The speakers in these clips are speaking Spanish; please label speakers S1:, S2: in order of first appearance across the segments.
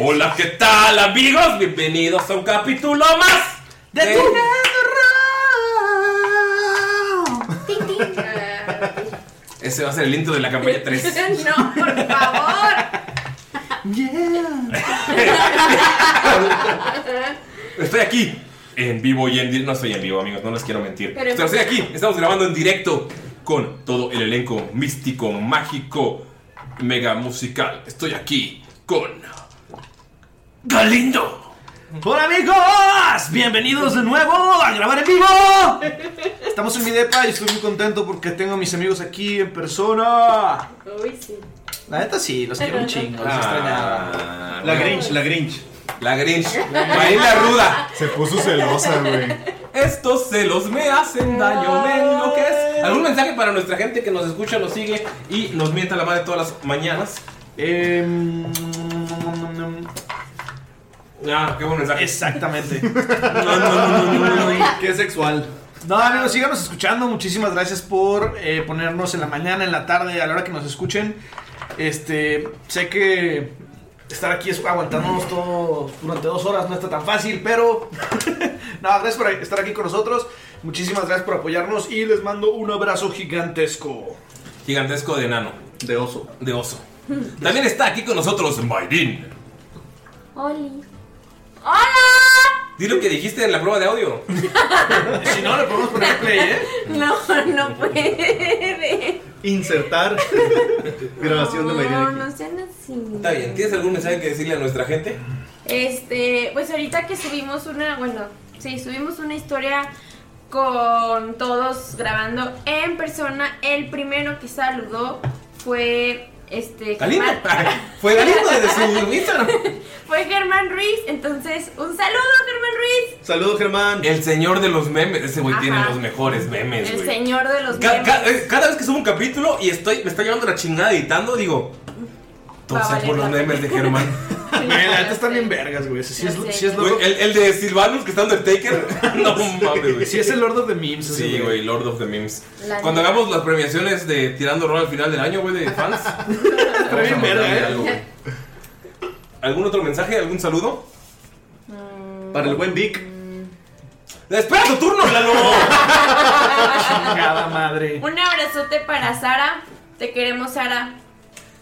S1: Hola, ¿qué tal amigos? Bienvenidos a un capítulo más de,
S2: De-
S1: tu- Ese va a ser el intro de la campaña 3.
S2: No, por favor.
S1: Estoy aquí en vivo y en directo. No estoy en vivo, amigos, no les quiero mentir.
S2: Pero-
S1: Pero, estoy aquí, estamos grabando en directo con todo el elenco místico, mágico, mega musical. Estoy aquí con Galindo.
S3: Hola amigos, bienvenidos de nuevo a grabar en vivo. Estamos en mi depa y estoy muy contento porque tengo a mis amigos aquí en persona.
S2: Uy, sí.
S3: La neta sí, los quiero un chingo, los extrañaba.
S1: Ah,
S3: La
S1: bueno,
S3: Grinch, la Grinch.
S1: La Grinch. Baila ruda.
S4: Se puso celosa, güey.
S1: Estos celos me hacen daño, me enloquez. ¿Algún mensaje para nuestra gente que nos escucha, nos sigue y nos mienta la madre todas las mañanas?
S3: Em,
S1: Ah, qué buen mensaje.
S3: exactamente.
S1: No, no, no, no, no, no.
S4: Qué sexual.
S3: No, amigos, síganos escuchando. Muchísimas gracias por eh, ponernos en la mañana, en la tarde, a la hora que nos escuchen. Este, sé que estar aquí es- aguantándonos todo durante dos horas no está tan fácil, pero no, gracias por estar aquí con nosotros. Muchísimas gracias por apoyarnos y les mando un abrazo gigantesco.
S1: Gigantesco de enano,
S4: De oso.
S1: de oso. También está aquí con nosotros Mayrin.
S2: Oli. ¡Hola!
S1: Di lo que dijiste en la prueba de audio.
S3: Si no, le podemos poner play, ¿eh?
S2: No, no puede.
S4: Insertar grabación de
S2: No,
S4: Mayrina.
S2: no sean así.
S1: Está bien, ¿tienes algún mensaje que decirle a nuestra gente?
S2: Este, pues ahorita que subimos una, bueno, sí, subimos una historia con todos grabando en persona. El primero que saludó fue este
S1: Galindo.
S2: Germán.
S1: Fue Galindo desde su Instagram.
S2: Fue Germán Ruiz. Entonces, un saludo, Germán Ruiz.
S4: Saludos, Germán.
S3: Eh,
S1: El señor de los memes. Ese güey tiene
S2: Ajá.
S1: los mejores memes,
S2: El
S1: güey.
S2: señor de los
S1: Ca-
S2: memes.
S1: ca- eh, cada vez que subo un capítulo y estoy, me está llevando la chingada editando, digo.
S2: Va a
S1: Entonces
S2: valer
S1: por los
S2: la pena".
S1: memes de Germán.
S3: Güey, la neta están bien vergas, güey. Si es,
S2: Ya sé.
S3: si es
S1: Güey,
S3: Lord
S1: el, el de Silvanus que está Undertaker. No mames, güey.
S3: of, si es el Lord of the Memes. ese
S1: Sí, güey, Lord of the Memes.
S2: La
S1: Cuando
S2: neta.
S1: hagamos las premiaciones de Tirando Rol al final del año, güey, de fans.
S3: Está bien
S1: vamos a
S3: verga,
S1: mandarle
S3: ¿eh?
S1: algo, güey. ¿Algún otro mensaje? ¿Algún saludo?
S5: Para el buen Dick.
S1: ¡Espera tu turno, Lalo!
S3: Chingada madre.
S2: Un abrazote para Sara. Te queremos, Sara.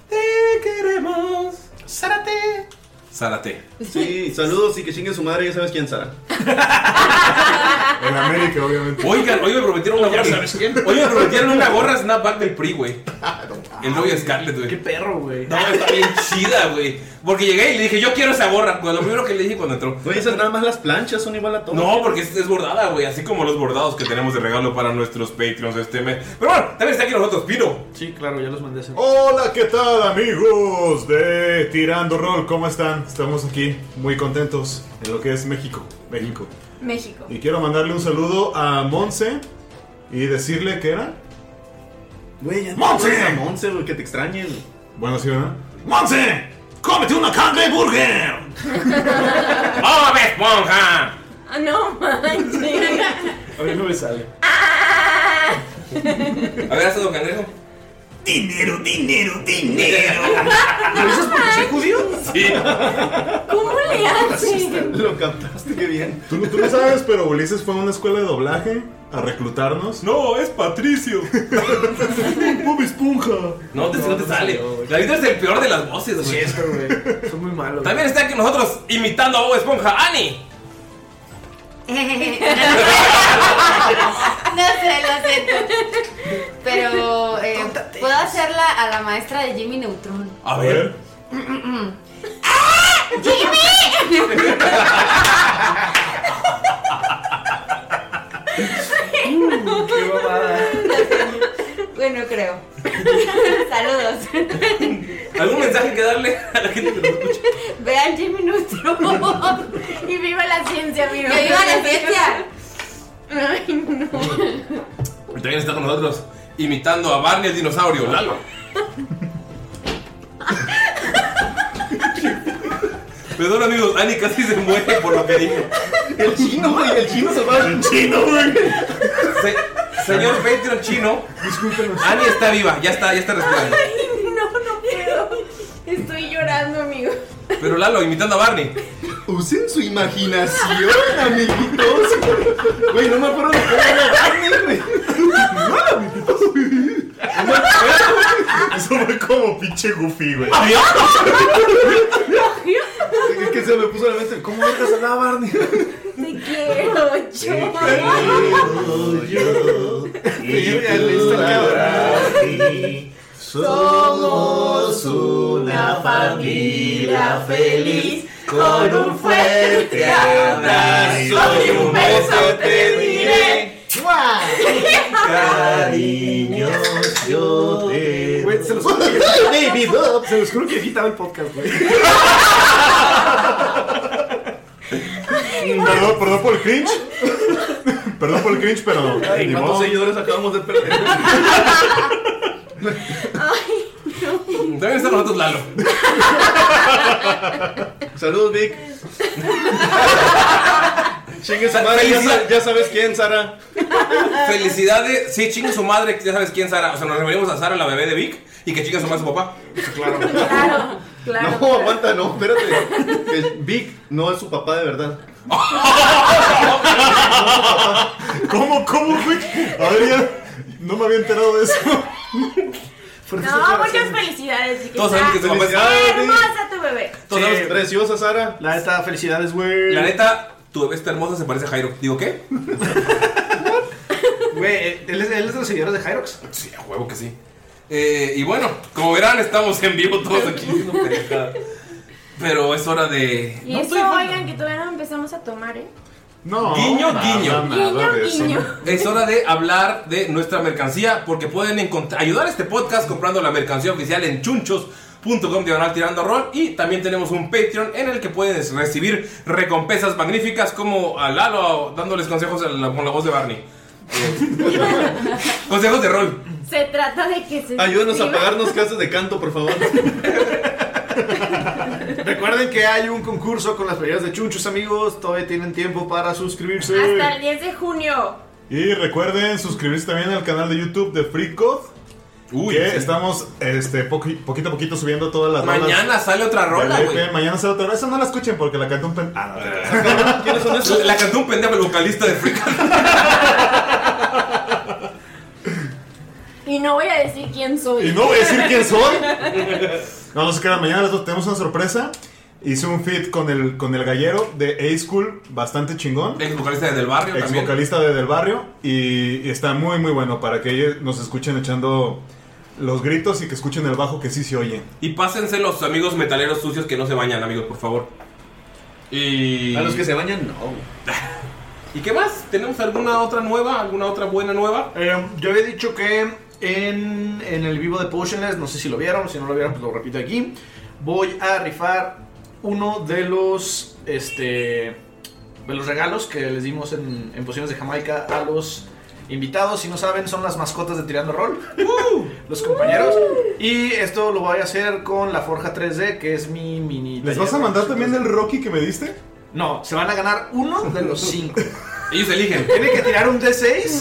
S1: Te queremos.
S3: Zárate.
S1: Zárate.
S5: Sí, saludos y que chingue su madre, ya sabes quién Sara.
S4: En América, obviamente.
S1: Oigan, hoy me prometieron una
S3: Ya
S1: gorra.
S3: sabes quién.
S1: Hoy me prometieron una gorra snapback del PRI, güey. El novio de Scarlett,
S3: Qué
S1: güey.
S3: perro, güey.
S1: No, está bien chida, güey. Porque llegué y le dije, yo quiero esa gorra. Pues lo primero que le dije cuando entró.
S5: Güey, esas nada más las planchas son igual a todo.
S1: No, porque es, es bordada, güey. Así como los bordados que tenemos de regalo para nuestros Patreons este mes. Pero bueno, también está aquí nosotros, Pino.
S3: Sí, claro, ya los mandé a hacer.
S4: Hola, ¿qué tal amigos de Tirando Roll? ¿Cómo están? Estamos aquí muy contentos en lo que es México. México.
S2: México.
S4: Y quiero mandarle un saludo a Monse y decirle que era.
S5: Güey, ya no
S4: ¡Monse!
S5: puedes a Monse, güey, que te extrañen.
S4: Bueno, sí, ¿verdad? ¡Monse! ¡Cómete una cangre burger!
S1: ¡Oh, ves, esponja!
S2: Ah, no manches.
S3: A mí no me sale.
S1: A ver, hazlo, cangrejo.
S4: ¡Dinero, dinero, dinero!
S3: ¿Lo dices porque soy judío?
S1: Sí.
S2: ¿Cómo le hacen?
S5: Lo captaste, qué bien.
S4: Tú, tú no sabes, pero Ulises fue a una escuela de doblaje a reclutarnos.
S1: No, es Patricio.
S4: Bob Esponja!
S1: No te, no, te
S3: no
S1: sale.
S3: salió, güey.
S1: Gladito es el peor de las voces,
S3: Sí,
S1: güey.
S3: es que, güey. Son muy malos.
S1: También está aquí nosotros imitando a Bob Esponja, Ani.
S6: No sé, lo siento. Pero eh, puedo hacerla a la maestra de Jimmy Neutron.
S1: A ver.
S3: Qué babada.
S6: Bueno, creo. Saludos.
S1: ¿Algún mensaje que darle a la gente que nos escucha?
S6: Vean Jimmy Neutron.
S2: Y viva la ciencia, viva.
S6: ¡Que viva la ciencia!
S2: Ay, no.
S1: Y También está con nosotros imitando a Barney el dinosaurio, Lalo. Perdón amigos, Ani casi se muere por lo que dijo.
S5: El chino, güey, el chino se va. El chino, güey.
S1: Se- señor Patreon chino, Ani está viva, ya está, ya está respirando.
S2: No, no puedo. Estoy llorando, amigo.
S1: Pero Lalo, imitando a Barney.
S5: Usen su imaginación, amiguitos. Güey, no me acuerdo de cómo era Barney, güey.
S4: Eso fue como pinche goofy, güey.
S5: Ah, Es que se me puso a la mente. ¿Cómo ahorita sonaba Barney?
S2: Te quiero, yo.
S5: Y ya le hizo la cara.
S2: Somos una familia feliz con un fuerte abrazo y un beso te diré.
S4: Niños, yo te.
S3: Güey, se los juro que,
S5: Baby Bob.
S3: se los juro que editaba el podcast, güey.
S4: Perdón, perdón por el cringe. Perdón por el cringe, pero. ni
S5: ¿Cuántos
S4: modo.
S5: seguidores acabamos de perder?
S1: También está con nosotros Lalo.
S5: Saludos, Vic. Chingue su madre, ya, sa- ya sabes quién, Sara.
S1: Ah. Felicidades, sí, chinga su madre, ya sabes quién Sara. O sea, nos reunimos a Sara, la bebé de Vic, y que chinga su madre su papá.
S2: Claro, claro.
S5: No, aguanta, no, espérate. Que Vic no es su papá de verdad.
S4: ¿Cómo, cómo, güey? A ver, ya. No me había enterado de eso.
S2: No, muchas felicidades. y que
S1: Todos saben que
S2: sea
S1: su papá es.
S5: Felicidades, Vic.
S2: Hermosa tu bebé.
S1: Todos saben que-
S5: Preciosa, Sara.
S3: La neta, felicidades, güey.
S1: La neta, tu bebé está hermosa, se parece a Jairo. Digo, ¿qué?
S3: Güey, eh, él es, él es de los seguidores de Hyrox.
S1: Sí, a huevo que sí. Eh, y bueno, como verán, estamos en vivo todos aquí. diciendo pendejadas. Pero es hora de.
S2: Y
S1: No
S2: eso,
S1: estoy-
S2: oigan, que todavía no empezamos a tomar, ¿eh?
S4: No.
S1: Guiño,
S4: nada,
S1: guiño.
S4: nada de eso.
S2: Guiño,
S1: Es hora de hablar de nuestra mercancía porque pueden encont- ayudar a este podcast comprando la mercancía oficial en chunchos.com diagonal tirando rol y también tenemos un Patreon en el que puedes recibir recompensas magníficas como a Lalo dándoles consejos a la- con la voz de Barney. Eh, consejos de rol.
S2: Se trata de que se.
S5: Ayúdanos a
S2: suscriban.
S5: pagarnos clases de canto, por favor.
S3: Recuerden que hay un concurso con las playeras de chunchos, amigos. Todavía tienen tiempo para suscribirse.
S2: Hasta el 10 de junio.
S4: Y recuerden suscribirse también al canal de YouTube de FreeCode. que
S1: sí.
S4: estamos este, poqui- poquito a poquito subiendo todas las
S1: Mañana
S4: rolas
S1: sale otra
S4: del
S1: rola,
S4: EP.
S1: güey.
S4: Mañana sale otra rola. Esa no la escuchen porque la canta un pen... Ah, no, no, no.
S1: La cantó un pendejo el vocalista de Freak.
S2: Y no voy a decir quién soy.
S4: Y no voy a decir quién soy. No, no se quedan. Mañana a las dos tenemos una sorpresa. Hice un feed con el, con el gallero de A-School, bastante chingón.
S1: Ex vocalista de Del Barrio
S4: Ex
S1: también.
S4: vocalista de Del Barrio. Y, y está muy, muy bueno para que ellos nos escuchen echando los gritos y que escuchen el bajo que sí se oye.
S1: Y pásense los amigos metaleros sucios que no se bañan, amigos, por favor. Y.
S5: A los que se bañan, no.
S1: ¿Y qué más? ¿Tenemos alguna otra nueva? ¿Alguna otra buena nueva?
S3: Eh, yo había dicho que en, en el vivo de Potionless, no sé si lo vieron, si no lo vieron, pues lo repito aquí. Voy a rifar uno de los este de los regalos que les dimos en, en Pociones de Jamaica a los invitados. Si no saben, son las mascotas de Tirando Roll, los compañeros. Y esto lo voy a hacer con la Forja 3D, que es mi mini.
S4: ¿Les
S3: taller
S4: vas a
S3: de
S4: mandar
S3: mascotas.
S4: también el Rocky que me diste?
S3: No, se van a ganar uno de los cinco.
S1: Ellos eligen.
S3: Tienen que tirar un D6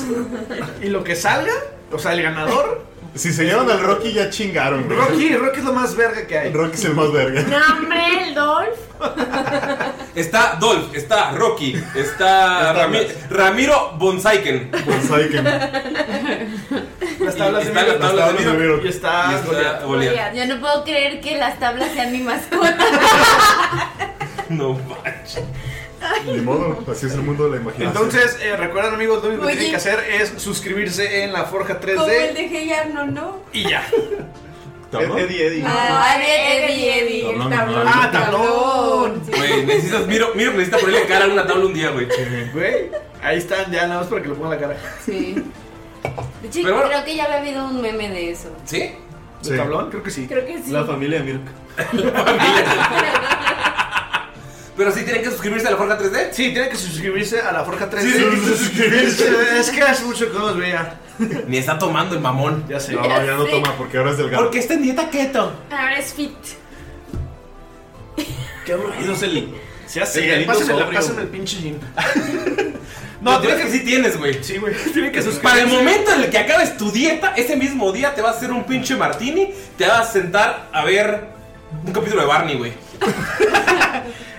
S3: y lo que salga, o sea, el ganador.
S4: Si se llevan al Rocky ya chingaron, güey.
S3: Rocky, Rocky es lo más verga que hay.
S4: Rocky es el más verga.
S2: No, hombre, el Dolph.
S1: Está Dolph, está Rocky, está Rami- Ramiro Bonsaiken.
S4: Pues Saiken.
S3: Las tablas
S1: Están las
S3: de Miro.
S1: tablas de
S4: tablas de
S1: Miro.
S4: Miro.
S3: Y está.
S1: Y está Goliat.
S6: Yo no puedo creer que las tablas sean mi mascota.
S1: No manches.
S4: Ni modo, así es el mundo de la imaginación.
S3: Entonces, eh, recuerden amigos, lo único que
S6: Oye.
S3: tienen que hacer es suscribirse en la Forja
S6: Como el
S3: 3D
S6: de Hey Arnold, ¿no?
S3: y ya.
S4: ¿Tablón?
S3: Eddie, Eddie.
S6: Ah,
S2: El
S4: Tablón,
S2: tablón.
S4: ah,
S3: Ah, tablón.
S1: Güey, necesitas. Miro, Miro necesita ponerle cara a una tabla un día, güey.
S3: Güey, ahí están ya, nada más para que lo pongan la cara.
S6: Sí. De hecho,
S1: Pero bueno.
S6: creo que ya había habido un meme de eso.
S1: ¿Sí?
S3: ¿De
S4: Sí.
S3: tablón? Creo que sí.
S2: Creo que sí.
S5: La familia de Mirko.
S1: Pero sí tienen que suscribirse a la Forja 3D.
S3: Sí, tienen que suscribirse a la Forja 3D.
S1: Sí, tienen que
S4: suscribirse.
S3: Es que hace mucho que no los veía.
S1: Ni está tomando el mamón.
S3: Ya sé.
S4: No, ya no toma porque ahora es delgado.
S1: Porque está en dieta keto.
S2: Ahora es fit.
S5: Qué aburrido es el. Se
S3: Sí, pásenme la- pásenme el pinche jean.
S1: No,
S3: No,
S1: tienes que
S3: tiene que.
S1: sí tienes, güey.
S3: Sí, güey. Tiene que suscribirse.
S1: Para el momento en el que acabes tu dieta, ese mismo día te vas a hacer un pinche martini, te vas a sentar a ver un capítulo de Barney, güey.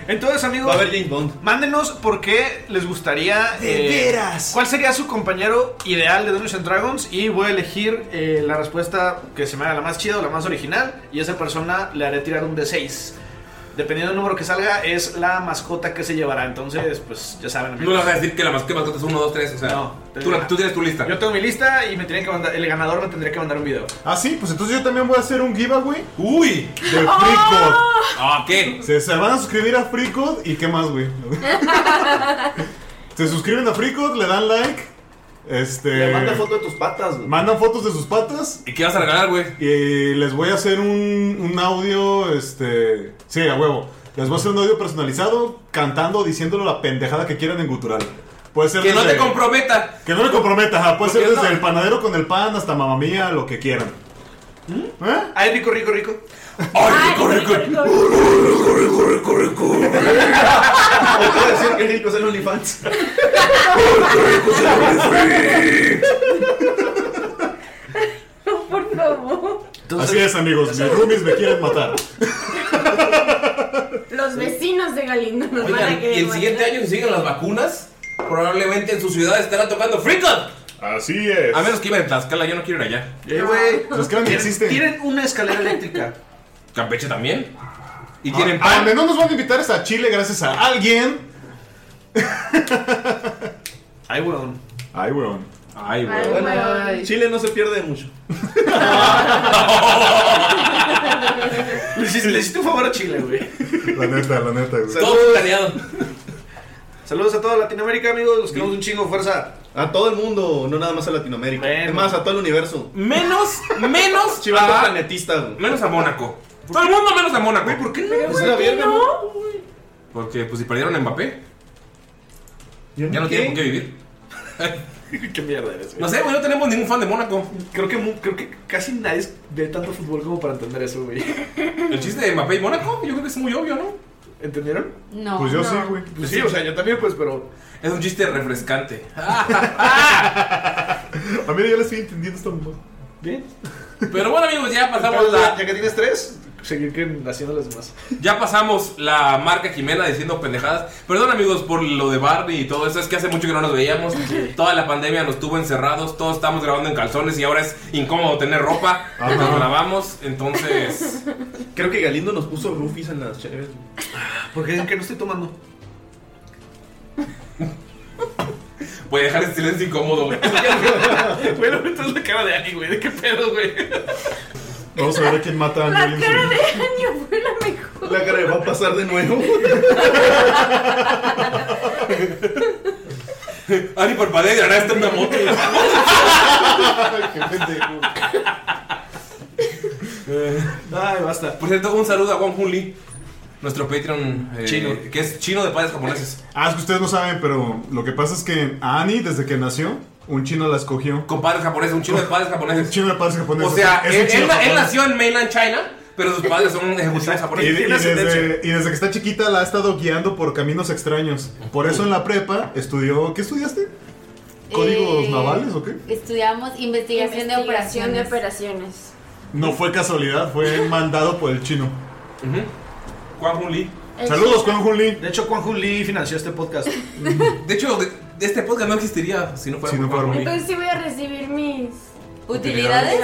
S3: Entonces, amigos.
S5: Va a haber James Bond.
S3: Mándenos por qué les gustaría. eh,
S1: De veras.
S3: ¿Cuál sería su compañero ideal de Dungeons and Dragons? Y voy a elegir eh, la respuesta que se me haga la más chida o la más original. Y a esa persona le haré tirar un D6. Dependiendo del número que salga, es la mascota que se llevará. Entonces, pues ya saben.
S1: No
S3: amigos.
S1: le vas a decir que la mascota es 1, 2, 3, o sea,
S3: No,
S1: tú, la- tú tienes tu lista.
S3: Yo tengo mi lista y me tienen que mandar. El ganador me tendría que mandar un video.
S4: Ah, sí, pues entonces yo también voy a hacer un giveaway
S1: ¡Uy!
S4: de FreeCode.
S1: Ah, ¿qué?
S4: Se, se van a suscribir a FreeCode y qué más, güey. se suscriben a FreeCode, le dan like, este,
S5: Te manda foto de tus patas, güey.
S4: mandan fotos de sus patas
S1: ¿Y qué vas a regalar, güey?
S4: y les voy a hacer un, un audio, este, sí, a huevo. Les voy a hacer un audio personalizado cantando, diciéndolo la pendejada que quieran en gutural. Puede ser
S1: Que no
S4: desde-
S1: te comprometa.
S4: Que no me comprometa, ajá, puede
S1: Porque
S4: ser desde
S1: no.
S4: el panadero con el pan hasta mamá mía, lo que quieran.
S1: ¿Mm?
S4: ¿Eh?
S3: Ay, rico, rico, rico.
S1: ¡Ay, corre, corre!
S5: Te voy a decir que Mirko es el OnlyFans.
S2: Por favor.
S4: Así es, amigos, mis roomies me quieren matar.
S2: Los vecinos de Galindo nos van a
S1: Oigan,
S2: querer.
S1: y el siguiente
S2: matar.
S1: año, si siguen las vacunas, probablemente en su ciudad estará tocando Freecon.
S4: Así es.
S1: A menos que iba en Tlaxcala, yo no quiero ir allá.
S3: Eh, güey.
S4: Los que existen.
S3: Tienen una escalera eléctrica.
S1: Campeche también. Y
S4: Ah,
S1: tienen
S4: A
S1: pan.
S4: donde no nos van a invitar es a Chile gracias a alguien.
S3: Ay, weón.
S4: Ay, weón.
S1: Ay,
S2: Ay,
S1: güey.
S2: güey.
S5: Chile no se pierde mucho.
S3: Le hiciste, le hiciste un favor a Chile, güey.
S4: La neta, la neta, güey.
S1: Todo planeado.
S3: Saludos a toda Latinoamérica, amigos. Los queremos un chingo de fuerza.
S5: A todo el mundo, no nada más a Latinoamérica.
S3: Bueno.
S5: Es más, a todo el universo.
S1: Menos, menos
S5: Chivato
S1: a-
S5: planetista, güey.
S1: menos a Mónaco. Todo el mundo menos a Mónaco.
S5: ¿Por qué no?
S2: ¿Por
S5: Es una
S2: qué
S5: verga,
S2: no?
S1: Porque pues si perdieron a Mbappé, ya no tienen con qué vivir.
S3: ¿Qué mierda eres, güey?
S1: No sé, güey, no tenemos ningún fan de Mónaco.
S3: Creo que, mu- creo que casi nadie ve tanto fútbol como para entender eso, güey.
S1: El chiste de Mbappé y Mónaco, yo creo que es muy obvio, ¿no?
S3: ¿Entendieron?
S6: No.
S4: Pues yo
S6: no.
S4: sí, güey.
S3: Pues sí, o sea, yo también, pues, pero.
S1: Es un chiste refrescante.
S4: A mí ya le estoy entendiendo esta mamá.
S3: Bien.
S1: Pero bueno, amigos, ya pasamos
S3: Entonces,
S1: la,
S3: ya que tienes tres, seguir que- haciendo las demás.
S1: Ya pasamos la marca Jimena diciendo pendejadas. Perdón amigos por lo de Barney y todo eso. Es que hace mucho que no nos veíamos. Toda la pandemia nos tuvo encerrados. Todos estamos grabando en calzones y ahora es incómodo tener ropa. Nos grabamos. Entonces...
S5: Creo que Galindo nos puso roofies en las cheves.
S3: Porque dicen que no estoy tomando.
S1: Voy a dejar el silencio incómodo. güey.
S3: bueno, entonces la cara de Ani, güey. ¿De qué pedo, güey?
S4: Vamos a ver a quién mata a
S2: La
S4: Angelina
S2: cara de
S4: Jolie.
S2: Año fue la mejor.
S5: La cara de, va a pasar de nuevo.
S1: Ari parpadea y ahora está en una moto.
S4: Qué pendejo.
S3: Ay, basta.
S1: Por cierto, un saludo a Juan Jun Lee. Nuestro Patreon eh,
S3: Chino.
S1: Que es chino de padres japoneses.
S4: Ah, es que ustedes no saben, pero lo que pasa es que a Annie, desde que nació, un chino la escogió.
S1: Con padres japoneses. Un chino de padres japoneses.
S4: Un chino de padres japoneses.
S1: O sea,
S4: Es
S1: él,
S4: un chino
S1: él- él
S4: japonés.
S1: nació en mainland China, pero sus padres son ejecutivos
S4: Y,
S1: japoneses.
S4: y
S3: Tiene
S4: desde,
S3: ascendencia.
S4: y desde que está chiquita la ha estado guiando por caminos extraños. Por eso en la prepa estudió. ¿Qué estudiaste? ¿Códigos
S6: Eh,
S4: navales o qué?
S6: Estudiamos investigación, de operaciones.
S2: de operaciones.
S4: No fue casualidad, fue mandado por el chino.
S1: Ujú. Juan Jun Lee.
S2: El
S4: Saludos,
S2: chino.
S4: Juan Juli.
S3: De hecho, Juan Jun Lee financió este podcast.
S1: De hecho, de, de este podcast no existiría si no fuera
S4: Si no
S1: por
S4: fuera
S1: Juan
S4: por
S1: Juli.
S2: Entonces sí voy a recibir mis.
S6: ¿Utilidades?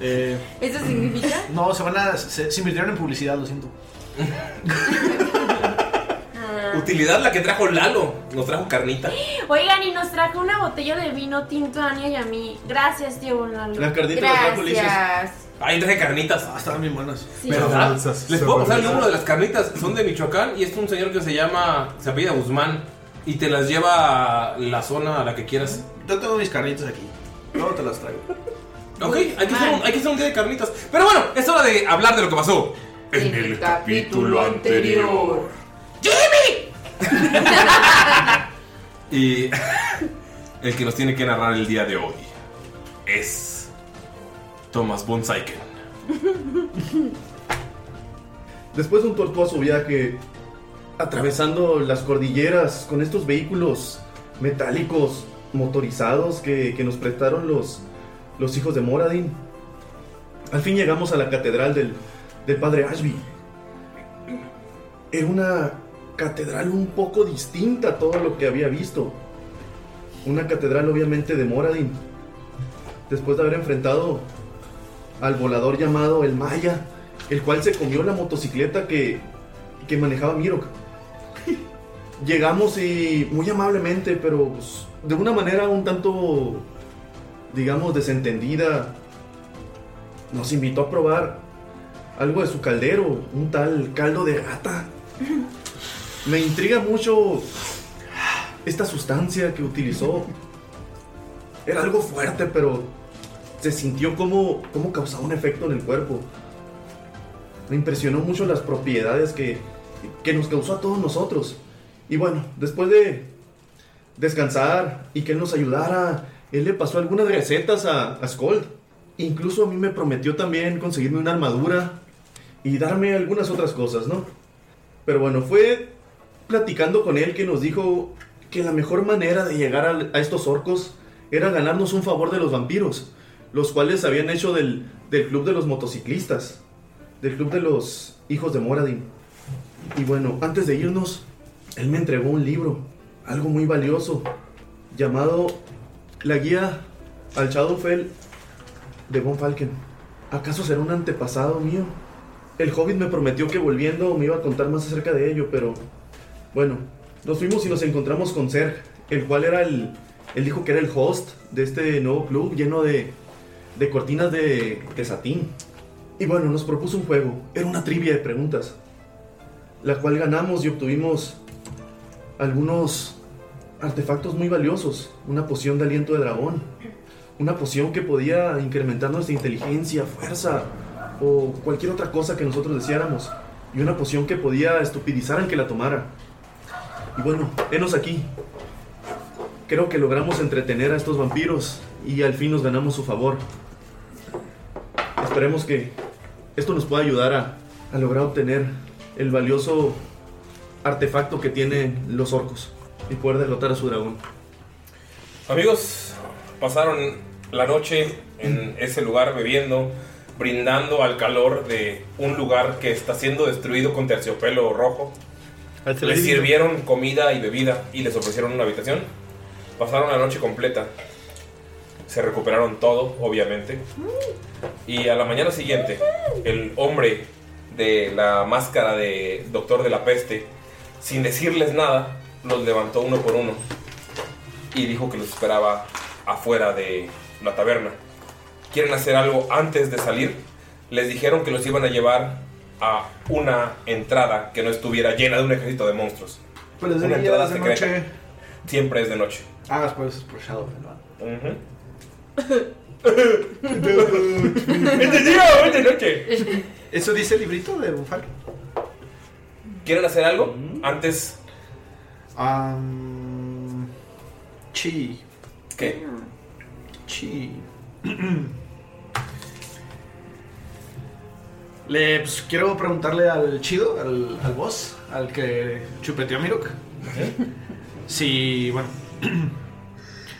S3: Eh,
S6: ¿Eso significa?
S3: no, se van a. Se, se invirtieron en publicidad, lo siento.
S1: Utilidad la que trajo Lalo. Nos trajo carnita.
S2: Oigan, y nos trajo una botella de vino tinto a Ania y a mí. Gracias, tío Lalo.
S5: La carnita la trajo Ulises.
S6: Gracias.
S1: Ay, traje carnitas.
S3: Ah, estaban bien buenas.
S2: Sí.
S4: Pero-
S1: ¿Verdad?
S4: Falsas,
S1: Les
S4: se
S1: puedo pasar el
S4: falsas.
S1: número de las carnitas. Son de Michoacán y es un señor que se llama. Se apellida Guzmán. Y te las lleva a la zona a la que quieras.
S3: Yo tengo mis carnitas aquí. Luego te las traigo.
S1: Ok, hay que, hacer un, hay que hacer un día de carnitas. Pero bueno, es hora de hablar de lo que pasó.
S6: En el capítulo anterior.
S1: Y el que nos tiene que narrar el día de hoy es Thomas von Saiken.
S5: Después de un tortuoso viaje, atravesando las cordilleras con estos vehículos metálicos motorizados que, que nos prestaron los, los hijos de Moradin, al fin llegamos a la catedral del, del padre Ashby. Era una catedral un poco distinta a todo lo que había visto. Una catedral obviamente de Moradin. Después de haber enfrentado al volador llamado el Maya, el cual se comió la motocicleta que, que manejaba Mirok. Llegamos y muy amablemente, pero pues, de una manera un tanto, digamos, desentendida, nos invitó a probar algo de su caldero, un tal caldo de gata. Me intriga mucho esta sustancia que utilizó. Era algo fuerte, pero se sintió como, como causaba un efecto en el cuerpo. Me impresionó mucho las propiedades que, que nos causó a todos nosotros. Y bueno, después de descansar y que él nos ayudara, él le pasó algunas recetas a, a Skold. Incluso a mí me prometió también conseguirme una armadura y darme algunas otras cosas, ¿no? Pero bueno, fue platicando con él que nos dijo que la mejor manera de llegar al- a, estos orcos era ganarnos un favor de los vampiros, los cuales habían hecho del, del club de los motociclistas, del club de los hijos de Moradin. Y bueno, antes de irnos, él me entregó un libro, algo muy valioso, llamado La guía al Shadowfell de Von Falken. ¿Acaso será un antepasado mío? El hobbit me prometió que volviendo me iba a contar más acerca de ello, pero bueno, nos fuimos y nos encontramos con Serg, el cual era el. Él dijo que era el host de este nuevo club lleno de, de cortinas de, de satín. Y bueno, nos propuso un juego. Era una trivia de preguntas. La cual ganamos y obtuvimos algunos artefactos muy valiosos. Una poción de aliento de dragón. Una poción que podía incrementar nuestra inteligencia, fuerza o cualquier otra cosa que nosotros deseáramos. Y una poción que podía estupidizar al que la tomara. Y bueno, enos aquí. Creo que logramos entretener a estos vampiros y al fin nos ganamos su favor. Esperemos que esto nos pueda ayudar a, a lograr obtener el valioso artefacto que tienen los orcos y poder derrotar a su dragón.
S1: Amigos, pasaron la noche en ese lugar bebiendo, brindando al calor de un lugar que está siendo destruido con terciopelo rojo. Les sirvieron comida y bebida y les ofrecieron una habitación. Pasaron la noche completa. Se recuperaron todo, obviamente. Y a la mañana siguiente, el hombre de la máscara de Doctor de la Peste, sin decirles nada, los levantó uno por uno y dijo que los esperaba afuera de la taberna. Quieren hacer algo antes de salir. Les dijeron que los iban a llevar a una entrada que no estuviera llena de un ejército de monstruos.
S3: Pero Pues desde
S1: una
S3: ahí ya es de noche.
S1: Siempre es de noche.
S3: Ah, después es por Shadow.
S1: Ujú. ¡Entendido! ¡Es de noche!
S3: ¿Eso dice el librito de Mm. Bufal?
S1: ¿Quieren hacer algo antes?
S3: chi.
S1: ¿Qué?
S3: Chi. Le pues, quiero preguntarle al chido, al, al boss, al que chupeteó a Mirok. Si, bueno.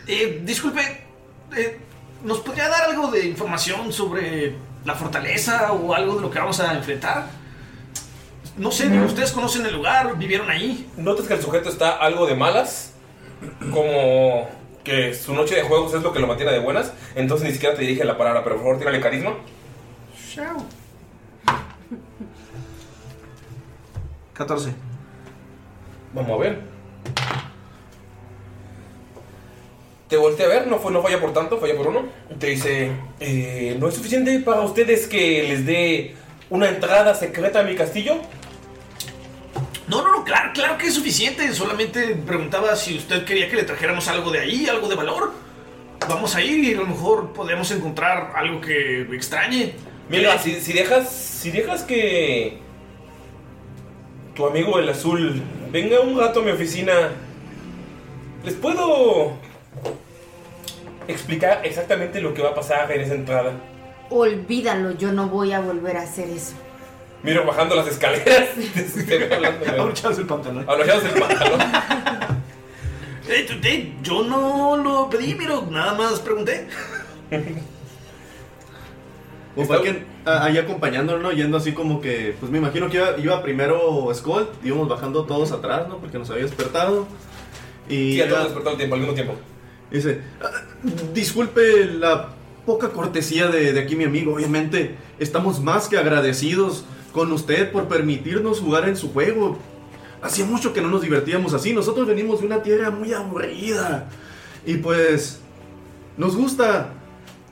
S3: Eh, disculpe, eh, ¿nos podría dar algo de información sobre la fortaleza o algo de lo que vamos a enfrentar? No sé, digo, ustedes conocen el lugar, vivieron ahí.
S1: Notas que el sujeto está algo de malas, como que su noche de juegos es lo que lo mantiene de buenas, entonces ni siquiera te dirige la palabra, pero por favor tírale carisma.
S3: Chao. 14.
S1: Vamos a ver. Te volteé a ver, no, fue, no falla por tanto, falla por uno. Te dice, eh, ¿no es suficiente para ustedes que les dé una entrada secreta a mi castillo?
S3: No, no, no, claro, claro que es suficiente. Solamente preguntaba si usted quería que le trajéramos algo de ahí, algo de valor. Vamos a ir y a lo mejor podemos encontrar algo que extrañe.
S1: Mira, si, si dejas, si dejas que tu amigo el azul venga un rato a mi oficina, les puedo explicar exactamente lo que va a pasar en esa entrada.
S6: Olvídalo, yo no voy a volver a hacer eso.
S1: Miro bajando las escaleras. Abrochados
S3: el pantalón.
S1: Abrochados el pantalón.
S3: Eh, tú- eh, yo no lo pedí, pero nada más pregunté.
S5: O fue alguien, ah, ahí acompañándonos, ¿no? Yendo así como que, pues me imagino que iba, iba primero Skull, íbamos bajando todos atrás, ¿no? Porque nos había despertado. Y
S1: Sí, a todos
S5: iba-
S1: despertando al tiempo, al mismo tiempo.
S5: dice, "Ah, disculpe la poca cortesía de, de aquí mi amigo, obviamente estamos más que agradecidos con usted por permitirnos jugar en su juego. Hacía mucho que no nos divertíamos así, nosotros venimos de una tierra muy aburrida. Y pues nos gusta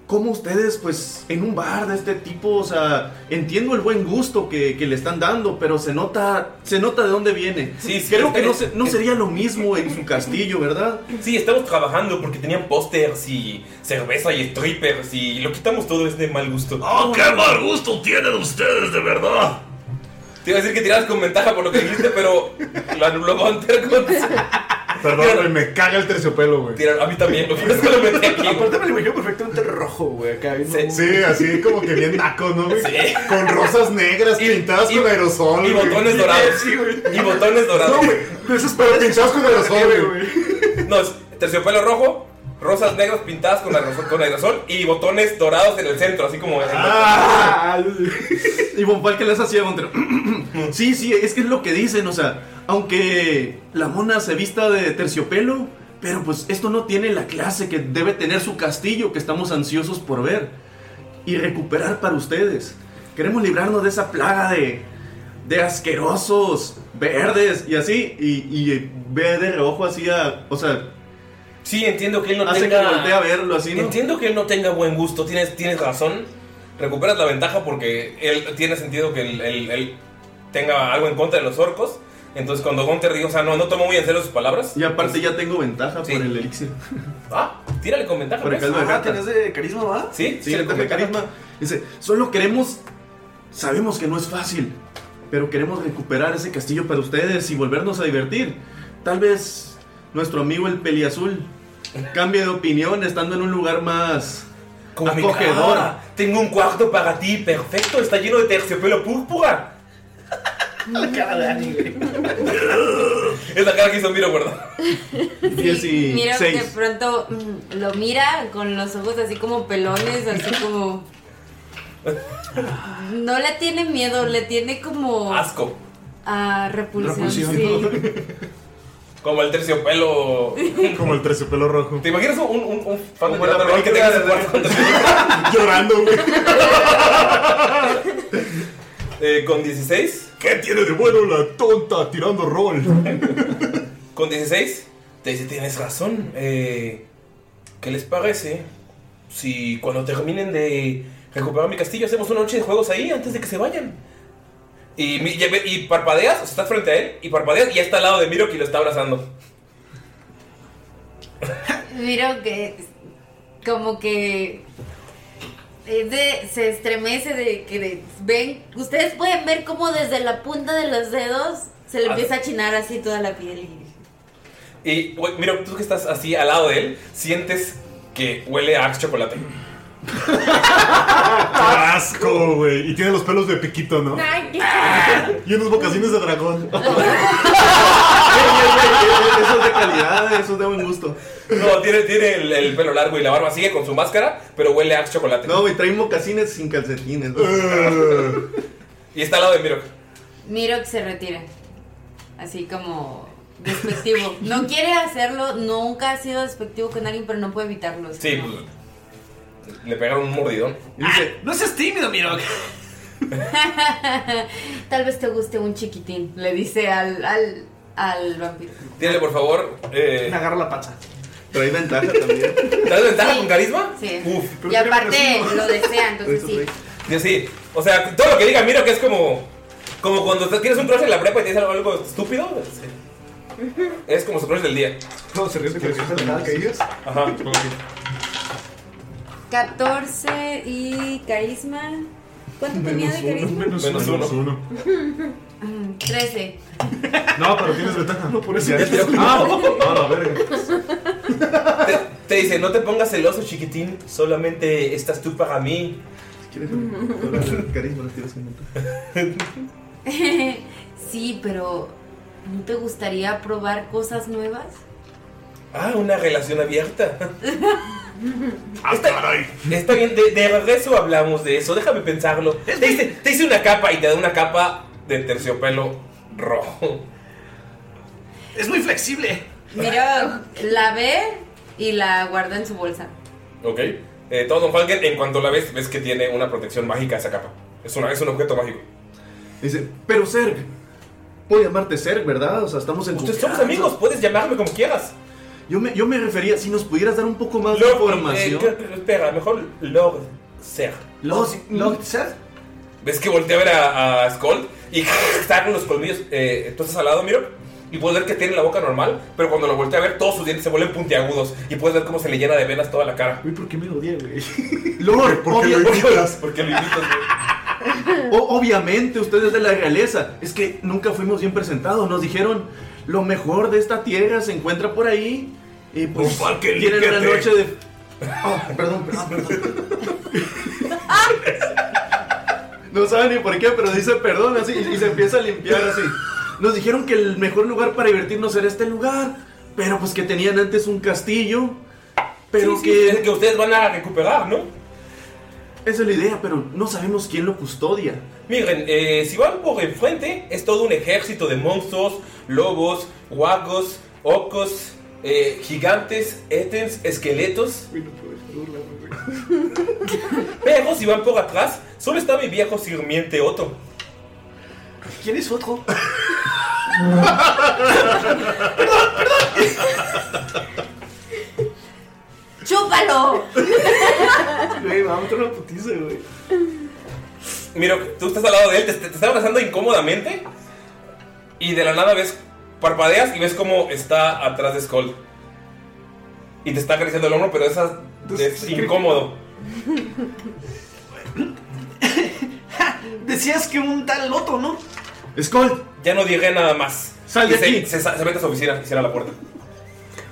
S5: como ustedes, pues, en un bar de este tipo, o sea, entiendo el buen gusto que, que le están dando, pero se nota, se nota de dónde viene.
S1: Sí, sí,
S5: Creo
S1: está
S5: que no,
S1: bien.
S5: se- no sería lo mismo en su castillo, ¿verdad?
S1: Sí, estamos trabajando porque tenían pósters y cerveza y strippers y lo quitamos todo, es de mal gusto.
S7: ¡Oh, qué mal gusto tienen ustedes, de verdad!
S1: Te iba a decir que tirabas con ventaja por lo que dijiste, pero la anuló Gunter con...
S4: Perdón, güey, me caga el terciopelo, güey.
S1: Tira- a mí también, lo que es que lo metí aquí.
S3: Aparte me lo imagino perfectamente rojo, güey. Acá bien
S4: Sí, así como que bien naco, ¿no? güey? Con rosas negras pintadas con aerosol.
S1: y
S4: güey.
S1: botones dorados. Y botones dorados.
S4: No, güey, de esos pero pintados con aerosol, güey.
S1: No, es terciopelo rojo, rosas negras pintadas con aerosol, con aerosol y botones dorados en el centro, así como.
S5: Ah. Y Bonfal que les hacía Montero. sí, sí, es que es lo que dicen, o sea, aunque la mona se vista de terciopelo, pero pues esto no tiene la clase que debe tener su castillo que estamos ansiosos por ver y recuperar para ustedes. Queremos librarnos de esa plaga de, de asquerosos verdes y así, y, y ve de reojo así a, o sea,
S1: Sí, entiendo que él no
S5: hace
S1: tenga.
S5: que voltee a verlo así, ¿no?
S1: Entiendo que él no tenga buen gusto, tienes, tienes razón. Recuperas la ventaja porque él tiene sentido que él, él- él tenga algo en contra de los orcos. Entonces, cuando Gunter dijo, o sea, no, no tomó muy en serio sus palabras.
S5: Y aparte ya tengo ventaja por el elixir.
S1: Ah, tírale con ventaja.
S5: Por el
S1: pues.
S5: caldo de
S1: Ah,
S5: gata.
S1: tienes-
S3: de carisma, va?
S1: Sí,
S5: Sí, le toca carisma. Dice, solo queremos, sabemos que no es fácil, pero queremos recuperar ese castillo para ustedes y volvernos a divertir. Tal vez nuestro amigo el peliazul cambie de opinión estando en un lugar más
S1: Como mi
S5: acogedor.
S1: cara. Tengo un cuarto para ti, perfecto, está lleno de terciopelo púrpura.
S3: La cara de Ani, güey.
S1: Es la cara que hizo Miro, gordo.
S6: Mira, de pronto mm, lo mira con los ojos así como pelones, así como. No le tiene miedo, le tiene como.
S1: Asco.
S6: A repulsión.
S1: Repulsión.
S6: sí.
S1: Como el terciopelo.
S4: Como el terciopelo rojo.
S1: ¿Te imaginas un, un, un fan de Miranda Roll que tenga ese cuarto?
S4: Llorando, güey.
S1: Eh, con 16.
S4: ¿Qué tiene de bueno la tonta tirando rol?
S1: Con 16. Te dice, tienes razón. Eh, ¿Qué les parece si cuando terminen de recuperar mi castillo hacemos una noche de juegos ahí antes de que se vayan? Y, mi- y, ve- y parpadeas, o sea, estás frente a él y parpadeas y ya está al lado de Miro que lo está abrazando.
S6: Miro que como que es de- se estremece de que de- ven, ustedes pueden ver como desde la punta de los dedos se le
S1: Ah.
S6: empieza a chinar así toda la piel. y-
S1: Y güey, mira, tú que estás así al lado de él, sientes que huele a Axe chocolate.
S4: ¡Asco, güey! Y tiene los pelos de piquito, ¿no?
S8: Ay, qué-
S4: Y unos bocacines de dragón.
S5: Eso es de calidad, eso es de buen gusto.
S1: No, tiene, tiene el, el pelo largo y la barba sigue con su máscara, pero huele a Axe chocolate.
S5: No, güey, traen mocasines sin calcetines. ¿no?
S1: Y está al lado de Miro.
S6: Miro que se retira. Así como despectivo. No quiere hacerlo, nunca ha sido despectivo con alguien, pero no puede evitarlo.
S1: Sí, pues, le pegaron un mordidón.
S3: No seas tímido, Miro.
S6: Tal vez te guste un chiquitín, le dice al, al, al vampiro.
S1: Dile, por favor. Eh,
S3: Me agarro la panza.
S5: Trae ventaja también.
S1: ¿Traes ventaja con carisma?
S6: Sí.
S1: Uf.
S6: Y aparte lo desea, entonces Pues sí.
S1: Yo sí. O sea, todo lo que diga Miro que es como. Como cuando te- tienes un crush en la prepa y te dice algo, algo estúpido. sí. Es como su crush del día.
S4: No, se ríe de
S1: Ajá.
S6: 14 y carisma. ¿Cuánto tenía de carisma?
S4: Menos,
S1: Menos
S4: uno.
S1: uno.
S4: uno.
S6: Mm, 13.
S4: No, pero tienes ventaja. No, por eso.
S5: Ya, ya.
S4: Ah, no, la verga.
S1: Te dice, no te pongas celoso, chiquitín. Solamente estás tú para mí.
S5: ¿Quieres ver? Carisma, lo tienes que montar.
S6: sí, pero ¿no te gustaría probar cosas nuevas?
S1: Ah, una relación abierta.
S3: Ah,
S1: Está, está bien, de, de regreso hablamos de eso. Déjame pensarlo. Te hice, te hice una capa y te da una capa de terciopelo rojo.
S3: Es muy flexible.
S6: Mira, la ve y la guarda en su bolsa.
S1: Ok. Eh, todo Don Falken, en cuanto la ves, ves que tiene una protección mágica esa capa. Es, una, es un objeto mágico.
S5: Dice, pero Serg, puedo llamarte Serg, ¿verdad? O sea, estamos en
S1: Ustedes somos
S5: confianza".
S1: amigos, puedes llamarme como quieras.
S5: Yo me, yo me refería, si nos pudieras dar un poco más de
S1: Lord,
S5: información.
S1: eh, que- espera, mejor Lord Ser.
S3: Los, los, ¿sabes?
S1: ¿Ves que voltea a ver a, a Skull? Y está con los colmillos. Eh, tú estás al lado, miro. Y puedes ver que tiene la boca normal. Pero cuando lo voltea a ver, todos sus dientes se vuelven puntiagudos. Y puedes ver cómo se le llena de venas toda la cara.
S4: Uy, ¿por qué me odié, güey?
S5: Lord,
S4: ¿Por qué
S5: obvia-
S4: lo imitas?
S1: Porque lo imitas, güey.
S5: o- obviamente, ustedes de la realeza. Es que nunca fuimos bien presentados. Nos dijeron, lo mejor de esta tierra se encuentra por ahí. Y pues,
S7: Don Falken,
S5: tienen una
S7: límpiate.
S5: noche de... Ah, perdón, perdón, perdón. No saben ni por qué, pero dice perdón así y, y se empieza a limpiar así. Nos dijeron que el mejor lugar para divertirnos era este lugar, pero pues que tenían antes un castillo, pero
S1: Sí, sí,
S5: que...
S1: es que ustedes van a recuperar, ¿no?
S5: Esa es la idea, pero no sabemos quién lo custodia.
S1: Miren, eh, si van por enfrente, es todo un ejército de monstruos, lobos, guagos, ocos, eh, gigantes, etens, esqueletos. Pero si van por atrás, solo está mi viejo sirmiente Otto.
S3: ¿Quién es otro?
S6: ¡Chúpalo!
S3: Güey, vamos a una putiza, güey.
S1: Mira, tú estás al lado de él, te, te está abrazando incómodamente. Y de la nada ves, parpadeas y ves cómo está atrás de Skull. Y te está acariciando el hombro, pero esa es incómodo.
S3: Decías que un tal Loto, ¿no?
S5: Skull,
S1: Ya no diré nada más.
S5: Sal de
S1: Y se,
S5: aquí.
S1: Se, sa- se mete a su oficina y cierra la puerta.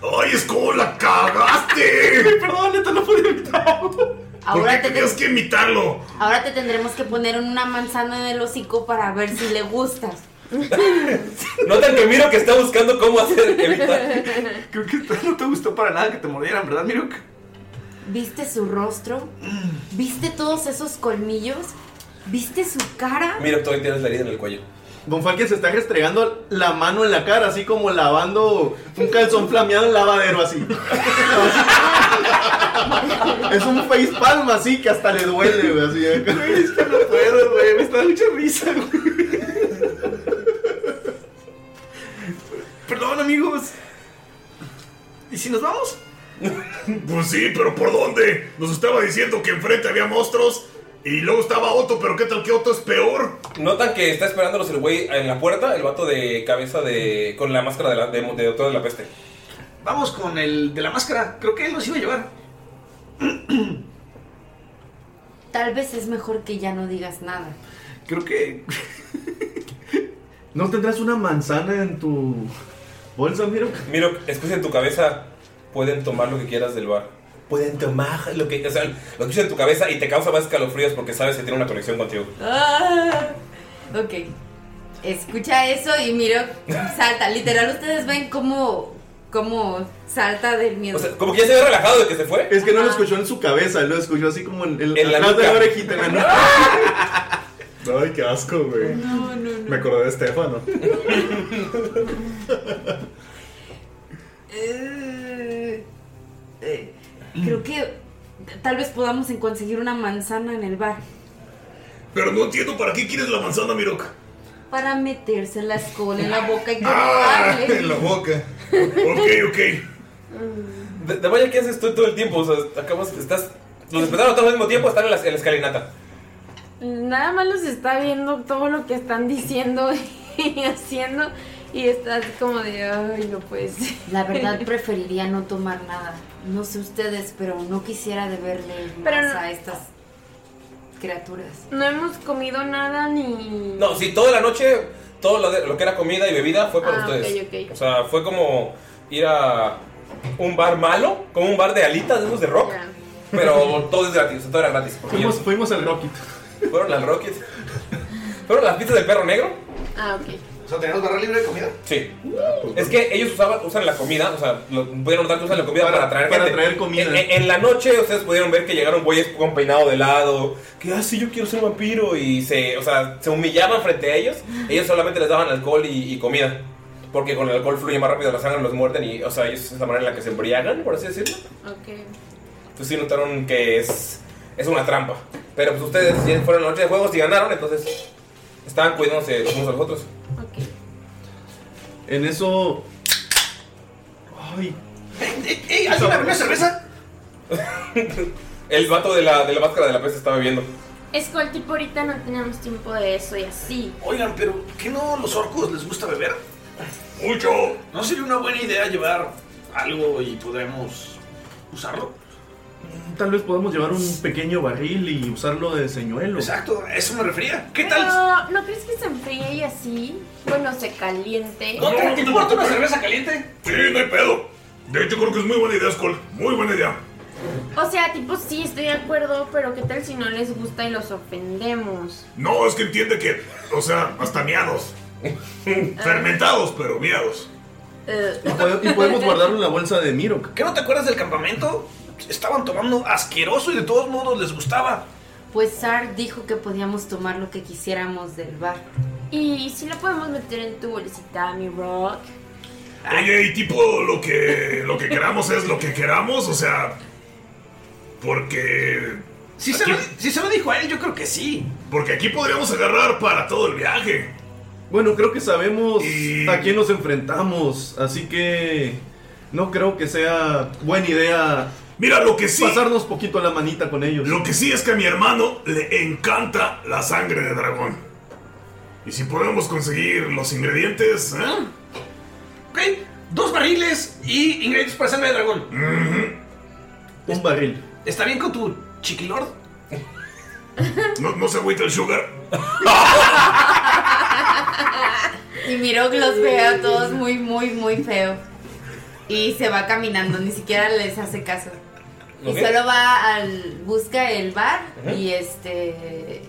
S7: ¡Ay, Skull, la cagaste!
S3: Perdón, neta, no pude evitarlo.
S7: ¿Por qué
S6: Ahora te,
S7: tenías que imitarlo?
S6: ahora te tendremos que poner una manzana en el hocico para ver si le gustas.
S1: Notan que Miro que está buscando cómo hacer evitar.
S3: Creo que no te gustó para nada que te mordieran, ¿verdad, Mirok?
S6: ¿Viste su rostro? ¿Viste todos esos colmillos? ¿Viste su cara?
S1: Miro, todavía tienes la herida en el cuello.
S5: Bonfalken se está restregando la mano en la cara, así como lavando un calzón flameado en lavadero, así. es un face palm así que hasta le duele, güey, así. eh.
S3: Es que no puedo, güey. Me está dando mucha risa, güey. Perdón, amigos. ¿Y si nos vamos?
S7: Pues sí, pero ¿por dónde? Nos estaba diciendo que enfrente había monstruos y luego estaba Otto, pero ¿qué tal que Otto es peor?
S1: Notan que está esperándolos el güey en la puerta, el vato de cabeza de. con la máscara de, la, de, de Doctor de la Peste.
S3: Vamos con el de la máscara. Creo que él nos iba a llevar.
S6: Tal vez es mejor que ya no digas nada.
S3: Creo que.
S5: ¿No tendrás una manzana en tu bolsa, Miro?
S1: Miro, escucha en tu cabeza, pueden tomar lo que quieras del bar. Pueden tomar lo que. O sea, lo que escuchas en tu cabeza y te causa más escalofríos porque sabes que tiene una conexión contigo.
S6: Ah, ok. Escucha eso y miro, salta. Literal, ustedes ven cómo, cómo salta del miedo.
S1: O sea, como que ya se ve relajado de que se fue.
S5: Es que no lo escuchó en su cabeza, lo escuchó así como en, el
S1: En la
S5: atrás de la
S1: nuca.
S5: orejita. en la nuca.
S4: Ay, qué asco, güey.
S6: no, no, no.
S4: Me acordé de Estefano.
S6: Eh, eh, creo que tal vez podamos en- conseguir una manzana en el bar
S7: Pero no entiendo para qué quieres la manzana, Mirok.
S6: para meterse la escola en la boca y
S7: Ah,
S6: probarle.
S4: boca.
S7: Ok, ok.
S1: De, de vaya, ¿qué haces tú todo el tiempo? O sea, acabas. Estás. Los despertaron todos al mismo tiempo, están en la, en la escalinata.
S2: Nada más los está viendo todo lo que están diciendo y haciendo. Y está así como de, ay, no puede ser.
S6: La verdad preferiría no tomar nada. No sé ustedes, pero no quisiera deberle más
S2: Pero no-
S6: a estas criaturas.
S2: No hemos comido nada ni.
S1: No, sí, toda la noche, todo lo, de- lo que era comida y bebida fue para
S2: Ah,
S1: ustedes.
S2: ok, ok.
S1: O sea, fue como ir a un bar malo, como un bar de alitas, de esos de rock.
S2: Ya.
S1: Pero todo es gratis, o sea, todo era gratis. porque
S5: Fuimos, fuimos al Rocket.
S1: ellos fueron las Rocket. ¿Fueron las pizzas del perro negro?
S2: Ah, ok.
S3: O sea, ¿tenemos barra libre de comida?
S1: Sí. Es que ellos usaban, usan la comida, o sea, lo, pudieron notar que usan la comida para,
S5: Para-
S1: traer
S5: para
S1: gente.
S5: traer comida.
S1: En, en- en la noche ustedes pudieron ver que llegaron güeyes con peinado de lado, que, ah, sí, yo quiero ser vampiro, y se, o sea, se humillaban frente a ellos. Ellos solamente les daban alcohol y, y comida. Porque con el alcohol fluye más rápido la sangre, los muerden y, o sea, ellos es la manera en la que se embriagan, por así decirlo.
S2: Ok.
S1: Entonces sí notaron que es, es una trampa. Pero pues ustedes ya fueron a la noche de juegos y ganaron, entonces estaban cuidándose los unos a los otros.
S2: Ok.
S5: En eso. Ay,
S3: ¡Ey, ey, ey! ¿Alguien abrió una cerveza?
S1: El vato de la, de la máscara de la peste estaba bebiendo.
S2: Es que el tipo ahorita no tenemos tiempo de eso y así.
S3: Oigan, pero ¿qué no los orcos les gusta beber?
S7: Mucho.
S3: ¿No sería una buena idea llevar algo y podremos usarlo?
S5: Mm, tal vez podamos llevar un pequeño barril y usarlo de señuelo.
S3: Exacto, a eso me refería. ¿Qué tal?
S2: Pero, ¿no crees que se enfríe y así? Bueno, se caliente.
S3: ¿No te, te importa una cerveza caliente?
S7: Sí, no hay pedo. De hecho, creo que es muy buena idea, Skull. Muy buena idea.
S2: O sea, tipo, sí, estoy de acuerdo, pero ¿qué tal si no les gusta y los ofendemos?
S7: No, es que entiende que, o sea, hasta miados. Fermentados, pero miados.
S2: Eh,
S5: Y, pode- y podemos guardarlo en la bolsa de Mirok.
S3: ¿Qué no te acuerdas del campamento? Estaban tomando asqueroso y de todos modos les gustaba.
S6: Pues Sar dijo que podíamos tomar lo que quisiéramos del bar.
S2: y si lo podemos meter en tu bolsita, mi rock.
S7: Oye, y tipo, lo que, lo que queramos es lo que queramos, o sea. Porque.
S3: Si se, lo, si se lo dijo a él, yo creo que sí.
S7: Porque aquí podríamos agarrar para todo el viaje.
S5: Bueno, creo que sabemos
S7: Y-
S5: a quién nos enfrentamos, así que no creo que sea buena idea
S7: Mira, lo que sí.
S5: pasarnos poquito la manita con ellos.
S7: Lo que sí es que a mi hermano le encanta la sangre de dragón. Y si podemos conseguir los ingredientes, ¿eh?
S3: Ah. Ok, dos barriles y ingredientes para sangre de dragón.
S5: Un barril.
S3: ¿Está bien con tu chiquilord?
S7: No, no se agüita el sugar.
S6: Y miro que los veo a todos muy, muy, muy feo. Y se va caminando, ni siquiera les hace caso.
S1: Ok.
S6: Y solo va al. busca el bar
S1: Ajá.
S6: y este.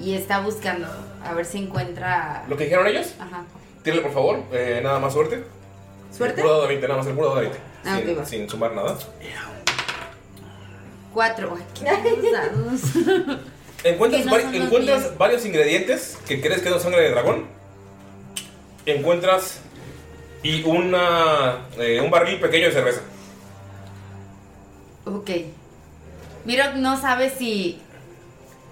S6: Y está buscando. A ver si encuentra.
S1: ¿Lo que dijeron ellos?
S6: Ajá.
S1: Tírale, por favor, eh, nada más suerte.
S6: ¿Suerte?
S1: El puro dado de 20, nada más el puro dado de 20.
S6: Ah,
S1: sin,
S6: ok, va.
S1: sin sumar nada.
S6: Cuatro. Ay, qué dados.
S1: Encuentras,
S6: Que no
S1: vari-
S6: son los
S1: encuentras
S6: míos.
S1: varios ingredientes que crees que es sangre de dragón. Encuentras y una eh, un barril pequeño de cerveza.
S6: Ok. Mirok no sabe si.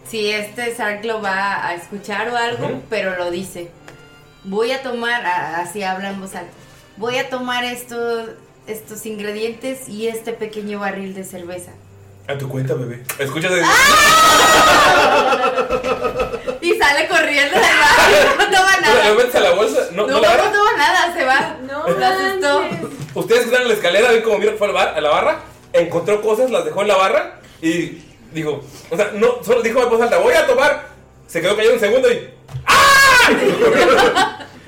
S6: Si este Sark lo va a escuchar o algo,
S1: Ujú.
S6: pero lo dice. Voy a tomar. a- Así habla en voz alta. Voy a tomar estos, estos ingredientes y este pequeño barril de cerveza.
S1: A tu cuenta, bebé. Escuchas
S6: Ah,
S1: el-
S6: Y sale corriendo del bar. No toma
S1: Pero
S6: nada.
S1: le metes a la bolsa. No,
S6: No,
S1: no,
S6: no,
S1: la agarra.
S6: toma nada, se va. No, lo asustó.
S1: Ustedes que están en la escalera, ven como Mirok fue al bar- a la barra, encontró cosas, las dejó en la barra y dijo, o sea, no, solo dijo a voz alta, voy a tomar. Se quedó callado un segundo y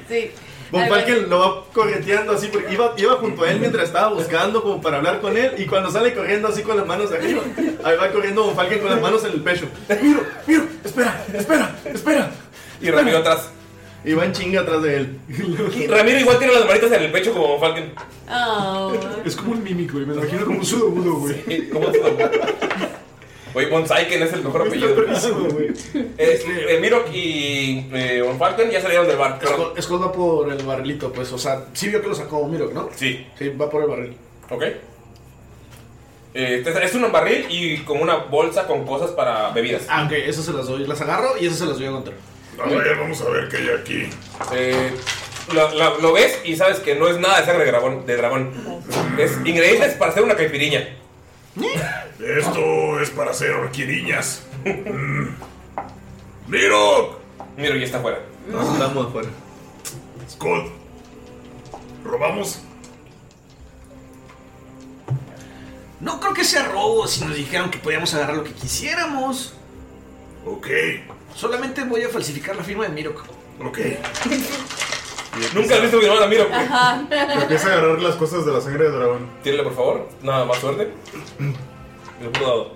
S6: Sí.
S5: Von
S6: Algo así.
S5: Falken lo va correteando así porque iba, iba junto a él mientras estaba buscando como para hablar con él y cuando sale corriendo así con las manos arriba, ahí va corriendo Von Falken con las manos en el pecho. Eh, Miro, miro, espera, espera, espera.
S1: Y Ramiro atrás.
S5: Y va en chinga atrás de él.
S1: Ramiro igual tiene las manitas en el pecho como Falcon.
S6: Oh.
S9: Es como un mímico, güey. Me lo imagino como un sudobudo, güey.
S1: ¿Y ¿Cómo se llama? Güey, Von Saiken es el mejor apellido. Eh, eh, Mirok y eh, Von Falken ya salieron del bar. claro.
S3: Skull- Skull va por el barrilito, pues, o sea, sí vio que lo sacó Miro, ¿no?
S1: Sí,
S3: Sí, va por el barril.
S1: ok. Eh, es un barril y como una bolsa con cosas para bebidas.
S3: Ah, ok, eso se las doy, las agarro y eso se las doy a Gunter.
S7: A ver, vamos a ver qué hay aquí.
S1: Eh, la- la- lo ves y sabes que no es nada de sangre de dragón. De dragón. Es ingredientes para hacer una caipiriña.
S7: Esto es para hacer orquídeas.
S9: Mm.
S7: ¡Miro!
S1: Miro, ya está afuera.
S5: Nos estamos afuera.
S7: Scott, ¿robamos?
S3: No creo que sea robo si nos dijeron que podíamos agarrar lo que quisiéramos.
S7: Ok,
S3: Solamente voy a falsificar la firma de Mirok.
S7: ok.
S1: Nunca has visto mi hermana, Miro.
S9: Empieza a agarrar las cosas de la sangre de dragón.
S1: Tírale, por favor. Nada más suerte. Le puro dado.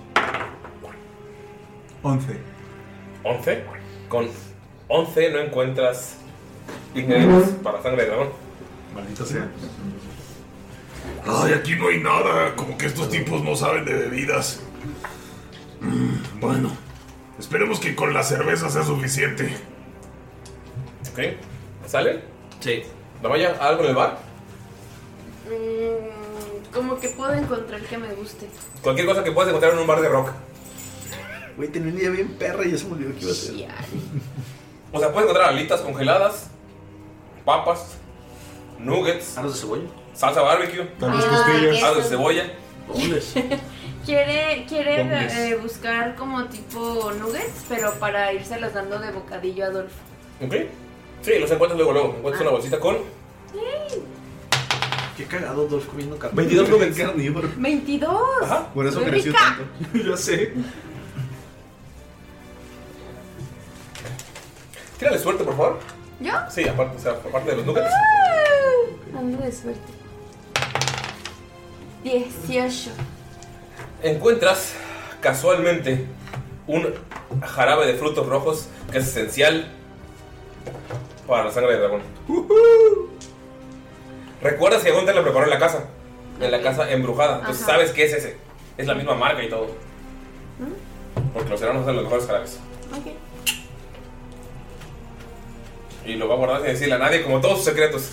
S9: 11.
S1: 11. Con 11 no encuentras ingredientes para sangre de dragón.
S9: Maldita sea.
S7: Ay, aquí no hay nada. Como que estos tipos no saben de bebidas. Mm, bueno, esperemos que con la cerveza sea suficiente.
S1: ¿Ok? ¿Sale?
S3: Sí.
S1: ¿Damaya? ¿Algo en el bar?
S2: Mm, como que puedo encontrar que me guste.
S1: Cualquier cosa que puedas encontrar en un bar de rock.
S3: Güey, tenía una idea bien perra y ya se me olvidó que iba a ser.
S1: O sea, puedes encontrar alitas congeladas, papas, nuggets,
S3: ¿Aros de cebolla?
S1: salsa barbecue,
S9: Tal vez
S6: Ah,
S9: costillas.
S6: Eso.
S1: algo de cebolla.
S3: Boles.
S2: Quiere, quiere
S1: Bombles.
S2: eh, buscar como tipo nuggets, pero para irselos dando de bocadillo a Adolfo.
S1: ¿Ok? Sí, los encuentras luego, luego. Encuentras una bolsita con...
S3: Qué cagado Dolph comiendo carne.
S1: 22 nuggets. Ah,
S5: Carnívoro.
S2: 22.
S1: Ajá.
S5: Por eso
S2: Muy
S5: creció
S2: rica.
S5: tanto.
S3: ya sé.
S1: Tírale suerte, por favor.
S2: ¿Yo?
S1: Sí, aparte, o sea, aparte de los nuggets.
S2: Ah, Algo de suerte. 18.
S1: Encuentras casualmente un jarabe de frutos rojos que es esencial para la sangre de dragón. Recuerdas que Gunther la preparó en la casa, en la casa embrujada. Entonces
S2: Ajá.
S1: sabes qué es ese. Es la misma marca y todo. Porque los enanos hacen los mejores jarabes.
S2: Ok.
S1: Y lo va a guardar sin decirle a nadie, como todos sus secretos.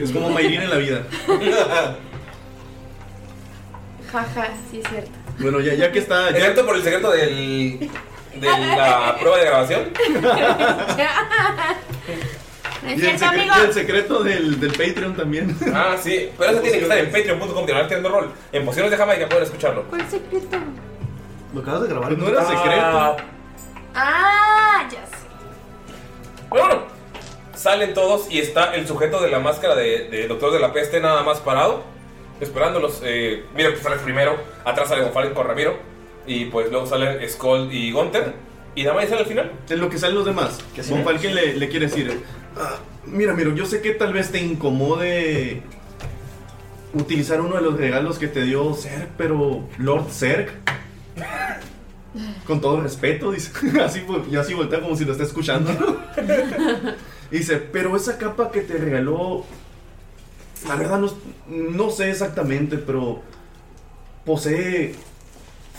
S5: Es como Mayrin en la vida.
S2: Jaja, sí es cierto.
S5: Bueno, ya, ya que está. Ya,
S1: Excepto por el secreto del, de la prueba de grabación.
S2: No
S5: y
S2: es
S5: el,
S2: cierto,
S5: secre-
S2: amigo.
S5: y el secreto del, del Patreon también.
S1: Ah, sí. Pero eso tiene que estar en patreon.com, diagonal tirando rol. En posiciones de Jamaica pueden escucharlo.
S2: ¿Cuál secreto?
S3: Lo acabas de grabar.
S5: Pues no era secreto.
S1: Ah,
S2: Ah, ya sé.
S1: Pero bueno, salen todos y está el sujeto de la máscara de, de Doctor de la Peste nada más parado, esperándolos. Eh, mira que sale primero, atrás sale Gonfalken con Ramiro, y pues luego salen Skull y Gunter, y nada más sale al final.
S5: Es lo que salen los demás. Von Falken le, le quiere decir. "Ah, Mira, Miro, yo sé que tal vez te incomode utilizar uno de los regalos que te dio Zerg, pero Lord Zerg, con todo respeto, dice, así, vo- y así voltea como si lo está escuchando. Y dice, pero esa capa que te regaló, la verdad no, no sé exactamente, pero posee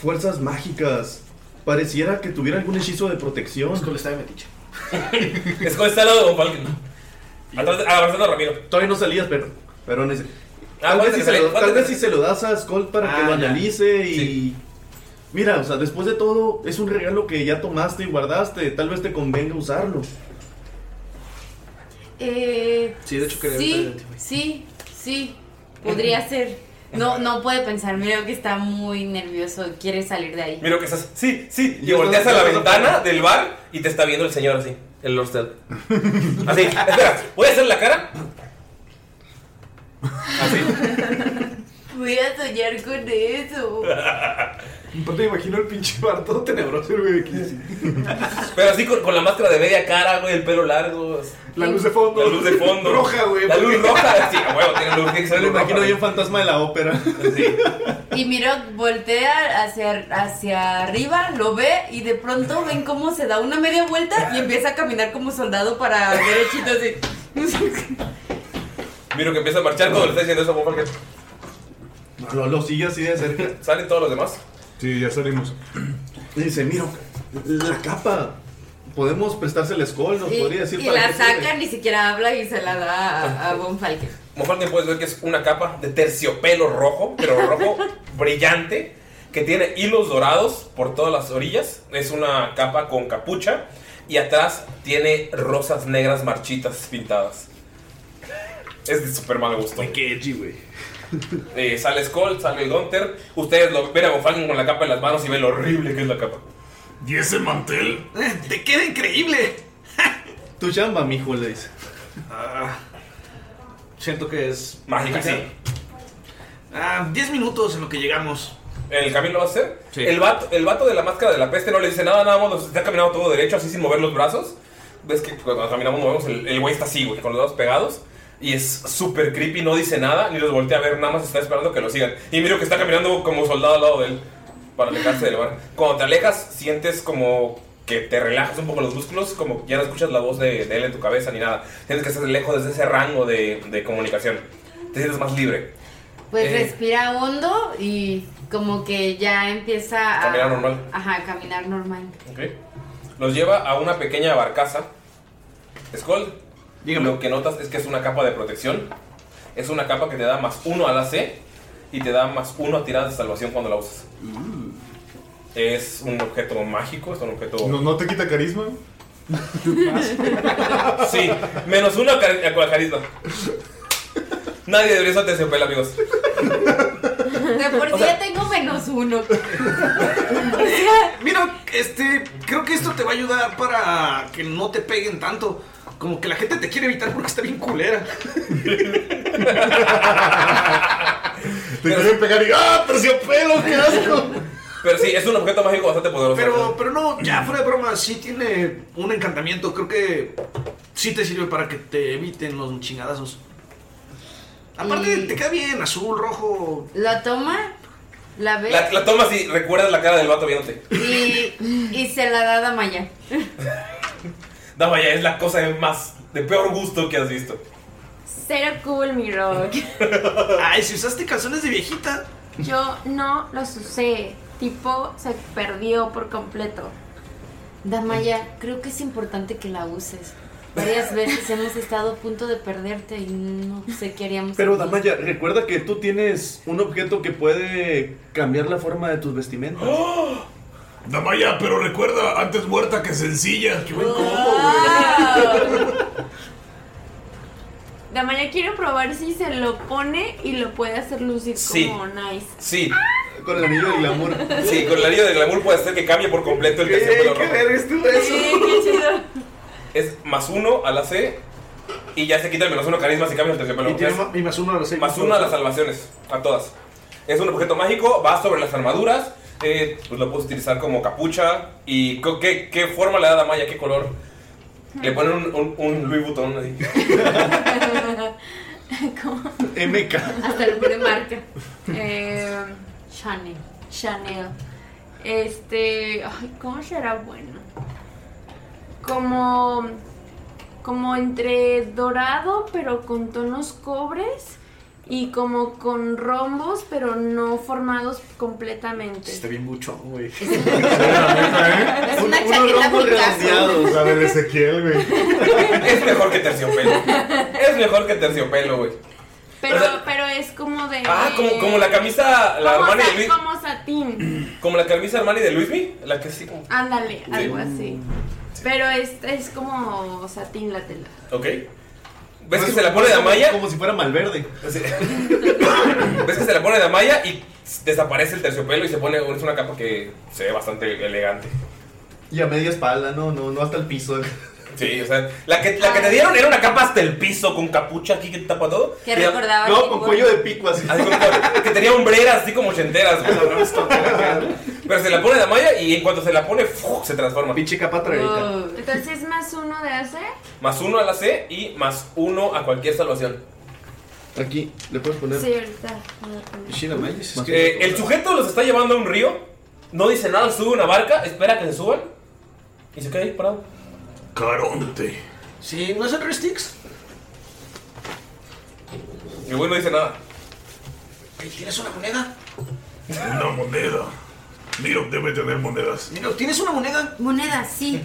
S5: fuerzas mágicas. Pareciera que tuviera algún hechizo de protección. Es está de metiche.
S1: Es como está al lado de Don Falcon. Atrás de- Abrazando a Ramiro.
S5: Todavía no salías, pero. Pero no dice.
S1: Ah,
S5: Tal, vez,
S1: aguanta
S5: si se
S1: que sale,
S5: lo,
S1: aguanta
S5: tal
S1: que
S5: vez si
S1: sale.
S5: se lo das a Skull para que
S1: Ah,
S5: lo
S1: ya.
S5: analice y. Mira, o sea, después de todo, es un regalo que ya tomaste y guardaste. Tal vez te convenga usarlo.
S6: Eh,
S5: Sí, de hecho, que
S6: sí, sí, sí, podría ser. No, no puede pensar, mira que está muy nervioso, quiere salir de ahí.
S1: Miro que estás. Sí, sí. Y
S6: Yo
S1: volteas
S6: no-
S1: a la
S6: yo no-
S1: ventana del bar y te está viendo el señor así. El Lord Zed. Así. Espera, voy a hacer la cara.
S6: Voy a soñar con eso.
S3: Aparte me imagino el pinche bar todo tenebroso, güey, aquí.
S1: Pero así con, con la máscara de media cara, güey, el pelo largo.
S3: La luz de fondo.
S1: La luz de fondo.
S3: Roja, güey,
S1: La luz
S3: porque-
S1: roja. Sí, a huevo, tiene luz. Tiene que ser
S5: Me
S1: luz roja,
S5: imagino
S1: güey.
S5: yo un fantasma de la ópera.
S6: Y mira, voltea hacia, hacia arriba, lo ve y de pronto ven cómo se da una media vuelta y empieza a caminar como soldado para derechito así.
S1: Miro que empieza a marchar cuando le está diciendo eso a Von Falken.
S5: Lo, lo sigue así de cerca.
S1: ¿Salen todos los demás?
S5: Sí, ya salimos. Dice, mira, la capa. Podemos prestarse el Skull, nos
S6: Y,
S5: podría decir
S6: y
S5: para
S6: la
S5: qué sirve?
S6: saca, ni siquiera habla y se la da a, a Von Falken.
S1: Von Falken puedes ver que es una capa de terciopelo rojo, pero rojo brillante, que tiene hilos dorados por todas las orillas. Es una capa con capucha y atrás tiene rosas negras marchitas pintadas. Es de súper mal gusto. Qué edgy, güey. sale Skull, sale Gunter. Ustedes lo ven a Von Falken con la capa en las manos y ven lo horrible que es la capa.
S7: ¿Y ese mantel?
S3: ¡Te queda increíble!
S5: Tu chamba, mijo, le dice.
S3: Ah, siento que es.
S1: Mágica, sí.
S3: Ah, 10 minutos en lo que llegamos.
S1: ¿El camino lo va a hacer?
S3: Sí.
S1: El, vato, el vato de la máscara de la peste no le dice nada, nada más los- está caminando todo derecho, así sin mover los brazos. Ves que cuando caminamos movemos, el el güey está así, güey, con los dedos pegados. Y es súper creepy, no dice nada, ni los voltea a ver, nada más está esperando que lo sigan. Y miro que está caminando como soldado al lado de él, para alejarse del bar. Cuando te alejas, sientes como que te relajas un poco los músculos, como que ya no escuchas la voz de, de él en tu cabeza ni nada. Sientes que estás lejos de ese rango de, de comunicación. Te sientes más libre.
S6: Pues
S1: Eh.
S6: respira hondo y como que ya empieza a.
S1: Caminar normal.
S6: Ajá, a caminar normal.
S1: Ok. Los lleva a una pequeña barcaza. Skull, lo que notas es que es una capa de protección. Es una capa que te da más uno a la C y te da más uno a tiradas de salvación cuando la usas. Es un objeto mágico, es un objeto...
S4: ¿No, no te quita carisma?
S1: Sí, menos uno a cari- a carisma. Nadie debería usar terciopelo, amigos.
S6: De por sí ya tengo menos uno.
S3: Mira, este, creo que esto te va a ayudar para que no te peguen tanto. Como que la gente te quiere evitar porque está bien culera.
S4: Te quieren pegar y ¡ah, terciopelo, qué asco!
S1: Pero sí, es un objeto mágico bastante poderoso.
S3: Pero, pero no, ya fuera de broma, sí tiene un encantamiento. Creo que sí te sirve para que te eviten los chingadazos. Aparte,
S2: Mm.
S6: Y-
S3: te queda bien, azul, rojo.
S6: La toma, la ve
S1: La, la tomas y recuerdas la cara del vato viéndote.
S6: y, y se la da a Damaya.
S1: No, vaya, es la cosa de más, de peor gusto que has visto.
S2: Cero cool, mi rock.
S3: Ay, si usaste calzones de viejita.
S2: Yo no los usé. Tipo, se perdió por completo.
S6: Damaya, creo que es importante que la uses. Varias veces hemos estado a punto de perderte y no sé qué haríamos.
S5: Pero
S6: sin ti.
S5: Damaya, recuerda que tú tienes un objeto que puede cambiar la forma de tus vestimentas.
S7: ¡Oh! Damaya, pero recuerda, antes muerta que sencilla.
S5: Ah.
S2: Damaya quiero probar si se lo pone y lo puede hacer lucir
S1: Sí.
S2: como nice.
S1: Sí.
S5: Con el anillo de glamour.
S1: Sí, con el anillo de glamour puede ser que cambie por completo el terciopelo rojo.
S2: qué chido.
S1: Es más uno a la C y ya se quita el menos uno carisma si cambia el terciopelo
S3: Y
S1: rojo.
S3: tiene
S1: Es
S3: ma- y más uno a las seis.
S1: Más uno a las salvaciones, a todas. Es un objeto mágico, va sobre las armaduras, eh, pues lo puedes utilizar como capucha. ¿Y co- qué, qué forma le da a Damaya? ¿Qué color? Le ponen un, un- un Louis Vuitton ahí.
S2: ¿Cómo?
S3: MK.
S2: Hasta le pone marca. Eh, Chanel. Chanel. Este. Ay, ¿cómo será bueno? Como. Como entre dorado, pero con tonos cobres. Y como con rombos, pero no formados completamente.
S3: Está bien mucho, güey.
S5: ¿eh?
S2: Es una chaqueta
S4: redondeados, la del Ezequiel, güey.
S1: Es mejor que terciopelo. Es mejor que terciopelo, güey.
S2: Pero, pero es como de.
S1: Ah, como, como la camisa, la
S2: como
S1: Armani
S2: sa-
S1: de Luis,
S2: como satín.
S1: como la camisa Armani de Luismi, la que sí. como-
S2: Ándale,
S1: Sí. Mm,
S2: algo así. Pero es, es como satín la tela.
S1: Ok.
S4: Pues
S1: ¿Ves que se la pone de Amaya?
S5: Como si fuera Malverde.
S1: ¿Ves que se la pone de Amaya y desaparece el terciopelo y se pone es una capa que se ve bastante elegante?
S5: Y a media espalda, no, no, no hasta el piso.
S1: Sí, o sea, la que, la que te dieron era una capa hasta el piso con capucha aquí que te tapa todo.
S6: Que
S1: Era-
S6: recordaba No, tipo- con cuello
S5: de pico así.
S1: con- que tenía hombreras así como ochenteras. güey. Pero se la pone de Amaya y en cuanto se la pone, ¡fu! se transforma.
S5: Pinche capa
S2: Entonces más uno de AC.
S1: Más uno a la C y más uno a cualquier salvación.
S5: Aquí, le puedes poner.
S2: Sí, ahorita. voy a poner.
S1: Es que, eh, el sujeto los está llevando a un río, no dice nada, sube una barca, espera que se suban y se queda ahí parado.
S7: Caronte.
S3: Sí, ¿no es el Restix?
S1: Y el güey no dice nada.
S3: ¿Tienes una moneda?
S7: Una moneda. Miro debe tener monedas.
S3: Mira, ¿tienes una moneda?
S6: Moneda, sí.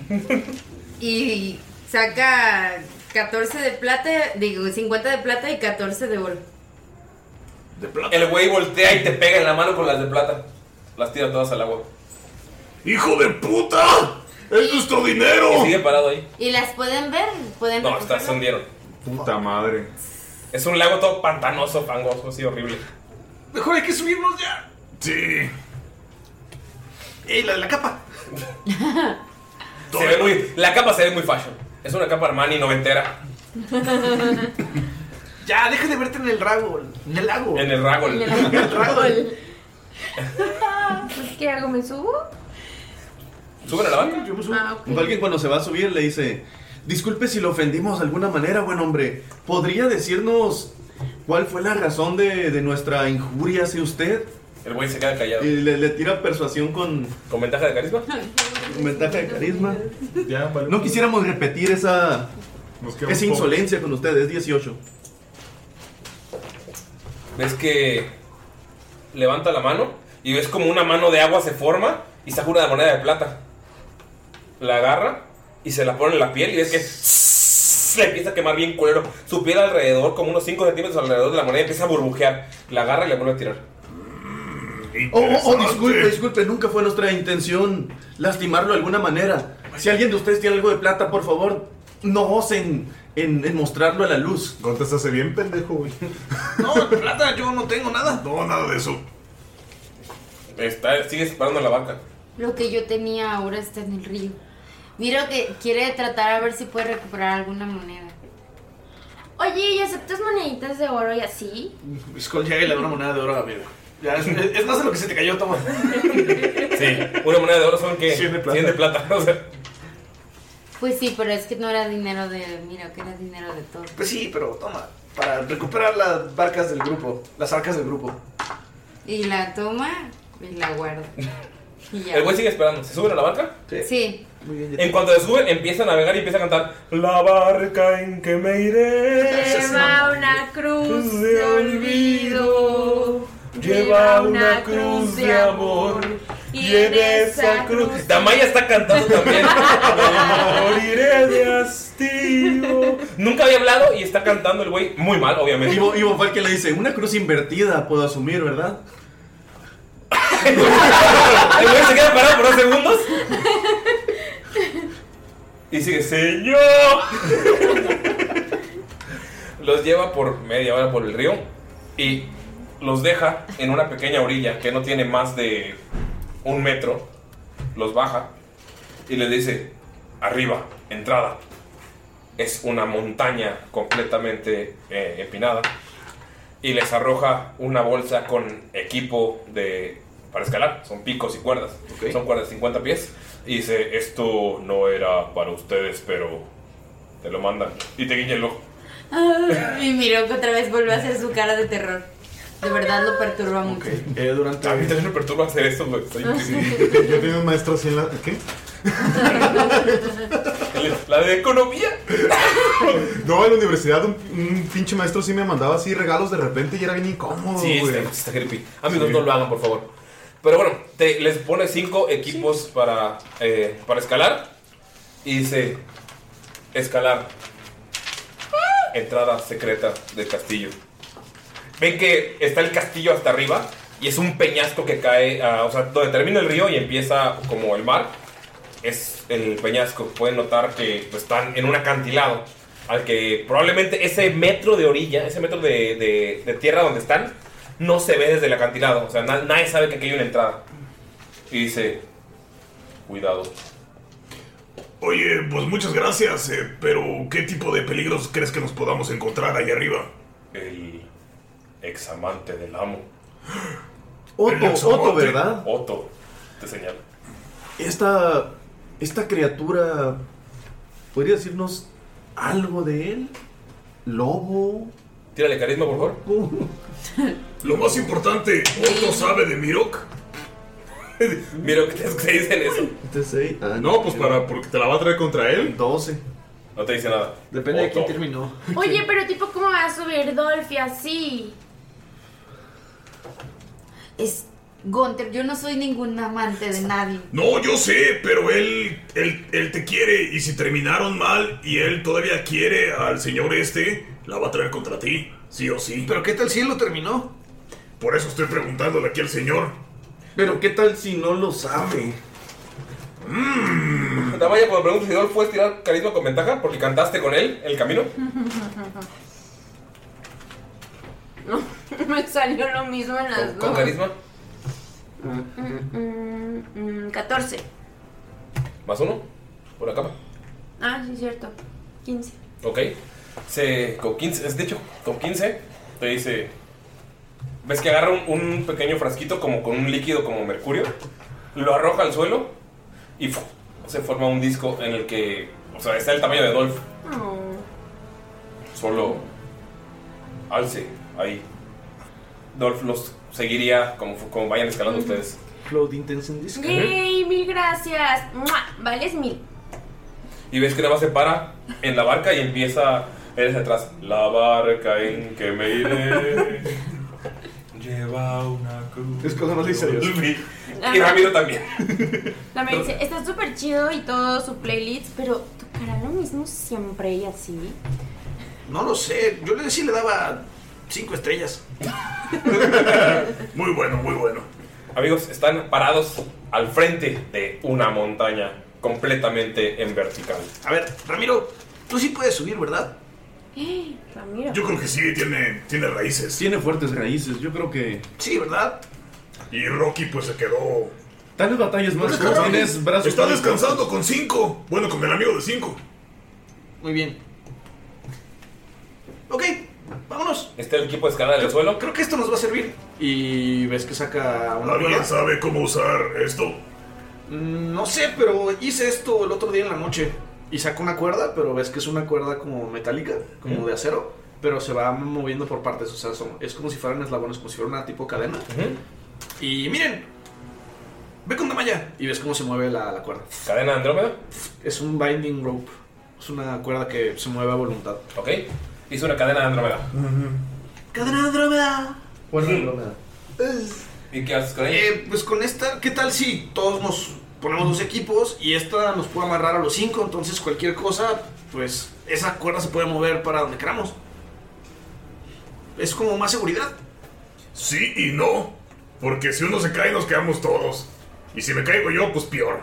S6: Y saca 14 de plata, digo, 50 de plata y 14 de oro.
S1: El güey voltea y te pega en la mano con las de plata. Las tira todas al agua.
S7: ¡Hijo de puta! ¡Es nuestro dinero!
S1: Y sigue parado ahí.
S6: ¿Y las pueden ver? ¿Pueden
S1: No,
S6: recogerlo?
S1: está, se hundieron.
S4: Puta madre.
S1: Es un lago todo pantanoso, fangoso, así horrible.
S3: Mejor hay que subirnos ya.
S7: Sí.
S3: ¡Ey, la de la capa!
S1: Se ve muy, la capa se ve muy fashion. Es una capa Armani noventera.
S3: ya, deja de verte en el rago. En el lago.
S1: En el rago.
S2: Pues, ¿Qué hago? ¿Me subo?
S1: ¿Suben a la banca?
S2: Ah, ok.
S5: Alguien cuando se va a subir le dice, disculpe si lo ofendimos de alguna manera, buen hombre. ¿Podría decirnos cuál fue la razón de, de nuestra injuria hacia usted?
S1: El güey se queda callado.
S5: Y le, le tira persuasión con
S1: ¿Con ventaja de carisma?
S5: ventaja de carisma.
S4: Ya, vale.
S5: No quisiéramos repetir esa,
S4: Nos quedamos
S5: esa insolencia con ustedes, 18.
S1: Ves que levanta la mano y ves como una mano de agua se forma y saca una moneda de plata. La agarra y se la pone en la piel y ves que se le empieza a quemar bien cuero. Su piel alrededor, como unos 5 centímetros alrededor de la moneda, empieza a burbujear. La agarra y la vuelve a tirar.
S5: Oh, oh, oh, disculpe, disculpe, nunca fue nuestra intención lastimarlo de alguna manera. Si alguien de ustedes tiene algo de plata, por favor, no osen en, en mostrarlo a la luz.
S4: Contestaste bien, pendejo, güey.
S3: No, de plata, yo no tengo nada.
S7: No, nada de eso.
S1: Está, sigue separando la vaca.
S6: Lo que yo tenía ahora está en el río. Miro que quiere tratar a ver si puede recuperar alguna moneda.
S2: Oye, ¿y aceptas moneditas de oro y así?
S3: Skull llega y le da una moneda de oro, amigo. Ya, es, es más de lo que se te cayó, toma.
S1: Sí, una moneda de oro son que 100 de plata. O sea,
S6: Pues sí, pero es que no era dinero de. Mira, que era dinero de todo.
S3: Pues sí, pero toma. Para recuperar las barcas del grupo. Las arcas del grupo.
S6: Y la toma y la guarda. Y ya.
S1: el güey sigue esperando. Se suben a la barca.
S6: Sí.
S3: Muy bien,
S1: En cuanto se suben, empieza a navegar y empieza a cantar La barca en que me iré.
S2: Lleva una cruz
S1: de
S2: de olvido.
S1: Lleva una cruz de amor y en esa cruz. Damaya está cantando también. Moriré de hastío. Nunca había hablado y está cantando el güey muy mal,
S5: Y,
S1: obviamente.
S5: Bo- y Bonfal que le dice, una cruz invertida puedo asumir, ¿verdad?
S1: El güey se queda parado por dos segundos. Y sigue, señor. Los lleva por media hora por el río y los deja en una pequeña orilla que no tiene más de un metro. Los baja y les dice, arriba, entrada. Es una montaña completamente eh, empinada. Y les arroja una bolsa con equipo de para escalar. Son picos y cuerdas. Son cuerdas de 50 pies. Y dice, esto no era para ustedes, pero Te lo manda. Y te guiña el ojo.
S6: Ah, Y miró que otra vez volvió a hacer su cara de terror. De verdad lo perturba mucho.
S1: Eh, durante... A mí también me perturba hacer eso, güey. Estoy
S4: Yo tenía un maestro así en la. ¿Qué?
S1: La de economía.
S4: No, en la universidad un, un pinche maestro sí me mandaba así regalos de repente y era bien incómodo,
S1: Sí,
S4: güey.
S1: está, está creepy. Amigos, no lo hagan, por favor. Pero bueno, te, les pone cinco equipos para, eh, para escalar. Y dice: Escalar. Entrada secreta del castillo. Ven que está el castillo hasta arriba. Y es un peñasco que cae. ah, o sea, donde termina el río y empieza como el mar. Es el peñasco. Pueden notar que pues, están en un acantilado. Al que probablemente ese metro de orilla, ese metro de, de- de tierra donde están, no se ve desde el acantilado. O sea, na- nadie sabe que aquí hay una entrada. Y dice, cuidado.
S7: Oye, pues muchas gracias, eh, pero ¿qué tipo de peligros crees que nos podamos encontrar ahí arriba?
S1: El examante del amo.
S5: Otto, Otto, ¿verdad?
S1: Otto, te señalo.
S5: Esta. Esta criatura. ¿Podría decirnos algo de él? ¿Lobo?
S1: Tírale carisma, por favor.
S7: Lo más importante, ¿Otto sabe de Mirok?
S1: Mirok, ¿qué dicen eso?
S5: Este, Ah,
S7: no, pues para, porque te la va a traer contra él.
S5: 12.
S1: No te dice nada.
S3: Depende de quién terminó.
S2: Oye, pero tipo, ¿cómo va a subir Dolphy así?
S6: Es Gunther, yo no soy ningún amante de nadie.
S7: No, yo sé, pero él, él, él te quiere y si terminaron mal y él todavía quiere al señor este, la va a traer contra ti, sí o sí.
S3: ¿Pero qué tal si él lo terminó?
S7: Por eso estoy preguntándole aquí al señor.
S5: Pero ¿qué tal si no lo sabe?
S1: Nada vaya cuando pregunto si Dolph puedes tirar carisma con ventaja porque cantaste con él en el camino.
S2: Me salió lo mismo en las
S1: Con
S2: dos.
S1: carisma,
S2: Mm, mm, mm, 14.
S1: más uno, por acá.
S2: Ah, sí, es cierto. 15.
S1: Ok. Se, con 15, es de hecho, con 15 te dice... Ves que agarra un, un pequeño frasquito como con un líquido como mercurio, lo arroja al suelo y ¡fu! se forma un disco en el que, o sea, está el tamaño de Dolph,
S2: Oh.
S1: solo alce ahí. Dolph los seguiría como, fu- como vayan escalando ustedes.
S3: Cloud Intense en Disco.
S2: Yay, mil gracias. ¡Mua! Vales mil.
S1: Y ves que nada más se para en la barca y empieza él hacia atrás. La barca en que me iré. Lleva una cruz.
S3: Es cosa más lisa, Dios.
S1: Y Ramiro también.
S2: La me dice, está súper chido y todo su playlist, pero tocará lo mismo siempre y así.
S3: No lo sé, yo le sí le daba cinco estrellas.
S7: Muy bueno, muy bueno.
S1: Amigos, están parados al frente de una montaña completamente en vertical.
S3: A ver, Ramiro, tú sí puedes subir, ¿verdad?
S2: Ramiro.
S7: Yo creo que sí, tiene, tiene raíces.
S5: Tiene fuertes raíces, yo creo que.
S3: Sí, ¿verdad?
S7: Y Rocky pues se quedó...
S5: Tales batallas más
S7: Está descansando.
S5: tienes brazos.
S7: Está descansando con 5. Bueno, con el amigo de 5.
S3: Muy bien. Ok, vámonos.
S1: Está el equipo de escalada del suelo.
S3: Creo que esto nos va a servir. Y ves que saca una
S7: ¿Alguien
S3: bola.
S7: sabe cómo usar esto?
S3: Mm, No sé, pero hice esto el otro día en la noche. Y saco una cuerda, pero ves que es una cuerda como metálica, como de acero, pero se va moviendo por partes. O sea, son- es como si fueran eslabones, como si fuera una tipo cadena. Y miren, ve con Damaya. Y ves cómo se mueve la, la cuerda.
S1: ¿Cadena de Andrómeda?
S3: Es un binding rope. Es una cuerda que se mueve a voluntad.
S1: Ok. Hizo una cadena de Andrómeda.
S3: ¡Cadena de Andrómeda!
S1: ¿Y qué haces con ella?
S3: Eh, pues con esta, ¿qué tal si todos nos ponemos dos equipos y esta nos puede amarrar a los cinco? Entonces cualquier cosa, pues esa cuerda se puede mover para donde queramos. Es como más seguridad.
S7: Sí y no. Porque si uno se cae, nos quedamos todos. Y si me caigo yo, pues peor.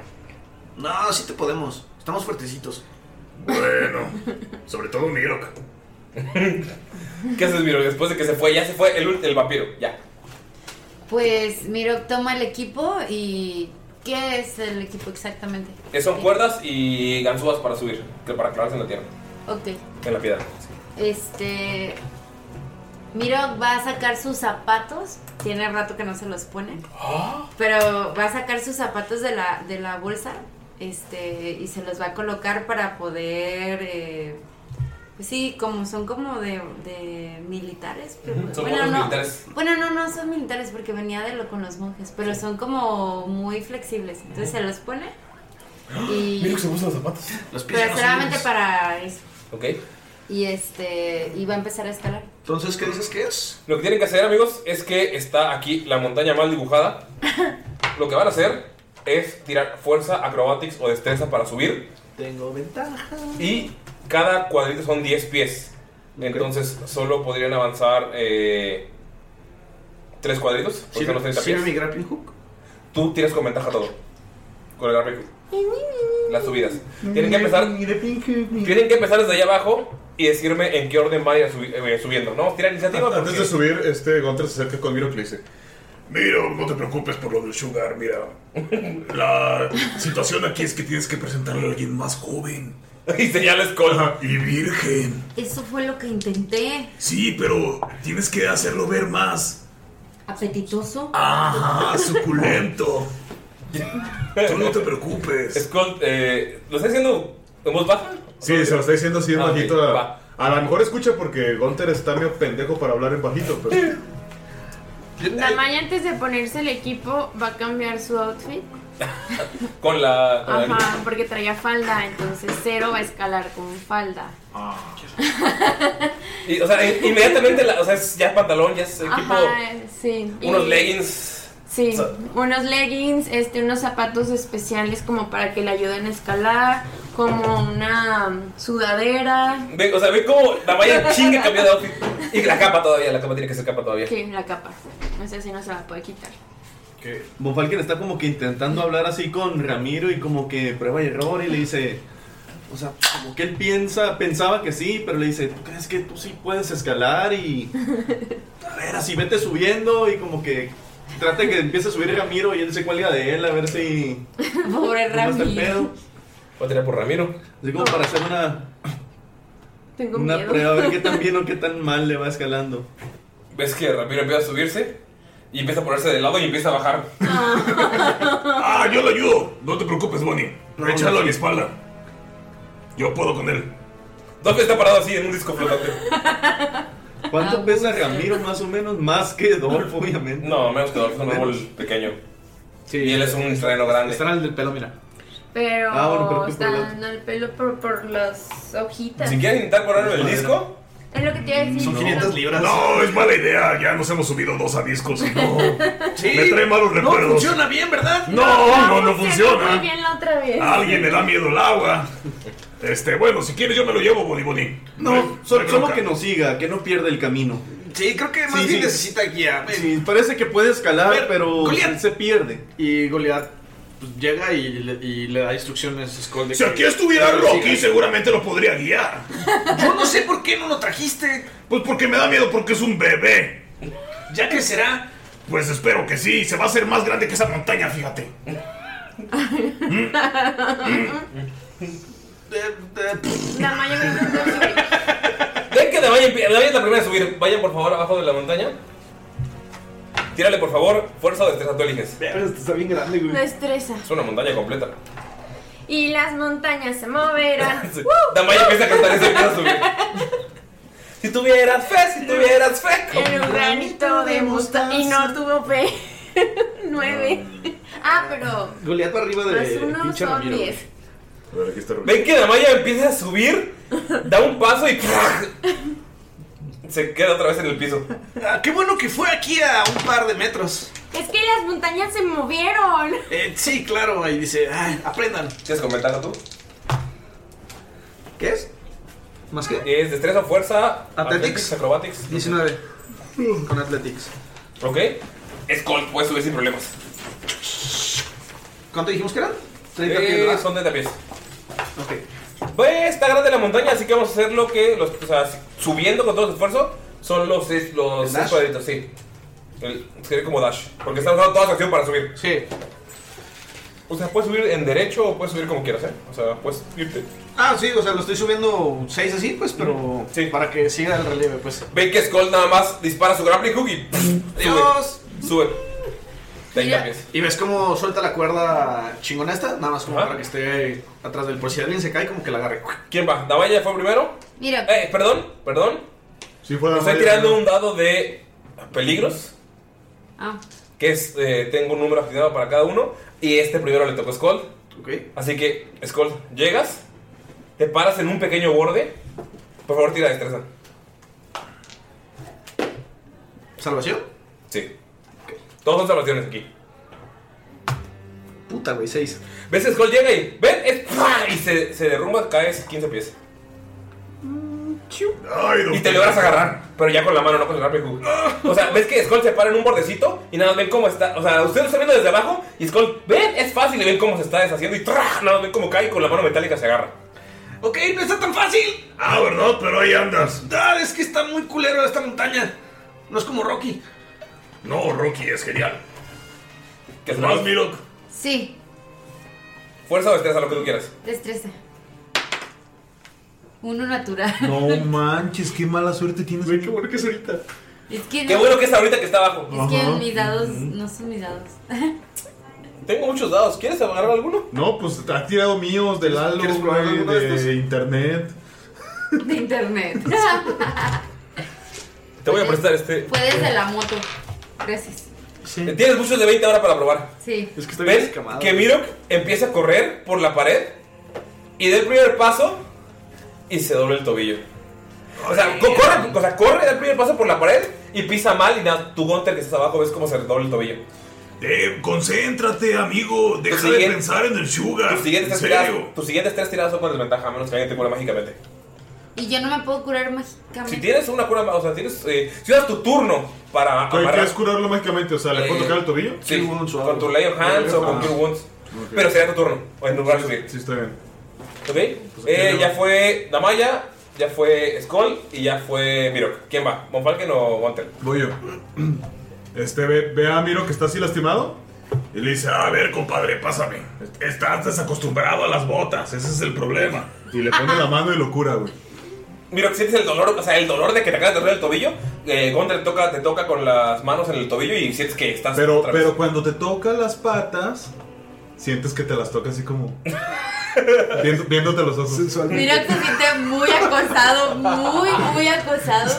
S3: No, sí te podemos. Estamos fuertecitos.
S7: Bueno, sobre todo Mirok.
S1: ¿Qué haces, Miro? Después de que se fue, ya se fue el, ul- el vampiro. Ya.
S6: Pues Miro toma el equipo y ¿qué es el equipo exactamente?
S1: Eh, Son cuerdas y ganzúas para subir, que para clavarse en la tierra,
S6: Ok.
S1: en la piedra.
S6: Este. Miro va a sacar sus zapatos.
S1: Ah,
S6: Tiene rato que no se los pone. Pero va a sacar sus zapatos de la, de la bolsa. este, y se los va a colocar para poder, eh, pues sí, como son como de, de militares, pero-
S1: Ujú, son
S6: bueno,
S1: como los
S6: no,
S1: militares.
S6: bueno, no, no son militares porque venía de lo con los monjes, pero son como muy flexibles, entonces
S1: Ujú. ¡Ah!
S6: se los pone y,
S1: Mira que se puso los zapatos. Los
S6: pero solamente para eso,
S1: Ok.
S6: y este, y va a empezar a escalar.
S1: Entonces, ¿qué dices que es? Lo que tienen que hacer, amigos, es que está aquí la montaña mal dibujada. Lo que van a hacer es tirar fuerza, acrobatics o destreza para subir.
S3: Tengo ventaja.
S1: Y cada cuadrito son 10 pies. Entonces, solo podrían avanzar eh, tres cuadritos. Porque
S3: ¿Sirve-
S1: son los 30
S3: sirve
S1: pies.
S3: mi grappling hook?
S1: Tú tiras con ventaja todo. Con el grappling hook. Las subidas. Tienen que empezar Tienen que empezar desde allá abajo y decirme en qué orden van a ir subi- eh, subiendo. No, tira iniciativa.
S4: Antes
S1: porque-
S4: de subir, este Gunter se acerca con Miro que le dice:
S7: Miro, no te preocupes por lo del Sugar, mira. La situación aquí es que tienes que presentarle a alguien más joven.
S1: Y señales con.
S7: Y virgen.
S6: Eso fue lo que intenté,
S7: Sí, pero tienes que hacerlo ver más.
S6: apetitoso.
S7: Ajá, suculento. Tú no te preocupes.
S1: Skull, eh, ¿lo está diciendo en voz baja?
S4: Sí, se lo está diciendo así en
S1: Ah, ok,
S4: bajito. a, a lo mejor escucha porque Gunter está medio pendejo para hablar en bajito, pero.
S2: Damaya antes de ponerse el equipo va a cambiar su outfit.
S1: Con la. con la-
S2: Ajá, porque traía falda, entonces Cero va a escalar con falda.
S1: Y, o sea, in- inmediatamente, la- o sea, es ya pantalón, ya es equipo.
S2: Ajá, sí. Y-
S1: Unos leggings.
S2: Sí,
S1: O sea,
S2: unos leggings, este, unos zapatos especiales como para que le ayuden a escalar, como una mm, sudadera,
S1: ve, o sea, ve cómo la vaya chingue cambió de outfit. Y la capa todavía, la capa tiene que ser capa todavía.
S2: que la capa. No sé si no se la puede quitar.
S5: Von Falken está como que intentando hablar así con Ramiro y como que prueba y error y le dice, o sea, como que él piensa, pensaba que sí, pero le dice, ¿tú crees que tú sí puedes escalar y a ver, así vete subiendo y como que trata que empiece a subir Ramiro y él se cuelga de él a ver si
S6: Pobre
S5: cómo está el
S6: Ramiro.
S5: este pedo.
S1: Voy a tirar por Ramiro.
S5: Así como para hacer una,
S2: Tengo
S5: una
S2: miedo.
S5: prueba, a ver qué tan bien o qué tan mal le va escalando.
S1: Ves que Ramiro empieza a subirse y empieza a ponerse de lado y empieza a bajar.
S7: Ah, yo lo ayudo. No te preocupes, Bonnie. Échalo a mi espalda. Yo puedo con él.
S1: Doc está parado así en un disco flotante.
S2: Ah,
S5: ¿Cuánto pesa Ramiro más o menos? Más que Dolph, obviamente.
S1: No, menos que Dolph es un árbol pequeño. y él es un terreno grande. Están
S3: al del pelo, mira.
S2: Pero
S1: Ah, bueno, pero tú
S2: está
S1: por el
S2: dando el pelo por, por las hojitas.
S1: Si quieren intentar ponerlo en el disco,
S2: Es lo que te iba a decir.
S1: Son 500 libras.
S7: No, es mala idea. Ya nos hemos subido dos a discos y no. Me trae malos
S3: No
S7: recuerdos.
S3: funciona bien, ¿verdad?
S7: No, no, no
S2: Se fue Muy
S7: funciona.
S2: bien la otra vez.
S7: A alguien le da miedo el agua. Este, bueno, si quieres yo me lo llevo, Bonnie Bonnie.
S5: No, so- solo que nos siga, que no pierda el camino.
S3: Sí, creo que
S5: más bien
S3: necesita guía.
S5: Sí, parece que puede escalar, pero
S3: Goliat.
S5: se pierde.
S3: Y Goliath pues, llega y le, y le da instrucciones a Skull. de
S7: Si
S3: que-
S7: aquí estuviera
S3: que lo
S7: Rocky,
S3: siga.
S7: seguramente lo podría guiar.
S3: Yo no sé por qué no lo trajiste.
S7: Pues porque me da miedo porque es un bebé.
S3: ¿Ya crecerá?
S7: Pues espero que sí. Se va a hacer más grande que esa montaña, fíjate.
S2: Damaya me mandó a subir.
S1: ven que Damaya empie- Damaya es la primera a subir. Vayan por favor abajo de la montaña. Tírale por favor, fuerza o destreza, tú eliges.
S3: está bien grande,
S2: Destreza.
S1: Es una montaña completa.
S2: Y las montañas se moverán.
S1: Sí. Damaya empieza a cantar y se empieza a subir. Si tuvieras fe, si tuvieras fe.
S2: Era un granito de mostaza. Y no tuvo fe. Nueve. Ah, pero. pues
S3: Goliath va arriba
S2: Más
S3: de
S2: uno
S3: pinche
S2: son
S3: Ramiro.
S2: diez.
S1: Ven que Damaya empieza a subir, da un paso y se queda otra vez en el piso.
S3: Ah, qué bueno que fue aquí a un par de metros.
S2: Es que las montañas se movieron.
S3: Eh, sí, claro, ahí dice, ay, aprendan.
S1: ¿Quieres comentarlo tú?
S3: ¿Qué es? ¿Más qué?
S1: Es destreza, fuerza,
S3: Athletics.
S1: acrobatics.
S3: 19. Con Athletics.
S1: Ok. Skull puede subir sin problemas.
S3: ¿Cuánto dijimos que eran? 30 pies,
S1: Eh,
S3: ¿verdad?
S1: son 30 pies.
S3: Ok.
S1: Ve, está grande la montaña, así que vamos a hacer lo que. Los, o sea, subiendo con todo el esfuerzo, son los 6 los seis
S3: dash?
S1: cuadritos, sí. El- Sería como dash. Porque está usando toda su acción para subir.
S3: Sí.
S1: O sea, puedes subir en derecho o puedes subir como quieras, ¿eh? O sea, puedes irte.
S3: Ah, sí, o sea, lo estoy subiendo 6 así, pues, pero para que siga el relieve, pues.
S1: Ven que Skull nada más dispara su grappling hook y. ¡pum! sube. Sube. 30
S3: Mira.
S1: pies.
S3: Y ves cómo suelta la cuerda chingona esta, nada más como para que esté atrás del Por si alguien se cae, como que la agarre.
S1: ¿Quién va? ¿Damaya fue primero?
S6: Mira.
S1: Eh, perdón, perdón. Estoy tirando un dado de peligros,
S6: Ah,
S1: que es, eh, tengo un número afinado para cada uno, y este primero le tocó a Skull. Así que, Skull, llegas, te paras en un pequeño borde, por favor tira destreza.
S3: ¿Salvación?
S1: Sí. Todos son salvaciones aquí.
S3: Puta, güey, 6.
S1: ¿Ves? Skull llega y ven, es- ¡pua! y se, se derrumba, caes 15 pies. y te logras agarrar, pero ya con la mano, no con el RPG. O sea, ves que Skull se para en un bordecito y nada más ven cómo está. O sea, ustedes lo están viendo desde abajo y Skull, ven, es fácil y ven cómo se está deshaciendo y ¡tra! nada más ven cómo cae y con la mano metálica se agarra.
S3: Ok, no está tan fácil.
S1: Ah, ¿verdad? Pero ahí andas.
S3: Ah, es que está muy culero esta montaña. No es como Rocky.
S7: No, Rocky es genial.
S1: ¿Qué es
S7: más,
S1: más?
S7: Mirok?
S6: sí,
S1: Fuerza o destreza, lo que tú quieras.
S6: destreza. Uno natural.
S4: No manches, qué mala suerte tienes. Güey,
S3: qué bueno que es ahorita.
S6: Es que
S1: Qué bueno que es ahorita que está abajo.
S6: Es que mis dados no son mis dados.
S1: Tengo muchos dados. ¿Quieres agarrar alguno?
S4: No, pues has tirado míos de Lalo,
S1: ¿Quieres probar
S4: güey,
S1: alguno de estos?
S4: de internet.
S6: De internet.
S1: Te voy a prestar este.
S3: Pues-
S6: Puedes de la moto. Gracias.
S1: Tienes muchos de 20 ahora para probar.
S6: Sí.
S3: Es que
S1: ¿Ven? Que Mirok empieza a correr por la pared y da el primer paso y se dobla el tobillo. O sea, co- corre, o sea, corre, da el primer paso por la pared y pisa mal y nada, tu Gunter que estás abajo ves cómo se dobla el tobillo.
S7: Eh, concéntrate, amigo. Deja
S5: Pues
S7: de pensar en el sugar,
S1: Tus siguientes,
S7: en
S1: tres tiradas-
S7: serio.
S1: tus siguientes tres tiradas son con desventaja, a menos que alguien te cure mágicamente.
S6: Y yo no me puedo curar
S1: Si
S6: mágicamente.
S1: tienes una cura, ma- o sea, tienes, eh, si usas tu turno
S4: Güey,
S1: para amarrar- Eh,
S4: ¿Quieres curarlo mágicamente? O sea, ¿le puedo tocar el tobillo?
S1: Sí, con tu Lay of Hands o con Cure Wounds. Pero será tu turno, o en lugar de subir.
S4: Sí, está bien.
S1: ¿Ok? Eh, ya fue Damaya, ya fue Skull y ya fue Mirok. ¿Quién va? ¿Monfalken o Gunter?
S4: Voy yo. Este, ve, ve a Miro que está así lastimado.
S7: Y le dice, a ver, compadre, pásame. Estás desacostumbrado a las botas, ese es el problema.
S4: Y le pone la mano de locura, güey.
S1: Mirok, sientes el dolor, o sea, el dolor de que te acabas de romper el tobillo. Eh, Gunter te toca, te toca con las manos en el tobillo y sientes que estás.
S4: Pero,
S1: otra vez.
S4: pero cuando te toca las patas, sientes que te las toca así como. viendo- viéndote los ojos.
S6: Mira que se siente muy acosado, muy, muy acosado.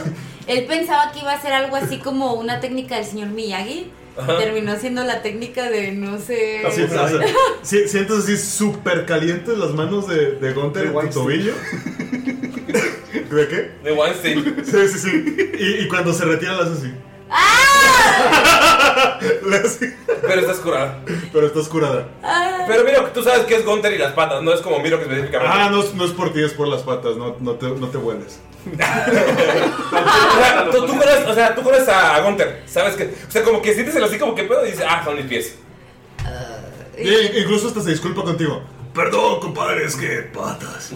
S6: Él pensaba que iba a ser algo así como una técnica del señor Miyagi.
S4: Ajá.
S6: Terminó siendo la técnica de no sé.
S4: Así es, o sea, si- sientes así súper calientes las manos de, de Gunther en tu tobillo. ¿De qué?
S1: De Weinstein.
S4: Sí, sí, sí. Y, y cuando se retira, las así.
S5: ¡Ah!
S4: Le hace-
S1: Pero estás curada.
S4: Pero estás curada.
S1: Pero Mirok, tú sabes que es Gunter y las patas, no es como Mirok específicamente.
S4: Ah, no, es- no es por ti, es por las patas. No, no, te, no te hueles.
S1: O sea, tú, tú conoces, o sea, tú conoces a Gunter, sabes que. O sea, como que sientes el así como que pedo y dices, ah, son mis pies.
S4: Y- incluso hasta se disculpa contigo.
S7: Perdón, compadre, es que patas.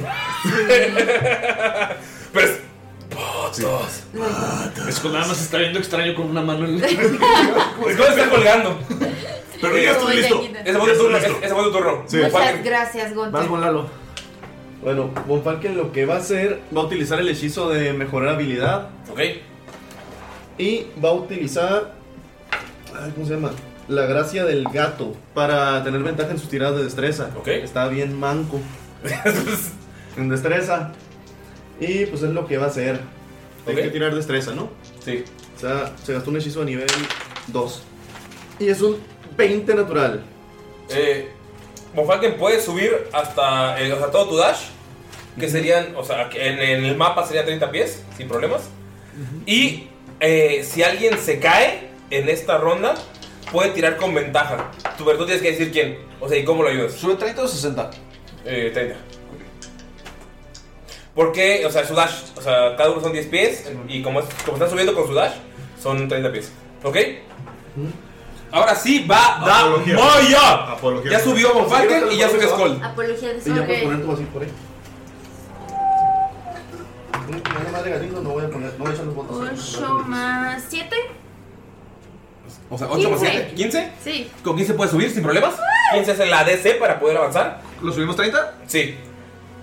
S1: Patas.
S3: Es que nada más está viendo extraño con una mano en el.
S1: Skull está colgando.
S6: Pero ya estoy listo.
S1: Ese fue tu turno. Ese ese fue tu turno.
S6: Muchas gracias, Gonzalo.
S3: Lalo.
S5: Bueno, Von Falken lo que va a hacer, va a utilizar el hechizo de mejorar habilidad.
S1: Ok.
S5: Y va a utilizar. ay, ¿Cómo se llama? La gracia del gato para tener ventaja en sus tiradas de destreza. Está bien manco. en destreza. Y pues es lo que va a hacer. Este Tiene
S1: Ok.
S5: que tirar destreza, ¿no?
S1: Sí.
S5: O sea, se gastó un hechizo a nivel 2. Y es un 20 natural.
S1: Eh, Monfalken puede subir hasta, eh, o sea, todo tu dash, que serían, o sea, que en, en el mapa serían 30 pies, sin problemas. Y eh, si alguien se cae en esta ronda, puede tirar con ventaja. Tu verdad tienes que decir quién, o sea, y cómo lo ayudas.
S3: ¿Sube 30 o 60?
S1: Eh, 30. Porque, o sea, su dash, o sea, cada uno son 10 pies, y como, es- como están subiendo con su dash, son 30 pies. ¿Ok? Ahora sí va
S4: Apología.
S1: Damaya.
S4: Apología.
S1: Ya subió Monfalken y ya subió Skull.
S6: Apología
S5: Y
S6: de
S5: ya puedes
S6: Ok.
S5: poner todo así por ahí. Nada más de gatito, no voy a poner, no voy a echar los ¿eh? botones.
S2: 8 más 7.
S1: O sea, 8 más
S2: 15.
S1: 7, 15.
S2: Sí.
S1: Con 15 puedes subir sin problemas. 15 es el ADC para poder avanzar.
S3: ¿Lo subimos 30?
S1: Sí.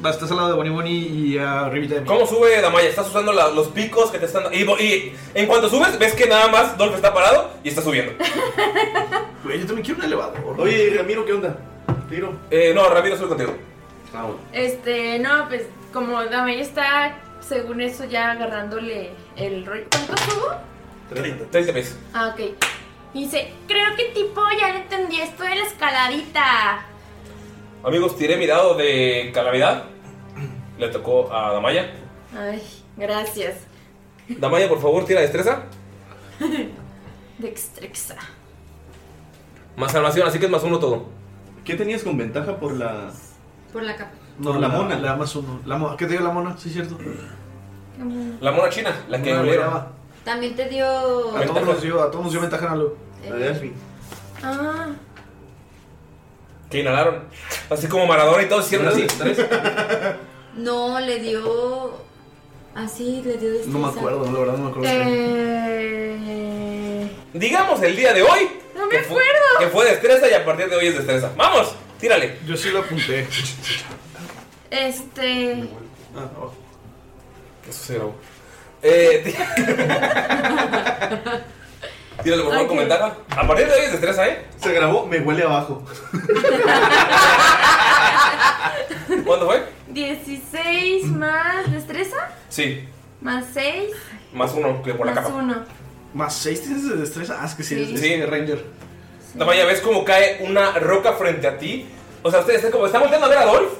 S3: Estás al lado de Bonnie Bonnie y arribita de mí.
S1: ¿Cómo sube Damaya? Estás usando la- los picos que te están dando. Y, bo- y en cuanto subes, ves que nada más Dolph está parado y está subiendo.
S3: Güey, yo también quiero un elevador.
S5: Oye, Ramiro, ¿qué onda? Tiro.
S1: Eh, no, Ramiro, sube contigo.
S2: Este, no, pues como Damaya está, según eso, ya agarrándole el rollo. ¿Cuánto subo?
S1: 30. 30 pies.
S2: Ah, ok. Dice, creo que tipo ya le entendí esto de la escaladita.
S1: Amigos, tiré mi dado de calamidad. Le tocó a Damaya.
S2: Ay, gracias.
S1: Damaya, por favor, tira destreza.
S2: Dextrexa.
S1: Más salvación, así que es más uno todo.
S5: ¿Qué tenías con ventaja por la.
S6: Por la capa.
S5: por la mona?
S3: La más uno. La mo- ¿Qué te dio la mona? Sí, cierto.
S1: La mona china, la que
S3: Una
S1: murieron.
S3: brava.
S6: También te dio.
S3: A todos nos dio, a todos nos dio ventaja en algo.
S2: Ah,
S1: Que inhalaron. Así como Maradona y todos hicieron así.
S6: No, le dio. Así, le dio destreza.
S3: la verdad no me
S2: Eh...
S1: Digamos el día de hoy.
S2: No
S1: me acuerdo. Que fue destreza y a partir de hoy es destreza. ¡Vamos! Tírale.
S3: Yo sí lo apunté.
S2: Este.
S1: ¿Qué sucedió? Eh, tí- Tírale, por favor,
S2: Ok.
S1: con ventaja. A partir de hoy es destreza, ¿eh?
S5: Se grabó, me huele abajo.
S1: ¿Cuándo fue?
S2: 16
S1: Mm.
S2: más destreza.
S1: Sí,
S2: Más 6.
S1: más uno que por la
S2: Más
S1: capa.
S2: 1.
S3: Más 6 tienes de destreza. Ah, es que sí,
S1: Sí.
S3: es,
S1: Sí.
S3: es Ranger.
S1: Damaya, ves cómo cae una roca frente a ti. O sea, ustedes están como están volteando a ver a Dolph.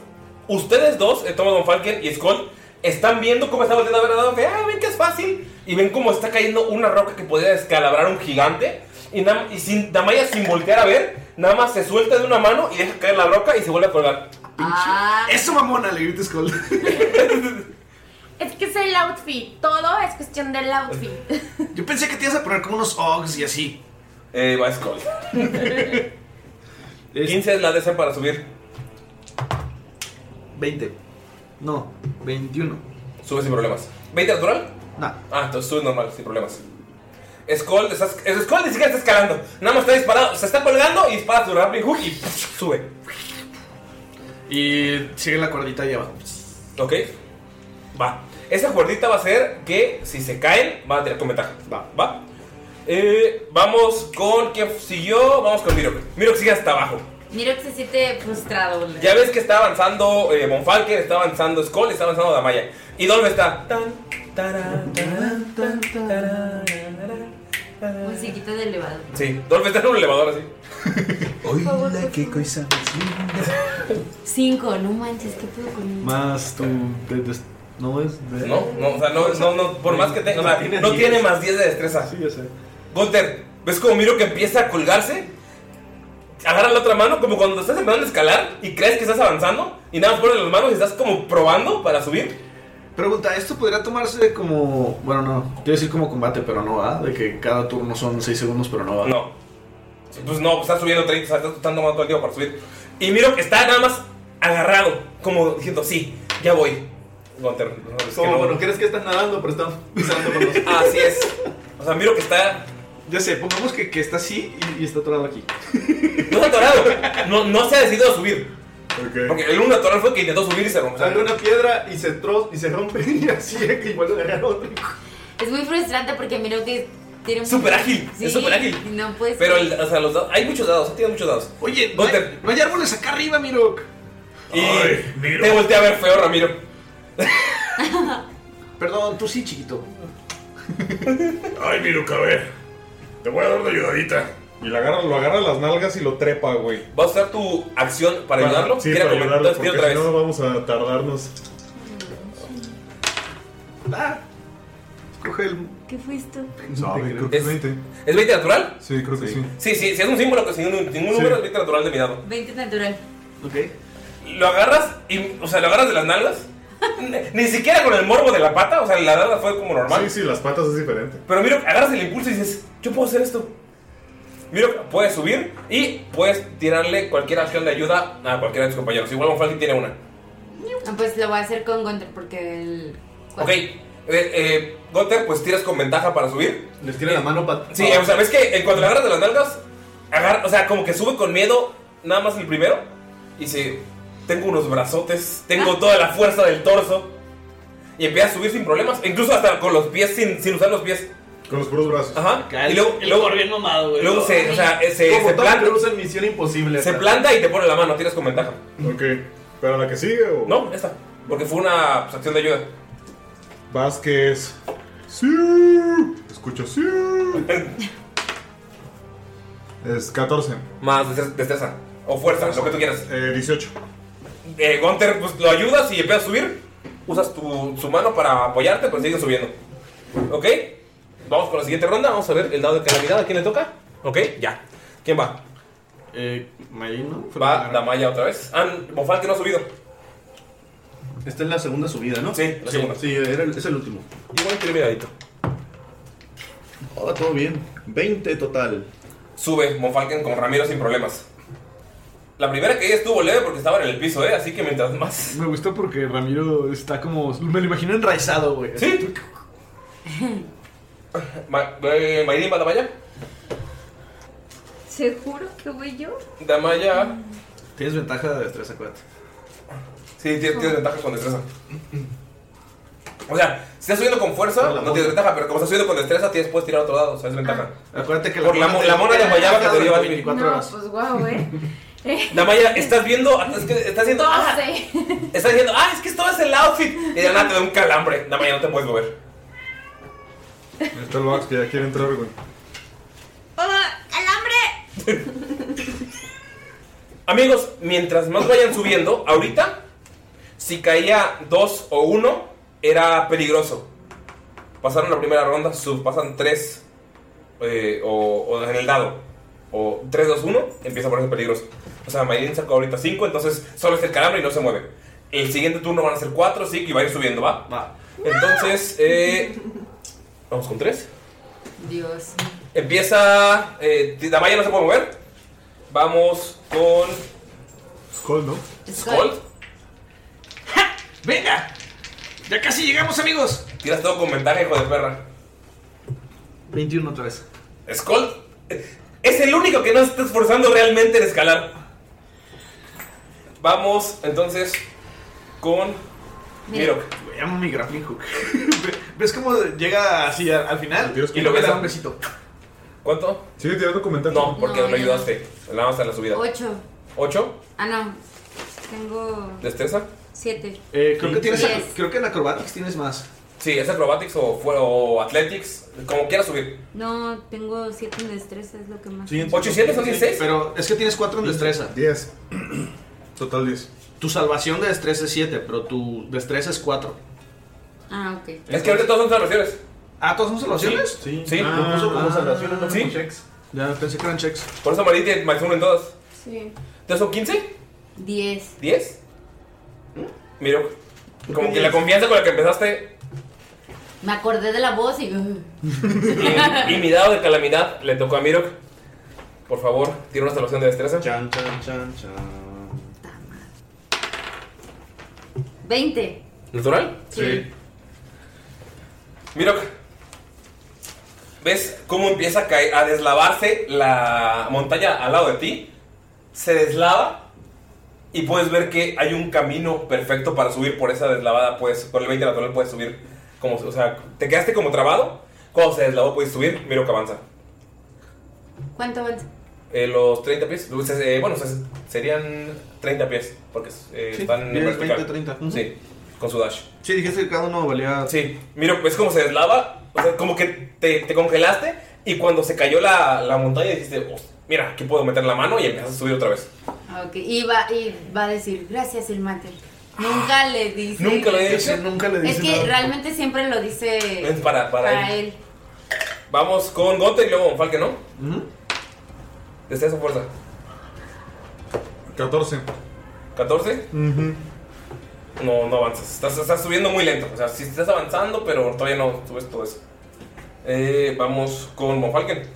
S1: Ustedes dos, eh, Thomas Von Falken y Skull, están viendo cómo está volteando a ver a Dolph. Ah, ven que es fácil. Y ven cómo está cayendo una roca que podría descalabrar un gigante. Y, nada- y sin, Damaya, sin voltear a ver, nada más se suelta de una mano y deja caer la roca y se vuelve a colgar.
S3: Eso, mamona, le grites Skull.
S2: Es que es el outfit. Todo es cuestión del outfit.
S3: Yo pensé que te ibas a poner como unos Ogs y así.
S1: Eh, va Skull. 15 es la DC para subir.
S3: 20. No, 21.
S1: Sube sin problemas. ¿20 natural?
S3: No.
S1: Ah, entonces sube normal, sin problemas. Skull, estás, es- Skull ni siquiera está escalando. Nada más está disparado. Se está colgando y dispara su rápido hook y sube.
S3: Y sigue la cuerdita ahí abajo.
S1: Ok. Va. Esa cuerdita va a ser que si se caen, van a tener con ventaja. Va. Va. Eh, vamos con. ¿Quién siguió? Vamos con Mirok. Mirok sigue hasta abajo.
S6: Miro que se siente frustrado.
S1: Ya ves que está avanzando eh, Bonfalken, está avanzando Skull, está avanzando Damaya. ¿Y dónde está? Tan, tarán, tarán, tan, tarán, tarán.
S6: Musiquita de elevador.
S1: Sí, Dolph está en un elevador así.
S6: Hola, qué cosa Cinco, no manches, ¿qué puedo con
S3: Más tu. de- de- no es. de-
S1: Pues No, no, o sea, no, no, no, por más que tenga, o sea, no tiene más 10 de destreza. Sí,
S3: yo sé.
S1: Gunter, ¿ves como Miro que empieza a colgarse? Agarra la otra mano, como cuando estás empezando a escalar y crees que estás avanzando y nada más pones las manos y estás como probando para subir.
S3: Pregunta, ¿esto podría tomarse como. Bueno, no. Quiero decir como combate, pero no va. De que cada turno son 6 segundos, pero no va.
S1: No. Pues no, estás subiendo 30, o sea, estás están tomando todo el tiempo para subir. Y Miro que está nada más agarrado, como diciendo, sí, ya voy. Gunter, no, es que
S5: Como
S1: no.
S5: cuando crees que estás nadando, pero estás pisando con los.
S1: Así es. O sea, Miro que está.
S3: Ya sé, pongamos que, que está así y, y está atorado aquí.
S1: No está atorado, no, no se ha decidido a subir. Porque el uno natural fue que intentó subir y se
S4: Ah,
S1: rompió.
S5: Sale una piedra y se tro y se rompe y así es que igual agarrar otro.
S6: Es muy frustrante porque miro que tiene un.
S1: Súper ágil, es súper ágil.
S6: No puedes.
S1: Pero, el- o sea, los dados. Hay muchos dados, tiene muchos dados.
S3: Oye,
S1: no
S3: hay, no hay árboles acá arriba, Mirok.
S1: Y te volteé a ver feo, Ramiro.
S3: Perdón, tú sí, chiquito.
S7: Ay, Miruk, a ver. Te voy a dar una ayudadita.
S4: Y lo agarra, lo agarra a las nalgas y lo trepa, güey.
S1: ¿Vas a usar tu acción para ayudarlo?
S4: Sí,
S1: Tira
S4: para
S1: con-
S4: ayudarlo,
S1: entonces tira
S4: porque
S1: otra
S4: si
S1: vez.
S4: no vamos a tardarnos.
S3: Ah. Coge el.
S6: ¿Qué fue esto?
S4: Sabe, creo que es 20.
S1: ¿Es 20 natural?
S4: Sí, creo que sí.
S1: Sí, sí, si es un símbolo que sin ningún, ningún
S4: Sí.
S1: número es 20 natural de mi dado.
S6: 20 natural.
S1: Lo agarras y, o sea, lo agarras de las nalgas. Ni- Ni siquiera con el morbo de la pata, o sea, la nalga fue como normal.
S4: Sí, sí, las patas es diferente.
S1: Pero mira, agarras el impulso y dices, yo puedo hacer esto. Mira, puedes subir y puedes tirarle cualquier acción de ayuda a cualquiera de tus compañeros. Igual Monfalti tiene una.
S6: Ah, pues lo voy a hacer con Gunter porque el.
S1: Ok. Eh, eh, Gunther, pues tiras con ventaja para subir.
S5: Les tira la mano para.
S1: Sí, o sea, ves que en cuanto le agarras de las nalgas, agarra, o sea, como que sube con miedo nada más el primero y se tengo unos brazotes, tengo toda la fuerza del torso. Y empieza a subir sin problemas, incluso hasta con los pies, sin, sin usar los pies.
S4: Con los puros brazos.
S1: Ajá. Y luego, luego, luego se, o sea, eh, se,
S4: Como
S1: se
S4: Tom
S1: planta.
S4: Cruise
S1: Misión Imposible. Se planta y te pone la mano, tiras con ventaja.
S4: Ok. ¿Pero la que sigue o.?
S1: No, esta. Porque fue una pues, acción de ayuda.
S4: Vázquez. Sí. Escucho sí. Es 14.
S1: Más destre- destreza. O fuerza, lo que tú quieras.
S4: Eh, 18.
S1: Eh, Gunter, pues lo ayudas y empiezas a subir. Usas tu, su mano para apoyarte, pero siguen subiendo. ¿Ok? Vamos con la siguiente ronda. Vamos a ver el dado de calamidad. ¿A quién le toca? ¿Ok? Ya. ¿Quién va?
S5: Eh, ¿no?
S1: Va la malla otra vez. Ah, Bofal que no ha subido.
S5: Esta es la segunda subida, ¿no?
S1: Sí, la
S5: sí,
S1: segunda.
S5: sí, era el- es el último.
S1: Igual que miradito.
S5: Ahora todo bien. 20 total.
S1: Sube Monfalken con Ramiro sin problemas. La primera que ella estuvo leve porque estaban en el piso, ¿eh? Así que mientras más.
S3: Me gusta porque Ramiro está como. Me lo imagino enraizado, güey.
S1: Sí. Ma eh, Mayrin va a la malla.
S2: ¿Seguro que voy yo?
S1: La malla.
S3: Tienes ventaja de destreza, acuérdate.
S1: Sí, tienes, tienes ventaja con destreza. O sea, si estás subiendo con fuerza, no tienes ventaja, pero como estás subiendo con destreza, tienes, puedes tirar otro dado, o sea, Ah, es ventaja.
S3: Acuérdate que
S1: Por la, mo- la mona de guayaba que te "Ah, dio Alvin.
S2: no, pues guau, eh. Eh,
S1: La malla, estás viendo, es que estás viendo, ah,
S2: doce.
S1: estás viendo, ah, es que esto es el outfit. Y de la nada te da un calambre. La malla no te puedes mover.
S4: Está el Vax que ya quiere entrar, güey.
S2: ¡Ah, ¡Alambre!
S1: Amigos, mientras más vayan subiendo, ahorita, si caía 2 o 1, era peligroso. Pasaron la primera ronda, sub- pasan 3 o, o en el dado. O 3, 2, 1, empieza a ponerse peligroso. O sea, Mayrin sacó ahorita 5, entonces solo es el calambre y no se mueve. El siguiente turno van a ser 4, sí, y va a ir subiendo, ¿va? Va. Entonces, eh, vamos con 3.
S6: Dios.
S1: Empieza. Eh, la malla no se puede mover. Vamos con.
S4: Skull, ¿no?
S1: Skull.
S3: ¡Venga! Ya casi llegamos, amigos.
S1: Tiras todo con ventaja, hijo de perra.
S3: 21 otra vez.
S1: Skull es el único que no se está esforzando realmente en escalar. Vamos entonces con Mirok.
S3: Güey, amo mi grappling hook. ¿Ves cómo llega así al, al final?
S1: Y lo ves
S3: da
S1: a
S3: un besito.
S1: ¿Cuánto?
S4: Sigue tirando comentarios.
S1: No, porque
S6: No,
S1: no, lo
S6: ya
S1: ayudaste. Nada más a la subida.
S6: Ocho.
S1: ¿Ocho?
S6: Ah, no. Tengo
S1: ¿Destreza?
S6: siete.
S3: Eh, creo, que tienes,
S6: Diez.
S3: creo que en acrobatics tienes más.
S1: Sí, es acrobatics o, fue- o athletics. Como quieras subir.
S6: No, tengo siete en destreza, es lo que más.
S1: ¿Ocho y siete son 16?
S3: Pero es que tienes 4 en destreza.
S4: 10. Total 10.
S3: Tu salvación de destreza es 7, pero tu destreza es 4.
S6: Ah, ok.
S1: Es que ahorita todos son salvaciones.
S3: Ah, ¿todos son salvaciones?
S1: Sí. Sí.
S3: Ah.
S5: Lo puso como salvaciones, no como
S1: Sí.
S5: checks.
S3: Ya pensé que eran checks.
S1: Por eso Marín tiene más uno en todas.
S2: Sí.
S1: ¿Entonces son 15?
S6: Diez.
S1: ¿10?
S3: ¿Mm?
S1: Mirok. Como que la confianza con la que empezaste
S6: Me acordé de la voz y. uh,
S1: Y, y mi dado de calamidad le tocó a Mirok. Por favor, tira una salvación de destreza.
S5: Chan, chan, chan, chan.
S6: Veinte.
S1: ¿Natural?
S6: Sí.
S1: Mirok. ¿Ves cómo empieza a, caer, a deslavarse la montaña al lado de ti? Se deslava y puedes ver que hay un camino perfecto para subir por esa deslavada. Puedes, con el 20 natural puedes subir. Como, o sea, te quedaste como trabado. Cuando se deslavó puedes subir. Mirok avanza.
S6: ¿Cuánto avanza?
S1: Eh, los 30 pies, entonces, eh, bueno, se- serían 30 pies, porque eh,
S3: Sí,
S1: están en
S3: es
S1: vertical.
S3: 20, 30, ujú.
S1: Sí, con su dash.
S3: Sí, dijiste que cada uno valía.
S1: Sí, mira, pues como se deslava, o sea, como que te, te congelaste y cuando se cayó la, la montaña dijiste, "Oh, mira, aquí puedo meter la mano y empiezas a subir otra vez.
S6: Ah, Ok. Y va, y va a decir, gracias, el mate. Nunca le dice.
S1: Ah, Nunca lo he
S6: gracias.
S1: dicho.
S3: Nunca le
S6: Es que realmente siempre lo dice.
S1: Es para, para, él.
S6: él.
S1: Vamos con Gunter y luego con Falke, ¿no? Desde esa fuerza.
S4: 14.
S1: ¿14? No, no avanzas. Estás, estás subiendo muy lento. O sea, sí estás avanzando, pero todavía no subes todo eso. Eh, vamos con Monfalken.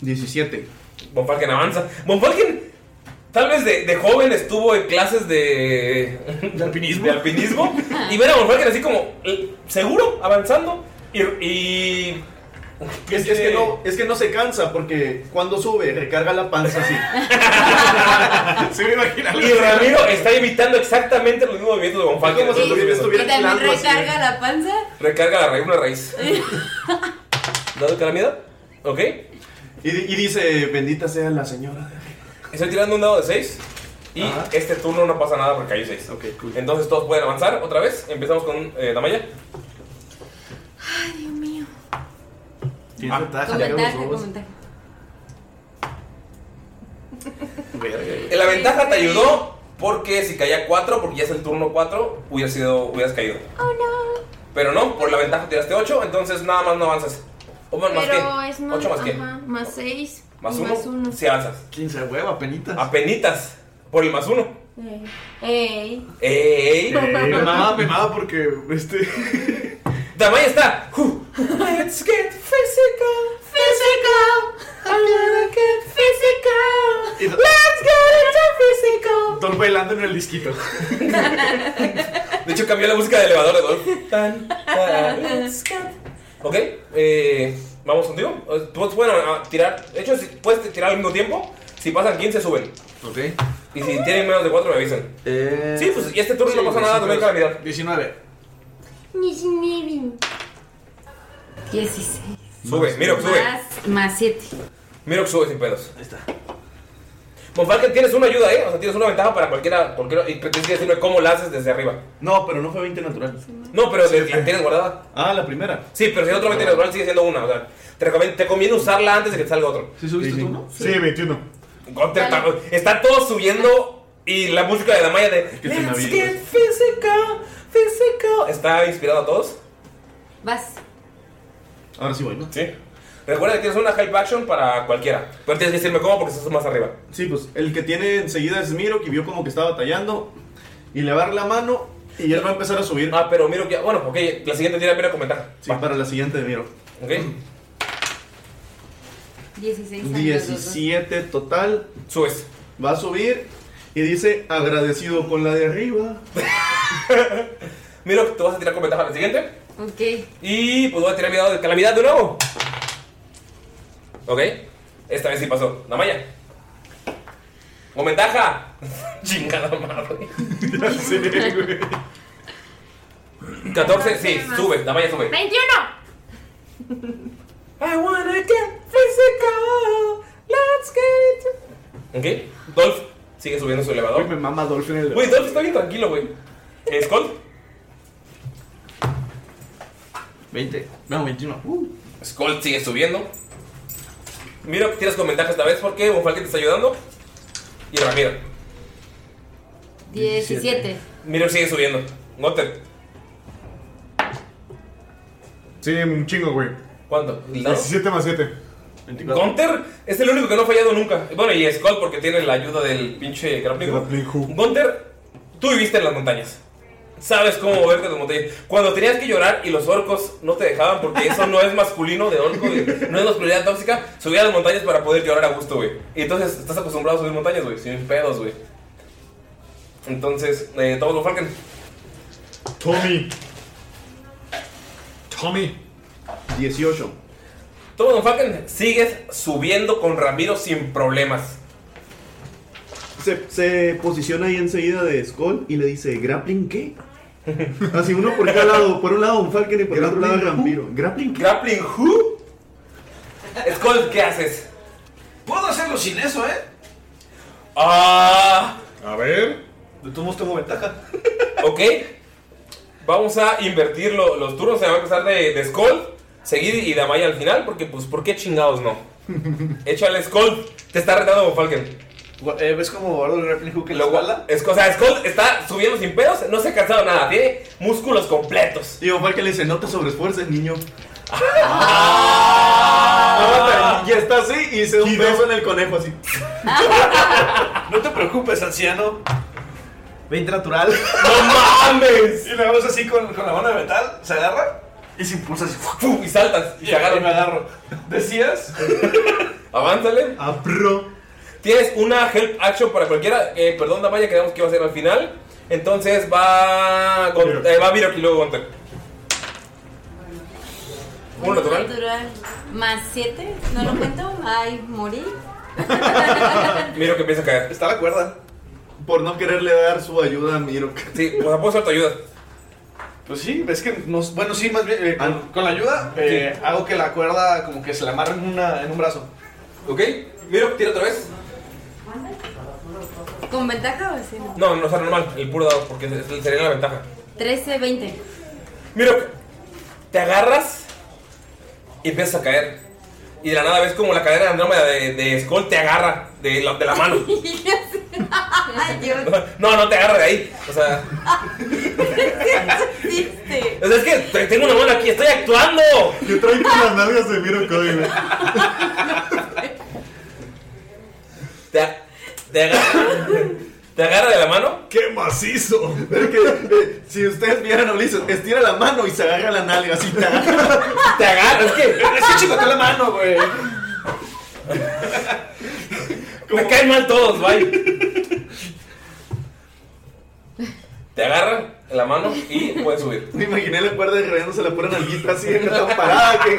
S5: 17.
S1: Bonfalken avanza. Bonfalken, tal vez de, de joven estuvo en clases de, de alpinismo. y ver a Bonfalken así como eh, seguro, avanzando. Y, y
S5: Es, es que no, es que no se cansa porque cuando sube recarga la panza así.
S1: Sí, Y Ramiro está imitando exactamente los mismos movimientos de Bonfalque.
S5: Es como si
S1: Los
S5: estuviera-
S1: mismos.
S6: Y también
S1: pues,
S6: recarga la panza.
S1: Recarga la raíz, una raíz. ¿Dado que la miedo? ¿Ok?
S5: Y, y dice, bendita sea la señora.
S1: Estoy tirando un dado de 6. Y este turno no pasa nada porque hay 6. Entonces todos pueden avanzar otra vez. Empezamos con eh, Damaya.
S6: Ay, Dios mío.
S5: Ah.
S1: Tiene
S6: Con ventaja, con ventaja.
S1: Eh, La ventaja te ayudó porque si caía 4, porque ya es el turno 4, hubieras, sido, hubieras caído.
S2: Oh no.
S1: Pero no, por la ventaja tiraste 8, entonces nada más no avanzas. O más, más
S2: Pero
S1: que.
S2: es más.
S1: Ocho más qué?
S2: ajá, más 6.
S1: Más 1, si avanzas. 15 huevo, apenitas.
S5: Ah,
S1: Apenitas. Por el más 1.
S2: Eh, Ey.
S1: ¡Ey!
S5: eh,
S2: Me mama, me
S1: mama porque. Este. Damaya está. Let's get physical, physical. I'm gonna get physical. Let's get into physical.
S3: Don bailando en el disquito.
S1: De hecho, cambió la música del elevador de Dolph. Tan, tan. Ok, eh, vamos contigo. Todos pueden a- a tirar. De hecho, si puedes tirar al mismo tiempo. Si pasan 15, suben.
S3: Ok.
S1: Y si tienen menos de 4, me avisan. sí, pues y este turno no pasa nada, también calamidad.
S3: 19.
S2: 19.
S6: 16.
S1: Sube, Miro, pues, sube.
S6: Más, más 7.
S1: Miro, sube sin pedos. Ahí está. Monfalken, tienes una ayuda, ¿eh? O sea, tienes una ventaja para cualquiera. cualquiera y tienes que decirme cómo la haces desde arriba.
S5: No, pero no fue 20 natural.
S1: No, pero de- la tienes guardada.
S5: Ah, la primera.
S1: Sí, pero si hay otro 20 natural sigue siendo una. O sea, te, recomiendo, te conviene usarla antes de que te salga otro.
S3: ¿Sí subiste tú, no?
S4: Sí, 21.
S1: Gunter, está- está todo subiendo y la música de la malla de
S4: se me
S1: Let's
S4: avienta.
S1: get physical, physical. ¿Está inspirado a todos?
S6: Vas.
S5: Ahora sí voy, ¿no?
S1: Sí. Recuerda que tienes una hype action para cualquiera. Pero tienes que decirme cómo porque estás más arriba.
S5: Sí, pues el que tiene enseguida es Miro, que vio como que estaba batallando. Y le va a dar la mano y él va a empezar a subir.
S1: Ah, pero Miro ya. Bueno, ok, la siguiente tira Miro comentar.
S5: Sí, para la siguiente de Miro.
S1: Ok.
S6: 16 años. los dos.
S5: 17 total.
S1: Subes.
S5: Va a subir y dice agradecido con la de arriba.
S1: Miro, tú vas a tirar con ventaja la siguiente.
S6: Ok.
S1: Y pues voy a tirar mi dado de calamidad de nuevo. Ok. Esta vez sí pasó. La malla. Con ventaja. Chingada madre. 14, sí, sube. La malla sube.
S2: 21.
S1: I wanna get physical. Let's get it. Ok. Dolph sigue subiendo su elevador. Uy, me mama Dolph en el Uy, Dolph está bien tranquilo, güey. Eh, Skull.
S3: 20. No, 21. Uh.
S1: Skull Pues, sigue subiendo. Miro que tienes con ventaja esta vez porque Bonfalque te está ayudando. Y Ramiro.
S6: 17.
S1: Miro sigue subiendo. Gotter.
S4: Sí, un chingo, güey.
S1: ¿Cuánto? ¿El dado?
S4: 17 más 7.
S1: Gunter es el único que no ha fallado nunca. Bueno, y Skull porque tiene la ayuda del pinche Grappling Hook. Gunter, tú viviste en las montañas. Sabes cómo moverte en las montañas. Cuando tenías que llorar y los orcos no te dejaban porque eso no es masculino de orco, de- no es masculinidad tóxica, subía a las montañas para poder llorar a gusto, güey. Y entonces estás acostumbrado a subir montañas, güey, sin pedos, güey. Entonces, eh, todos los Falcon.
S4: Tommy. Tommy.
S5: 18.
S1: Todo Don Falcon, sigues subiendo con Ramiro sin problemas.
S5: Se, se posiciona ahí enseguida de Skull y le dice, ¿grappling qué? Así uno por cada lado, por un lado un Falcon y por el otro lado Rampiro. ¿Grappling qué?
S1: ¿Grappling who? Skull, ¿qué haces?
S3: Puedo hacerlo sin eso, ¿eh?
S1: Ah.
S4: A ver.
S3: De todos modos tengo ventaja.
S1: Ok. Vamos a invertir lo- los turnos. Se va a empezar de, de Skull, seguir y Damaya al final. Porque, pues, ¿por qué chingados no? Échale Skull. Te está retando Von Falken.
S3: Eh, ¿Ves cómo guardo el grappling hook en la espalda?
S1: Es, o sea, Skull está subiendo sin pedos. No se ha cansado nada. Tiene músculos completos.
S5: Y Von que le dice, no te sobreesfuerces, niño.
S3: Ah, Y está así y se da un beso en el conejo así. no te preocupes, anciano. 20 natural.
S1: ¡No mames!
S3: Y le vamos así con, con la mano de metal, se agarra y se impulsa así.
S1: ¡fum! Y saltas y se agarra.
S3: Y me agarro. ¿Decías?
S1: Avánzale. Tienes una help action para cualquiera. Eh, perdón, Damaya, quedamos que iba a ser al final. Entonces va. Con, eh, va Mirok y luego Gunter. ¿Uno natural?
S6: Natural. Más 7, no lo cuento. Ay, morí.
S1: Miro que piensa caer.
S7: Está la cuerda. Por no quererle dar su ayuda a Miro.
S1: Sí, pues puedo hacer tu ayuda.
S3: Pues sí, ves que nos, bueno, sí, más bien eh, con, con la ayuda eh, hago que la cuerda como que se la amarre en, una, en un brazo.
S1: Ok, miro, tira otra vez.
S6: ¿Con ventaja o así? no?
S1: No, no está normal, el puro dado, porque es- es- sería la ventaja.
S6: 13, 20.
S1: Miro, te agarras y empiezas a caer. Y de la nada ves como la cadena de Andrómeda de, de Skull te agarra de la, de la mano.
S6: Ay, Dios.
S1: No, no te agarra de ahí. O sea,
S6: Triste.
S1: o sea, es que te- tengo una mano aquí, estoy actuando.
S4: Yo traigo las nalgas de Miro Cody, güey.
S1: Te, a- te agarra, te agarra de la mano.
S7: ¡Qué macizo!
S5: Es que, eh, si ustedes vieran a Ulises, estira la mano y se agarra la nalga así. Te agarra,
S1: te agarra es que.
S3: Ese chico la mano, güey.
S1: Me caen mal todos, bye. Te agarran en la mano y puedes subir.
S5: Me imaginé la cuerda enrollándose la pura nalguita así, que tan parada que.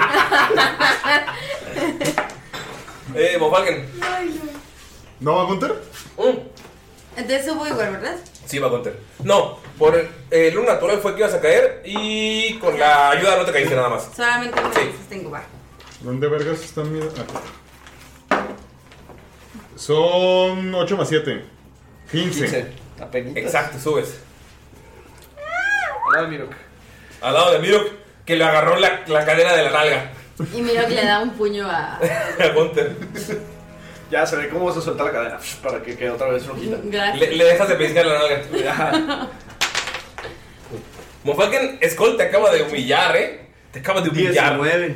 S1: Eh, Mofalken.
S4: ¿No va a contar?
S6: Entonces subo igual, ¿verdad?
S1: Mm, Sí, va a contar. No, por el, el un natural fue que ibas a caer y con la ayuda no te caíste nada más.
S6: Solamente me sostengo, va.
S4: ¿Dónde vergas están mis.? ah. Son 8 más 7. 15.
S1: Exacto, subes.
S3: Al lado de Mirok.
S1: Al lado de Mirok, que le agarró la, la cadena de la nalga
S6: Y miro que le da un puño a.
S1: a Gunther.
S3: Ya se ve cómo se suelta la cadena para que quede otra vez rojita.
S6: Gracias.
S1: Le, le dejas de pellizcar la nalga. Mofalken, Skull te acaba de humillar, eh. Te acaba de humillar.
S5: 19.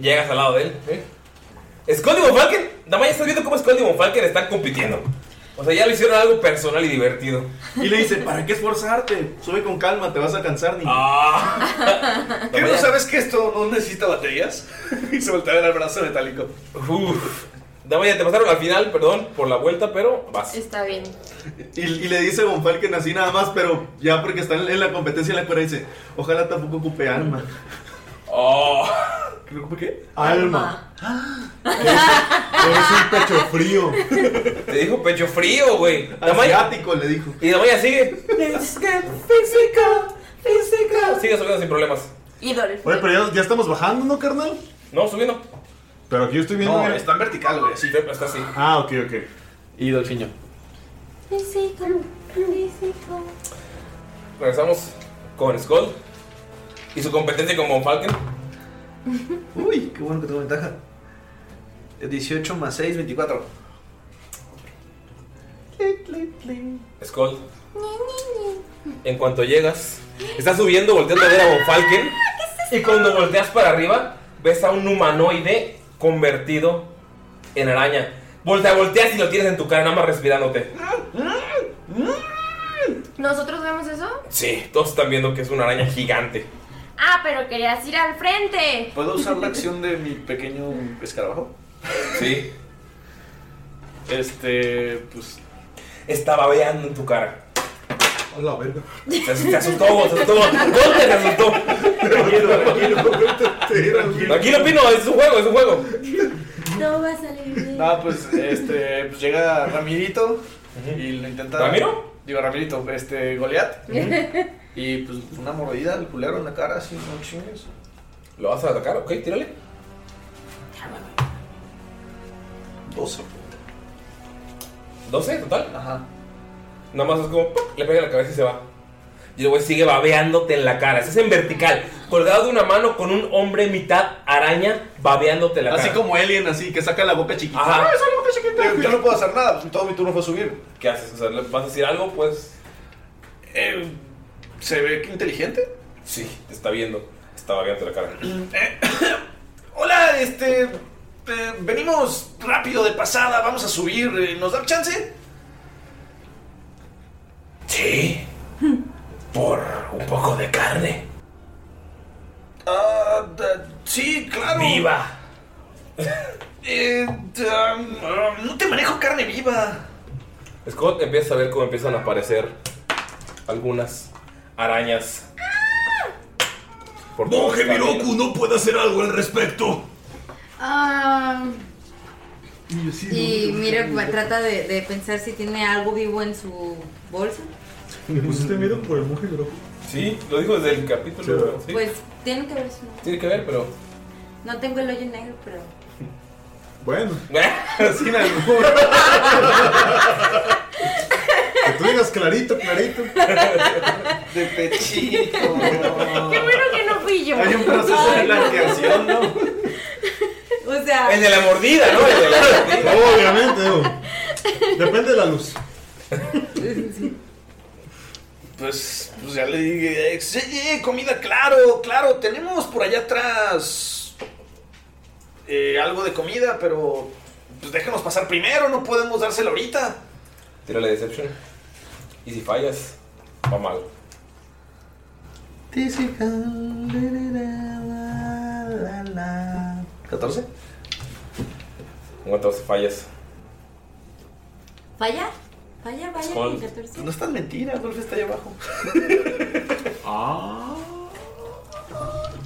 S1: Llegas al lado de él. ¿eh? Skull y Von Falken. Nada más ya estás viendo cómo Skull y Von Falken están compitiendo. O sea, ya le hicieron algo personal y divertido.
S5: Y le dice, ¿para qué esforzarte? Sube con calma, te vas a cansar, niño.
S3: ¿Qué no sabes que esto no necesita baterías? y se voltea a ver el brazo metálico.
S1: Uf. Dama, ya te pasaron al final, perdón por la vuelta, pero vas.
S2: Está bien.
S5: Y, y le dice Bonfal que así nada más, pero ya porque está en, en la competencia en la cuerda dice, ojalá tampoco ocupe arma.
S1: Oh.
S5: ¿Que no ocupe qué?
S4: Alma.
S5: Ah.
S4: Eres un pecho frío.
S1: Te dijo pecho frío, güey.
S5: Ah,
S1: Damaya-
S5: Asiático, le dijo.
S1: Y Damaya sigue. física, física. Sigue subiendo sin problemas.
S2: Y Dolph.
S4: Oye, pero ya, ya estamos bajando, ¿no, carnal?
S1: No, subiendo.
S4: Pero aquí yo estoy viendo.
S3: No,
S4: mira.
S3: está en vertical, güey, así.
S1: Sí, está así.
S4: Ah, ok, ok.
S3: Y Dolfiño.
S2: Físico, físico.
S1: Regresamos con Skull y su competencia con Von Falken.
S3: Uy, qué bueno que tengo ventaja. 18 más 6, 24.
S1: Skull. En cuanto llegas, estás subiendo, volteando a ver a Von Falken. Y cuando volteas para arriba, ves a un humanoide convertido en araña. Voltea, volteas y lo tienes en tu cara, nada más respirándote.
S2: ¿Nosotros vemos eso?
S1: Sí, todos están viendo que es una araña gigante.
S2: Ah, pero querías ir al frente.
S3: ¿Puedo usar la acción de mi pequeño escarabajo?
S1: Sí,
S3: Este, pues.
S1: está babeando en tu cara.
S4: A la verga.
S1: Se as- se asustó, se asustó. ¿Dónde se asustó? Tranquilo, Pino, es un juego, es un juego.
S6: No va a salir bien.
S3: Nada, pues, este, pues llega Ramirito y lo intenta.
S1: ¿Ramiro?
S3: Digo, Ramirito, este, Goliat. Y pues una mordida al culero en la cara, así, no chingues.
S1: ¿Lo vas a atacar? Ok, tírale.
S3: 12.
S1: 12 total.
S3: Ajá.
S1: Nada más es como, ¡pum! le pega en la cabeza y se va. Y el güey sigue babeándote en la cara. Estás en vertical, colgado de una mano con un hombre mitad araña babeándote en la
S5: Así
S1: cara.
S5: como Alien, así, que saca la boca chiquita.
S1: Ajá.
S3: Digo, Yo no puedo hacer nada, pues, todo mi turno fue subir.
S1: ¿Qué haces? O sea, ¿le ¿Vas a decir algo? Pues.
S3: Eh, ¿Se ve que inteligente?
S1: Sí, te está viendo. Está babeándote la cara.
S3: Hola, este. eh, venimos rápido de pasada, vamos a subir. eh, ¿Nos da chance?
S1: Sí. Por un poco de carne.
S3: Ah, da- sí, claro.
S1: ¡Viva!
S3: Eh, da- ah, no te manejo carne viva.
S1: Scott empieza a ver cómo empiezan a aparecer algunas arañas. por todo
S7: Monje
S1: el camino.
S7: Miroku no puede hacer algo al respecto.
S6: Ah, y mira,
S7: no, no, no.
S6: trata de, de pensar si tiene algo vivo en su bolsa.
S4: ¿Le pusiste miedo por el monje Miroku?
S1: Sí, lo dijo desde el capítulo. Sí.
S6: Pues tiene que ver su
S1: Tiene que ver, pero.
S6: No tengo el hoyo negro, pero.
S4: Bueno.
S1: Sin albur.
S4: Que tú digas clarito, clarito.
S10: De pechito.
S2: Qué bueno que no fui yo.
S10: Hay un proceso de
S2: Ay, no.
S10: blanqueación, ¿no?
S6: O sea.
S1: El de la mordida, ¿no? El de la mordida.
S4: Obviamente, no. Depende de la luz.
S3: Pues, pues ya le dije, sí, sí, comida, claro, claro, tenemos por allá atrás eh, algo de comida, pero pues déjenos pasar primero, no podemos dársela ahorita.
S1: Tírale Deception. Y si fallas, va mal.
S3: ¿14?
S1: ¿Cuánto fallas?
S6: Falla, falla, falla.
S1: Sol.
S6: y 14.
S3: Pues No es tan mentira, Golf está ahí abajo.
S4: Ah.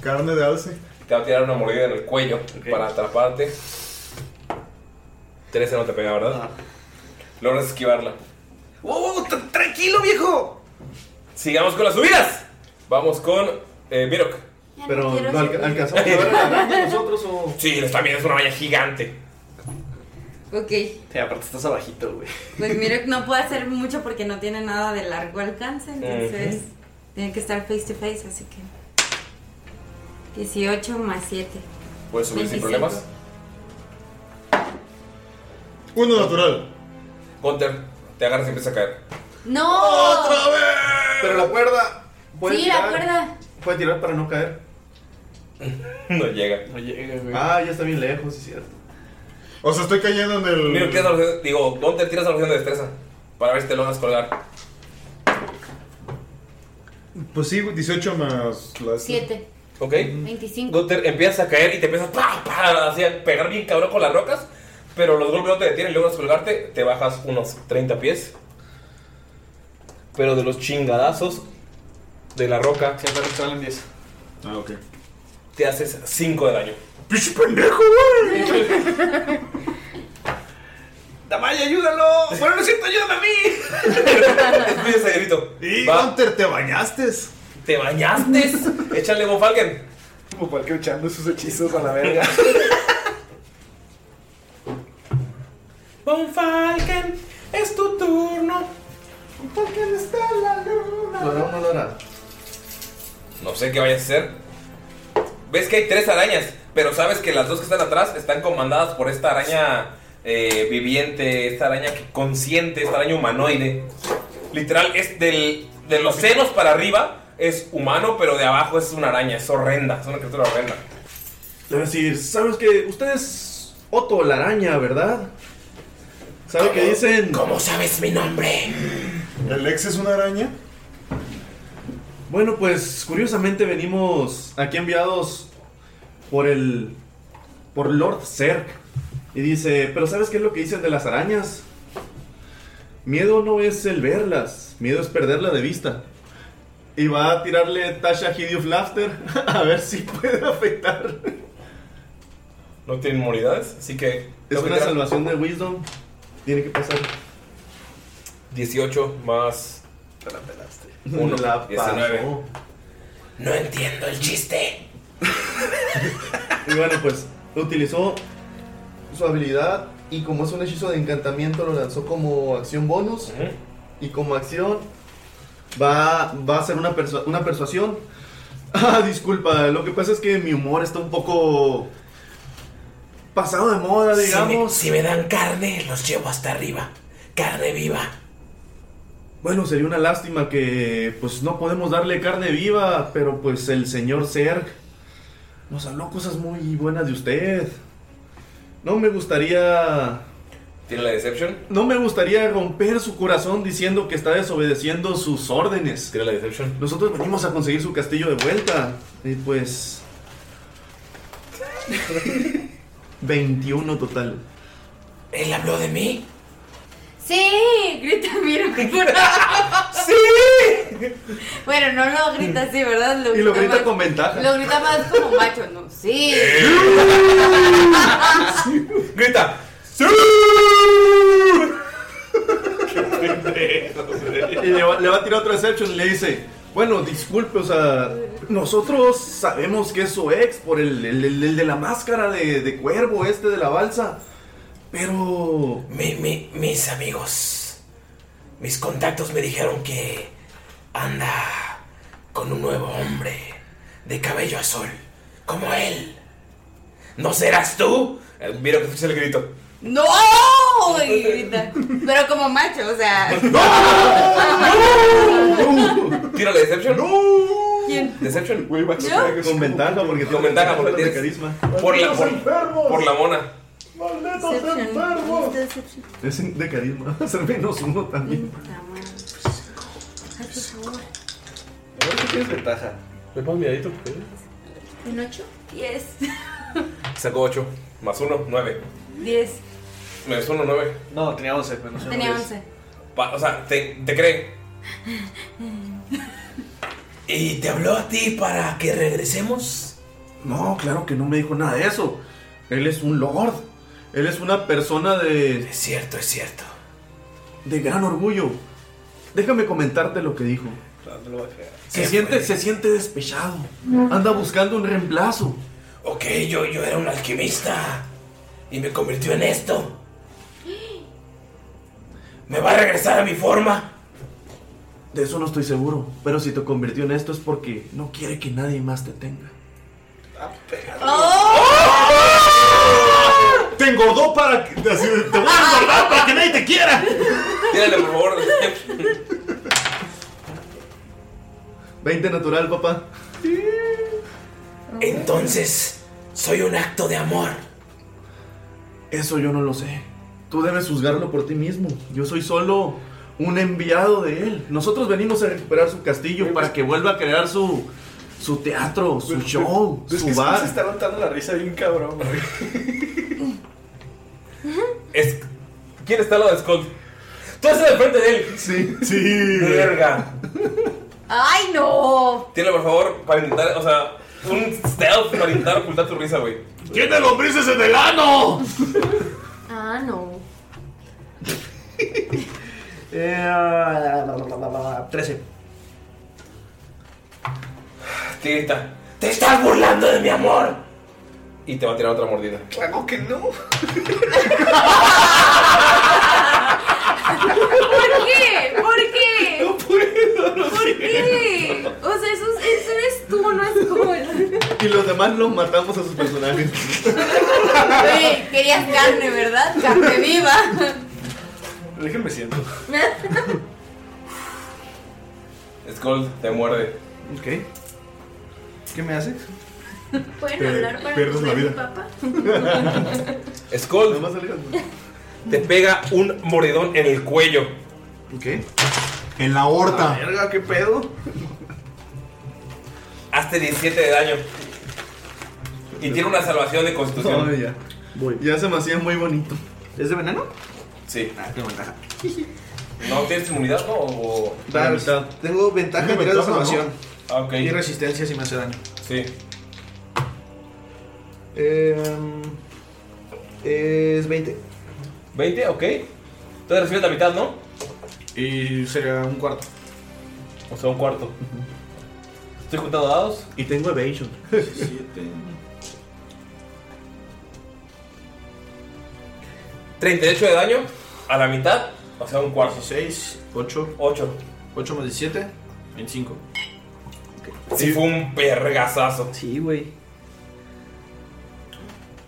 S4: Carne de alce.
S1: Te va a tirar una mordida en el cuello para atraparte. 13 no te pega, ¿verdad?
S5: Ah.
S1: Logras esquivarla.
S3: ¡Oh, tra- tranquilo, viejo!
S1: Sigamos con las subidas. Vamos con eh, Mirok.
S5: Pero no alca- alcanzamos a ver la araña nosotros o.
S1: Sí, está bien, es una araña gigante.
S6: Ok,
S3: Sí, aparte estás abajito, güey.
S6: pues mira, no puede hacer mucho porque no tiene nada de largo alcance, entonces tiene que estar face to face, así que. 18 más 7.
S1: Puedes subir sin
S6: 25.
S1: problemas.
S4: Uno natural.
S1: Gunter, te agarras y empieza a caer.
S6: ¡No!
S5: ¡Otra Pero la cuerda. puede
S6: Sí, la
S5: tirar-
S6: cuerda.
S5: Puede tirar para no caer.
S1: No llega.
S3: No llega, eh, güey.
S5: Ah, ya está bien lejos, es cierto.
S4: O sea, estoy cayendo en el.
S1: Mira, tiras la opción- digo, ¿dónde tiras la opción de destreza? Para ver si te logras colgar.
S4: Pues sí, 18 más la.
S6: 7.
S1: ¿Ok?
S6: 25.
S1: Gunter, empiezas a caer y te empiezas pa, pa, así a pegar bien cabrón con las rocas. Pero los golpes no te detienen, logras colgarte, te bajas unos 30 pies. Pero de los chingadazos de la roca.
S3: Siempre salen 10.
S4: Ah, ok.
S1: Te haces 5 de daño.
S7: ¡Pinche pendejo,
S3: ¡Damaya, ayúdalo! ¡Bueno, no es cierto, ayúdame a mí!
S1: Escuchas ese grito.
S4: Y
S1: Va.
S4: Gunter, te bañaste.
S1: ¿Te bañaste? Échale, Von Falken.
S10: Como cualquier echando sus hechizos a la verga.
S1: Von Falken, es tu turno.
S10: Porque está la luna.
S5: ¿Lo hará o no lo hará?
S1: No sé qué vayas a hacer. Ves que hay tres arañas, pero sabes que las dos que están atrás están comandadas por esta araña eh, viviente, esta araña que- consciente, esta araña humanoide. Literal, es del, de los senos para arriba es humano, pero de abajo es una araña, es horrenda, es una criatura horrenda.
S5: Le va a decir, ¿sabes qué? Usted es Otto la araña, ¿verdad? ¿Sabe qué dicen?
S1: ¿Cómo sabes mi nombre?
S4: ¿El ex es una araña?
S5: Bueno, pues curiosamente venimos aquí enviados por el. por Lord Zerk. Y dice, pero ¿sabes qué es lo que dicen de las arañas? Miedo no es el verlas, miedo es perderla de vista. Y va a tirarle Tasha Hideous Laughter a ver si puede afectar.
S1: No tienen inmunidades, así que...
S5: Es
S1: tengo que
S5: una
S1: tirar
S5: salvación de Wisdom. Tiene que pasar.
S1: 18 más
S3: Te la pelaste.
S1: Uno,
S5: La
S1: 19.
S5: pasó.
S1: No entiendo el chiste.
S5: Y bueno, pues utilizó su habilidad y como es un hechizo de encantamiento lo lanzó como acción bonus y como acción va, va a hacer una, persua- una persuasión. Ah, disculpa, lo que pasa es que mi humor está un poco pasado de moda, digamos.
S1: dan carne, los llevo hasta arriba. Carne viva.
S5: Bueno, sería una lástima que pues no podemos darle carne viva, pero pues el señor Serg nos habló cosas muy buenas de usted. No me gustaría
S1: ¿Tiene la deception?
S5: No me gustaría romper su corazón diciendo que está desobedeciendo sus órdenes.
S1: ¿Tiene la deception?
S5: Nosotros venimos a conseguir su castillo de vuelta. Y pues... 21 total.
S1: ¿Él habló de mí?
S6: ¡Sí! Grita, mira, por
S1: ¡Sí!
S6: Bueno, no lo grita así, ¿verdad?
S5: Y lo grita
S6: más-
S5: con ventaja. Eh.
S6: Lo grita más como macho, ¿no? Sí.
S1: Grita.
S5: Y le va, le va a tirar otro exception y le dice, bueno, disculpe, o sea, nosotros sabemos que es su ex por el, el- el- el de la máscara de, de cuervo este de la balsa, pero...
S11: Mi- mi- mis amigos, mis contactos me dijeron que anda con un nuevo hombre de cabello azul, como él. ¿No serás tú?
S1: Eh, Mira que escucha el grito.
S6: ¡No! Y grita. Pero como macho, o sea.
S1: Tira la Deception. ¡No!
S6: ¿Quién?
S1: Deception.
S6: ¿Yo?
S5: Con ventaja porque
S1: Con ventaja porque tienes
S5: carisma.
S1: Por la, por, por la mona.
S5: ¡Malditos enfermos! Es de carisma, ser menos uno también.
S10: Mm. ¿Tú tienes ventaja?
S1: Le pongo miradito.
S6: ¿Un 8? 10.
S1: Sacó 8. Más 1, 9.
S6: 10.
S1: Menos 1, 9. No, tenía 11. Menos
S6: Tenía 11.
S1: o sea, te, te cree.
S11: ¿Y te habló a ti para que regresemos?
S5: No, claro que no me dijo nada de eso. Él es un lord. Él es una persona de...
S11: Es cierto, es cierto.
S5: de gran orgullo. Déjame comentarte lo que dijo. Se siente, se siente despechado. Anda buscando un reemplazo.
S11: Ok, yo, yo era un alquimista y me convirtió en esto. ¿Me va a regresar a mi forma?
S5: De eso no estoy seguro. Pero si te convirtió en esto es porque no quiere que nadie más te tenga.
S10: Ah,
S4: Te engordó para que. así, te voy a engordar para que nadie te quiera.
S1: Tírale, por favor.
S5: 20 natural, papá.
S11: Entonces, soy un acto de amor.
S5: Eso yo no lo sé. Tú debes juzgarlo por ti mismo. Yo soy solo un enviado de él. Nosotros venimos a recuperar su castillo para que vuelva a crear su, su teatro, su show,
S10: Es que
S5: su
S10: es-
S5: bar.
S10: se está levantando la risa bien cabrón, güey.
S1: Es- ¿Quién está al lado de Skull? Tú estás al frente de él.
S5: Sí,
S1: sí. Verga.
S6: ¡Ay, no!
S1: Tírale, por favor, para intentar, o sea, un stealth para intentar ocultar tu risa, güey.
S7: ¡Tiene lombrices en el ano!
S6: Ah, no.
S3: Eh, ah, la, la, la, la, la, 13.
S1: Tírita.
S11: ¡Te estás burlando de mi amor!
S1: Y te va a tirar otra mordida.
S10: Claro que no.
S2: ¿Por qué? ¿Por qué? No
S5: puedo,
S2: ¿Por qué? O sea, eso, es- eso eres tú, no es como el-
S5: Y los demás los matamos a sus personajes.
S6: Oye, querías carne, ¿verdad? Carne viva.
S10: Déjenme siento.
S1: Skull te muerde.
S3: Ok. ¿Qué me hace?
S2: ¿Pueden
S1: Te
S2: hablar para
S1: pierdes la
S2: comer,
S1: vida.
S2: papá?
S1: Skull te pega un mordidón en el cuello.
S3: Ok.
S1: En la aorta.
S5: Ah.
S3: Verga, qué pedo.
S1: Hazte 17 de daño. Y tiene una salvación de constitución.
S5: Ay, ya. Ya se me hacía muy bonito.
S3: ¿Es de veneno?
S1: Sí.
S3: Ah, qué ventaja.
S1: ¿No tienes inmunidad, no? O...
S3: Da, tengo ventaja en
S1: Tiene
S3: tirar
S1: ventaja,
S3: de
S1: ¿no?
S3: salvación.
S1: Ah, ok.
S3: Y resistencia si me hace daño.
S1: Sí.
S3: Em, es 20.
S1: 20, ok. Entonces recibes la mitad, ¿no?
S3: Y sería un cuarto.
S1: O sea, un cuarto. Estoy juntando dados.
S5: Y tengo evasion.
S1: 38 de daño a la mitad, o sea, un cuarto.
S3: 6, 8.
S1: 8.
S3: 8 más 17, 25.
S1: Sí, fue un pergazazo.
S3: Sí, güey.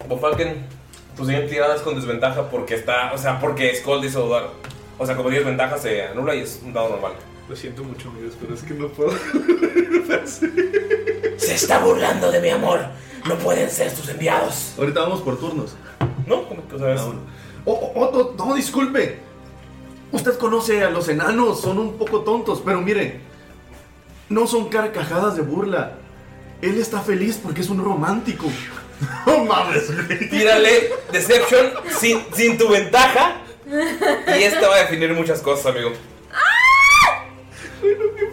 S1: Bofalken, tu siguiente tirada es con desventaja porque está, o sea, porque Skull hizo dudar. O sea, como tienes ventaja se anula y es un dado normal.
S10: Lo siento mucho, amigos, pero es que no puedo.
S11: Se está burlando de mi amor. No pueden ser sus enviados.
S5: Ahorita vamos por turnos.
S1: No, como que, o sea, es-
S5: Oh, oh, oh, no, no, disculpe. Usted conoce a los enanos, son un poco tontos, pero mire, no son carcajadas de burla. Él está feliz porque es un romántico. No mames,
S1: Tírale Deception sin, sin tu ventaja. Y esta va a definir muchas cosas, amigo.
S10: Bueno, qué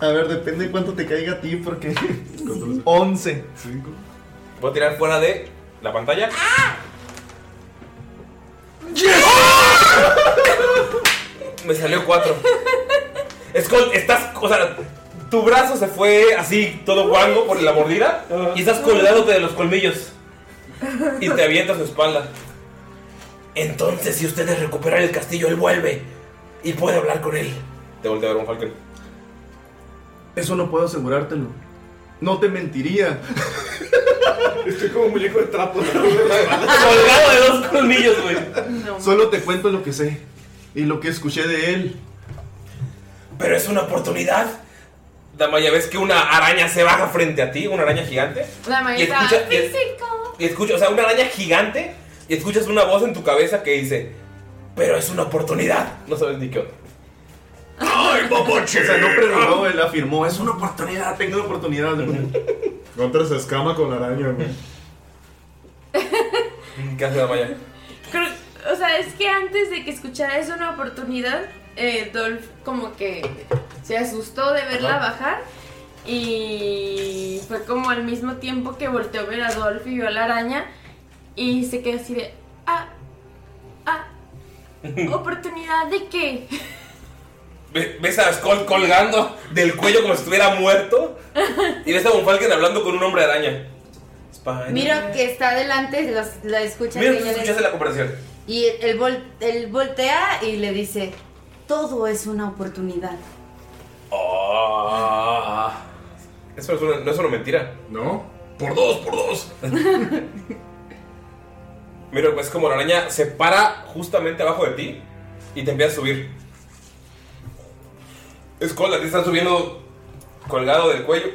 S5: A ver, depende de cuánto te caiga a ti, porque. 11.
S1: Voy a tirar fuera de la pantalla. Me salió cuatro. Skull, estás. O sea, tu brazo se fue así, todo guango por la mordida. Y estás colgándote de los colmillos. Y te avientas su espalda.
S11: Entonces, si ustedes recuperan el castillo, él vuelve y puede hablar con él.
S1: Te voltea a ver un Falcon.
S5: Eso no puedo asegurártelo. No te mentiría.
S10: Estoy como muñeco de trapo.
S1: Colgado de dos colmillos, güey.
S5: Solo te cuento lo que sé y lo que escuché de él.
S1: Pero es una oportunidad. Damaya, ves que una araña se baja frente a ti, una araña gigante.
S2: La
S1: Y
S2: maestra.
S1: escucha, y-
S2: Físico.
S1: Y escuchas, o sea, una araña gigante y escuchas una voz en tu cabeza que dice, pero es una oportunidad. No sabes ni qué onda.
S7: ¡Ay,
S5: O sea, no
S4: Ah.
S5: preguntó, él afirmó. Es una oportunidad, tengo la oportunidad.
S4: Contra se escama con la araña, güey.
S1: ¿Qué hace Damaya?
S2: Creo- o sea, es que antes de que escuchara eso una oportunidad, eh, Dolph como que se asustó de verla
S1: Ajá.
S2: bajar y fue como al mismo tiempo que volteó a ver a Dolph y vio a la araña y se quedó así de, ah, ah, oportunidad de qué.
S1: Ve- Ves a Skull colgando del cuello como si estuviera muerto y ves a Bonfalken hablando con un hombre araña. Spider-
S6: Mira que está adelante, las- la escucha.
S1: Mira,
S6: que
S1: tú
S6: ella le-
S1: escuchaste la conversación.
S6: Y él, él vol- él voltea y le dice, todo es una oportunidad.
S1: Ah. Eso no es, una, no es una mentira. No. Por dos, por dos. Mira, es como la araña se para justamente abajo de ti y te empieza a subir. Es cola, te están subiendo colgado del cuello.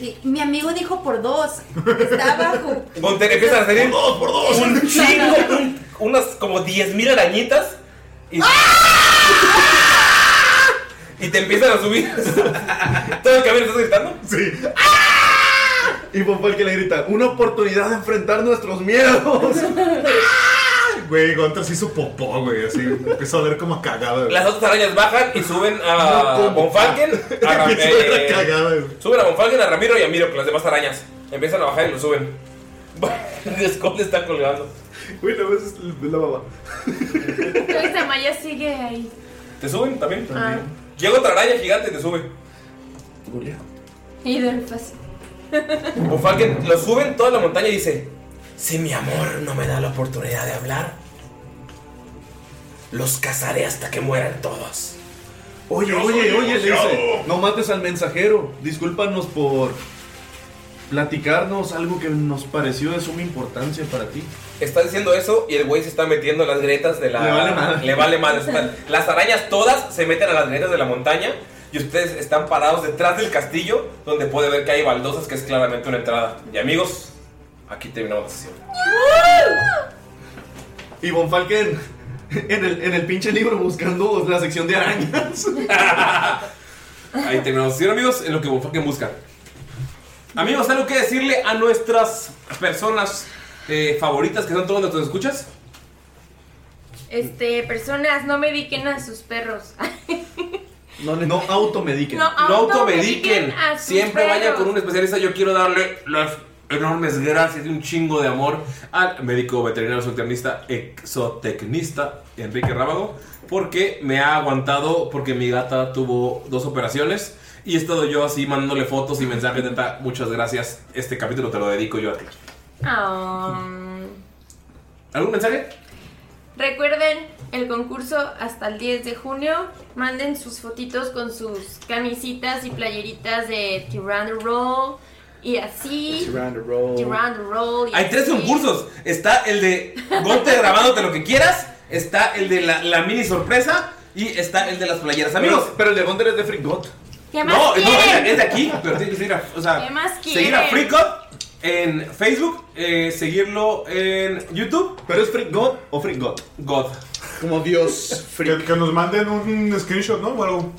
S6: Y mi amigo dijo por dos. Está abajo.
S1: Gonter, empiezan a salir por dos, por dos. un chingo, un- unas como 10.000 arañitas y, ¡Ah! y te empiezan a subir. ¿Todo el camino estás gritando?
S5: Sí. ¡Ah! Y fue el que le grita, una oportunidad de enfrentar nuestros miedos.
S4: Güey, Gontra se hizo popó, güey. Así empezó a ver como cagada, güey.
S1: Las otras arañas bajan y suben a Bonfalken, a Ra-
S4: Suben a
S1: eh, Suben a Bonfalken, a Ramiro y a Miro, que las demás arañas. Empiezan a bajar y lo suben. Skull está colgando.
S10: Güey, la vez es la baba.
S2: Entonces Amaya sigue ahí.
S1: ¿Te suben también?
S2: Ah,
S1: Llega otra araña gigante y te sube.
S2: y Dolph así.
S1: Bonfalken lo suben toda la montaña y dice:
S11: Si mi amor no me da la oportunidad de hablar, los cazaré hasta que mueran todos.
S5: Oye,
S11: Yo
S5: oye,
S11: soy
S5: oye, le dice,
S11: negociado.
S5: no mates al mensajero. Discúlpanos por platicarnos algo que nos pareció de suma importancia para ti.
S1: Está diciendo eso y el güey se está metiendo en las grietas de la.
S5: Le vale madre.
S1: Le vale madre. Están- Las arañas todas se meten a las grietas de la montaña y ustedes están parados detrás del castillo donde puede ver que hay baldosas, que es claramente una entrada. Y amigos, aquí terminamos la sesión.
S5: Y Bonfalken en el, en el pinche libro buscando la sección de arañas.
S1: Ahí terminamos la sesión, amigos, en lo que Bonfalken busca. Amigos, ¿algo que decirle a nuestras personas eh, favoritas que son todos nuestros escuchas?
S2: Este, personas, no mediquen a sus perros.
S5: No, no automediquen.
S2: No
S1: No automediquen.
S2: automediquen a sus
S1: Siempre vayan
S2: perros.
S1: con un especialista. Yo quiero darle las enormes gracias y un chingo de amor al médico veterinario zootecnista, exotecnista Enrique Rábago, porque me ha aguantado, porque mi gata tuvo dos operaciones y he estado yo así mandándole fotos y mensajes. Neta, muchas gracias. Este capítulo te lo dedico yo a ti.
S2: Ah.
S1: ¿Algún mensaje?
S2: Recuerden el concurso hasta el 10 de junio. Manden sus fotitos con sus camisitas y playeritas de Tirando Roll y así.
S10: Round and roll.
S2: Tirando Roll. y
S1: Hay tres
S2: así.
S1: concursos. Está el de Gonte grabándote lo que quieras. Está el de la, la mini sorpresa. Y está el de las playeras. Amigos.
S5: Pero el de Gonter es de Free God.
S2: ¿Qué más
S1: No, no, es
S2: quieren?
S1: de- es de aquí, pero tienes que seguir a, o sea,
S2: ¿Qué más
S1: seguir a
S2: quieren?
S1: FreeCop en Facebook, eh, seguirlo en YouTube.
S5: ¿Pero es Freak God o Freak God?
S1: God.
S4: Como Dios Que, que nos manden un screenshot, ¿no? O algo.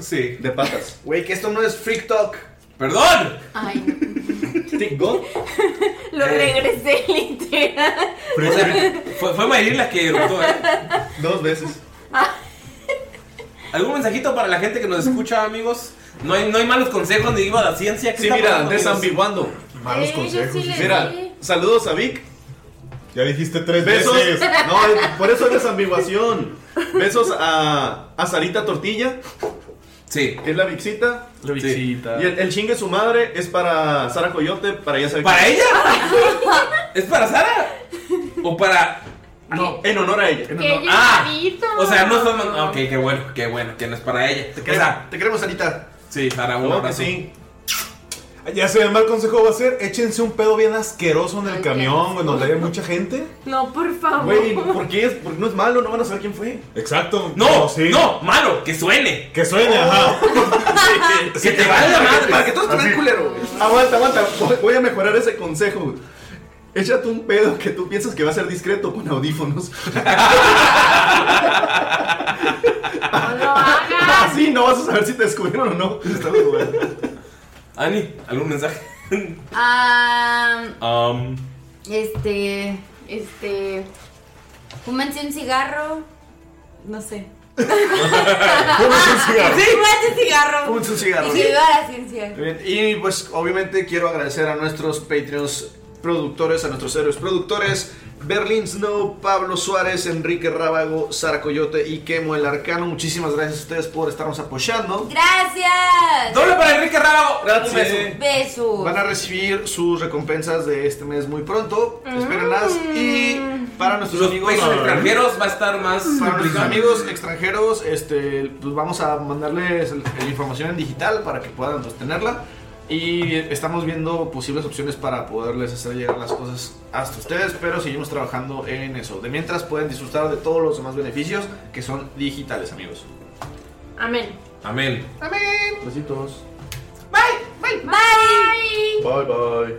S1: Sí.
S5: De patas.
S3: Güey, que esto no es Freak Talk.
S1: ¡Perdón!
S2: Ay,
S5: Freak God.
S2: lo
S12: Eh.
S2: regresé literal.
S1: O sea, fue, fue Mayrin la que eructó, ¿eh?
S5: Dos veces.
S12: ¿Algún mensajito para la gente que nos escucha, amigos? No hay, no hay malos consejos ni diva de la ciencia.
S5: Sí, mira, desambiguando.
S12: Malos
S5: Eh, yo
S12: consejos.
S5: sí le Mira, di. saludos a Vic.
S4: Ya dijiste tres
S5: Besos.
S4: veces.
S5: No, eh, por eso es desambiguación. Besos a, a Sarita Tortilla.
S12: Sí.
S5: Es la Vixita.
S3: La Vixita.
S5: Y el, el chingue su madre es para Sara Coyote, para ella sabe
S12: ¿Para ella? ¿Es para Sara? ¿O para.?
S5: No, en honor a ella.
S12: En
S2: ¡Qué
S12: honor- Ah,
S2: lloradito!
S12: o sea, no estás mandando. Ok, qué bueno, qué bueno, que no es para ella. Te queremos,
S5: te queremos Sarita.
S12: Sí, Sara, un
S4: Claro que
S12: abrazo.
S4: sí. Ya sé, el mal consejo va a ser, échense un pedo bien asqueroso en el camión, güey, donde haya mucha gente.
S2: No, por favor.
S4: Güey,
S5: ¿por qué es? Porque no es malo, no van a saber quién fue.
S4: Exacto.
S12: No, no, malo, que suene.
S4: Que suene, ajá.
S12: que te valga madre.
S5: Para que todos te vean culero, güey. Aguanta, aguanta. Voy- Voy a mejorar ese consejo, güey. Échate un pedo que tú piensas que va a ser discreto con audífonos. Así no vas a saber si te descubrieron o no.
S12: Ani, ¿algún mensaje?
S6: Ah,
S12: Um,
S6: este. Este. Fúmense un cigarro. No sé.
S3: Fúmense un cigarro.
S6: Sí, Fúmense un cigarro.
S3: Fúmense un cigarro.
S6: Y que viva la ciencia.
S3: Muy bien, Y pues obviamente quiero agradecer a nuestros Patreons productores, a nuestros héroes productores, Berlin Snow, Pablo Suárez, Enrique Rábago, Sara Coyote y Kemo el Arcano. Muchísimas gracias a ustedes por estarnos apoyando.
S6: Gracias.
S12: Rábago.
S3: Gracias.
S6: Besos.
S3: Van a recibir sus recompensas de este mes muy pronto. Espérenlas. Y para nuestros
S12: Los
S3: amigos
S12: pesos extranjeros va a estar más
S3: Para nuestros
S12: complicado.
S3: amigos extranjeros, este, pues vamos a mandarles el- la información en digital para que puedan pues, tenerla. Y estamos viendo posibles opciones para poderles hacer llegar las cosas hasta ustedes, pero seguimos trabajando en eso. De mientras pueden disfrutar de todos los demás beneficios que son digitales, amigos.
S2: Amén.
S12: Amén.
S2: Amén.
S5: Besitos.
S2: Bye. Bye.
S5: Bye, bye.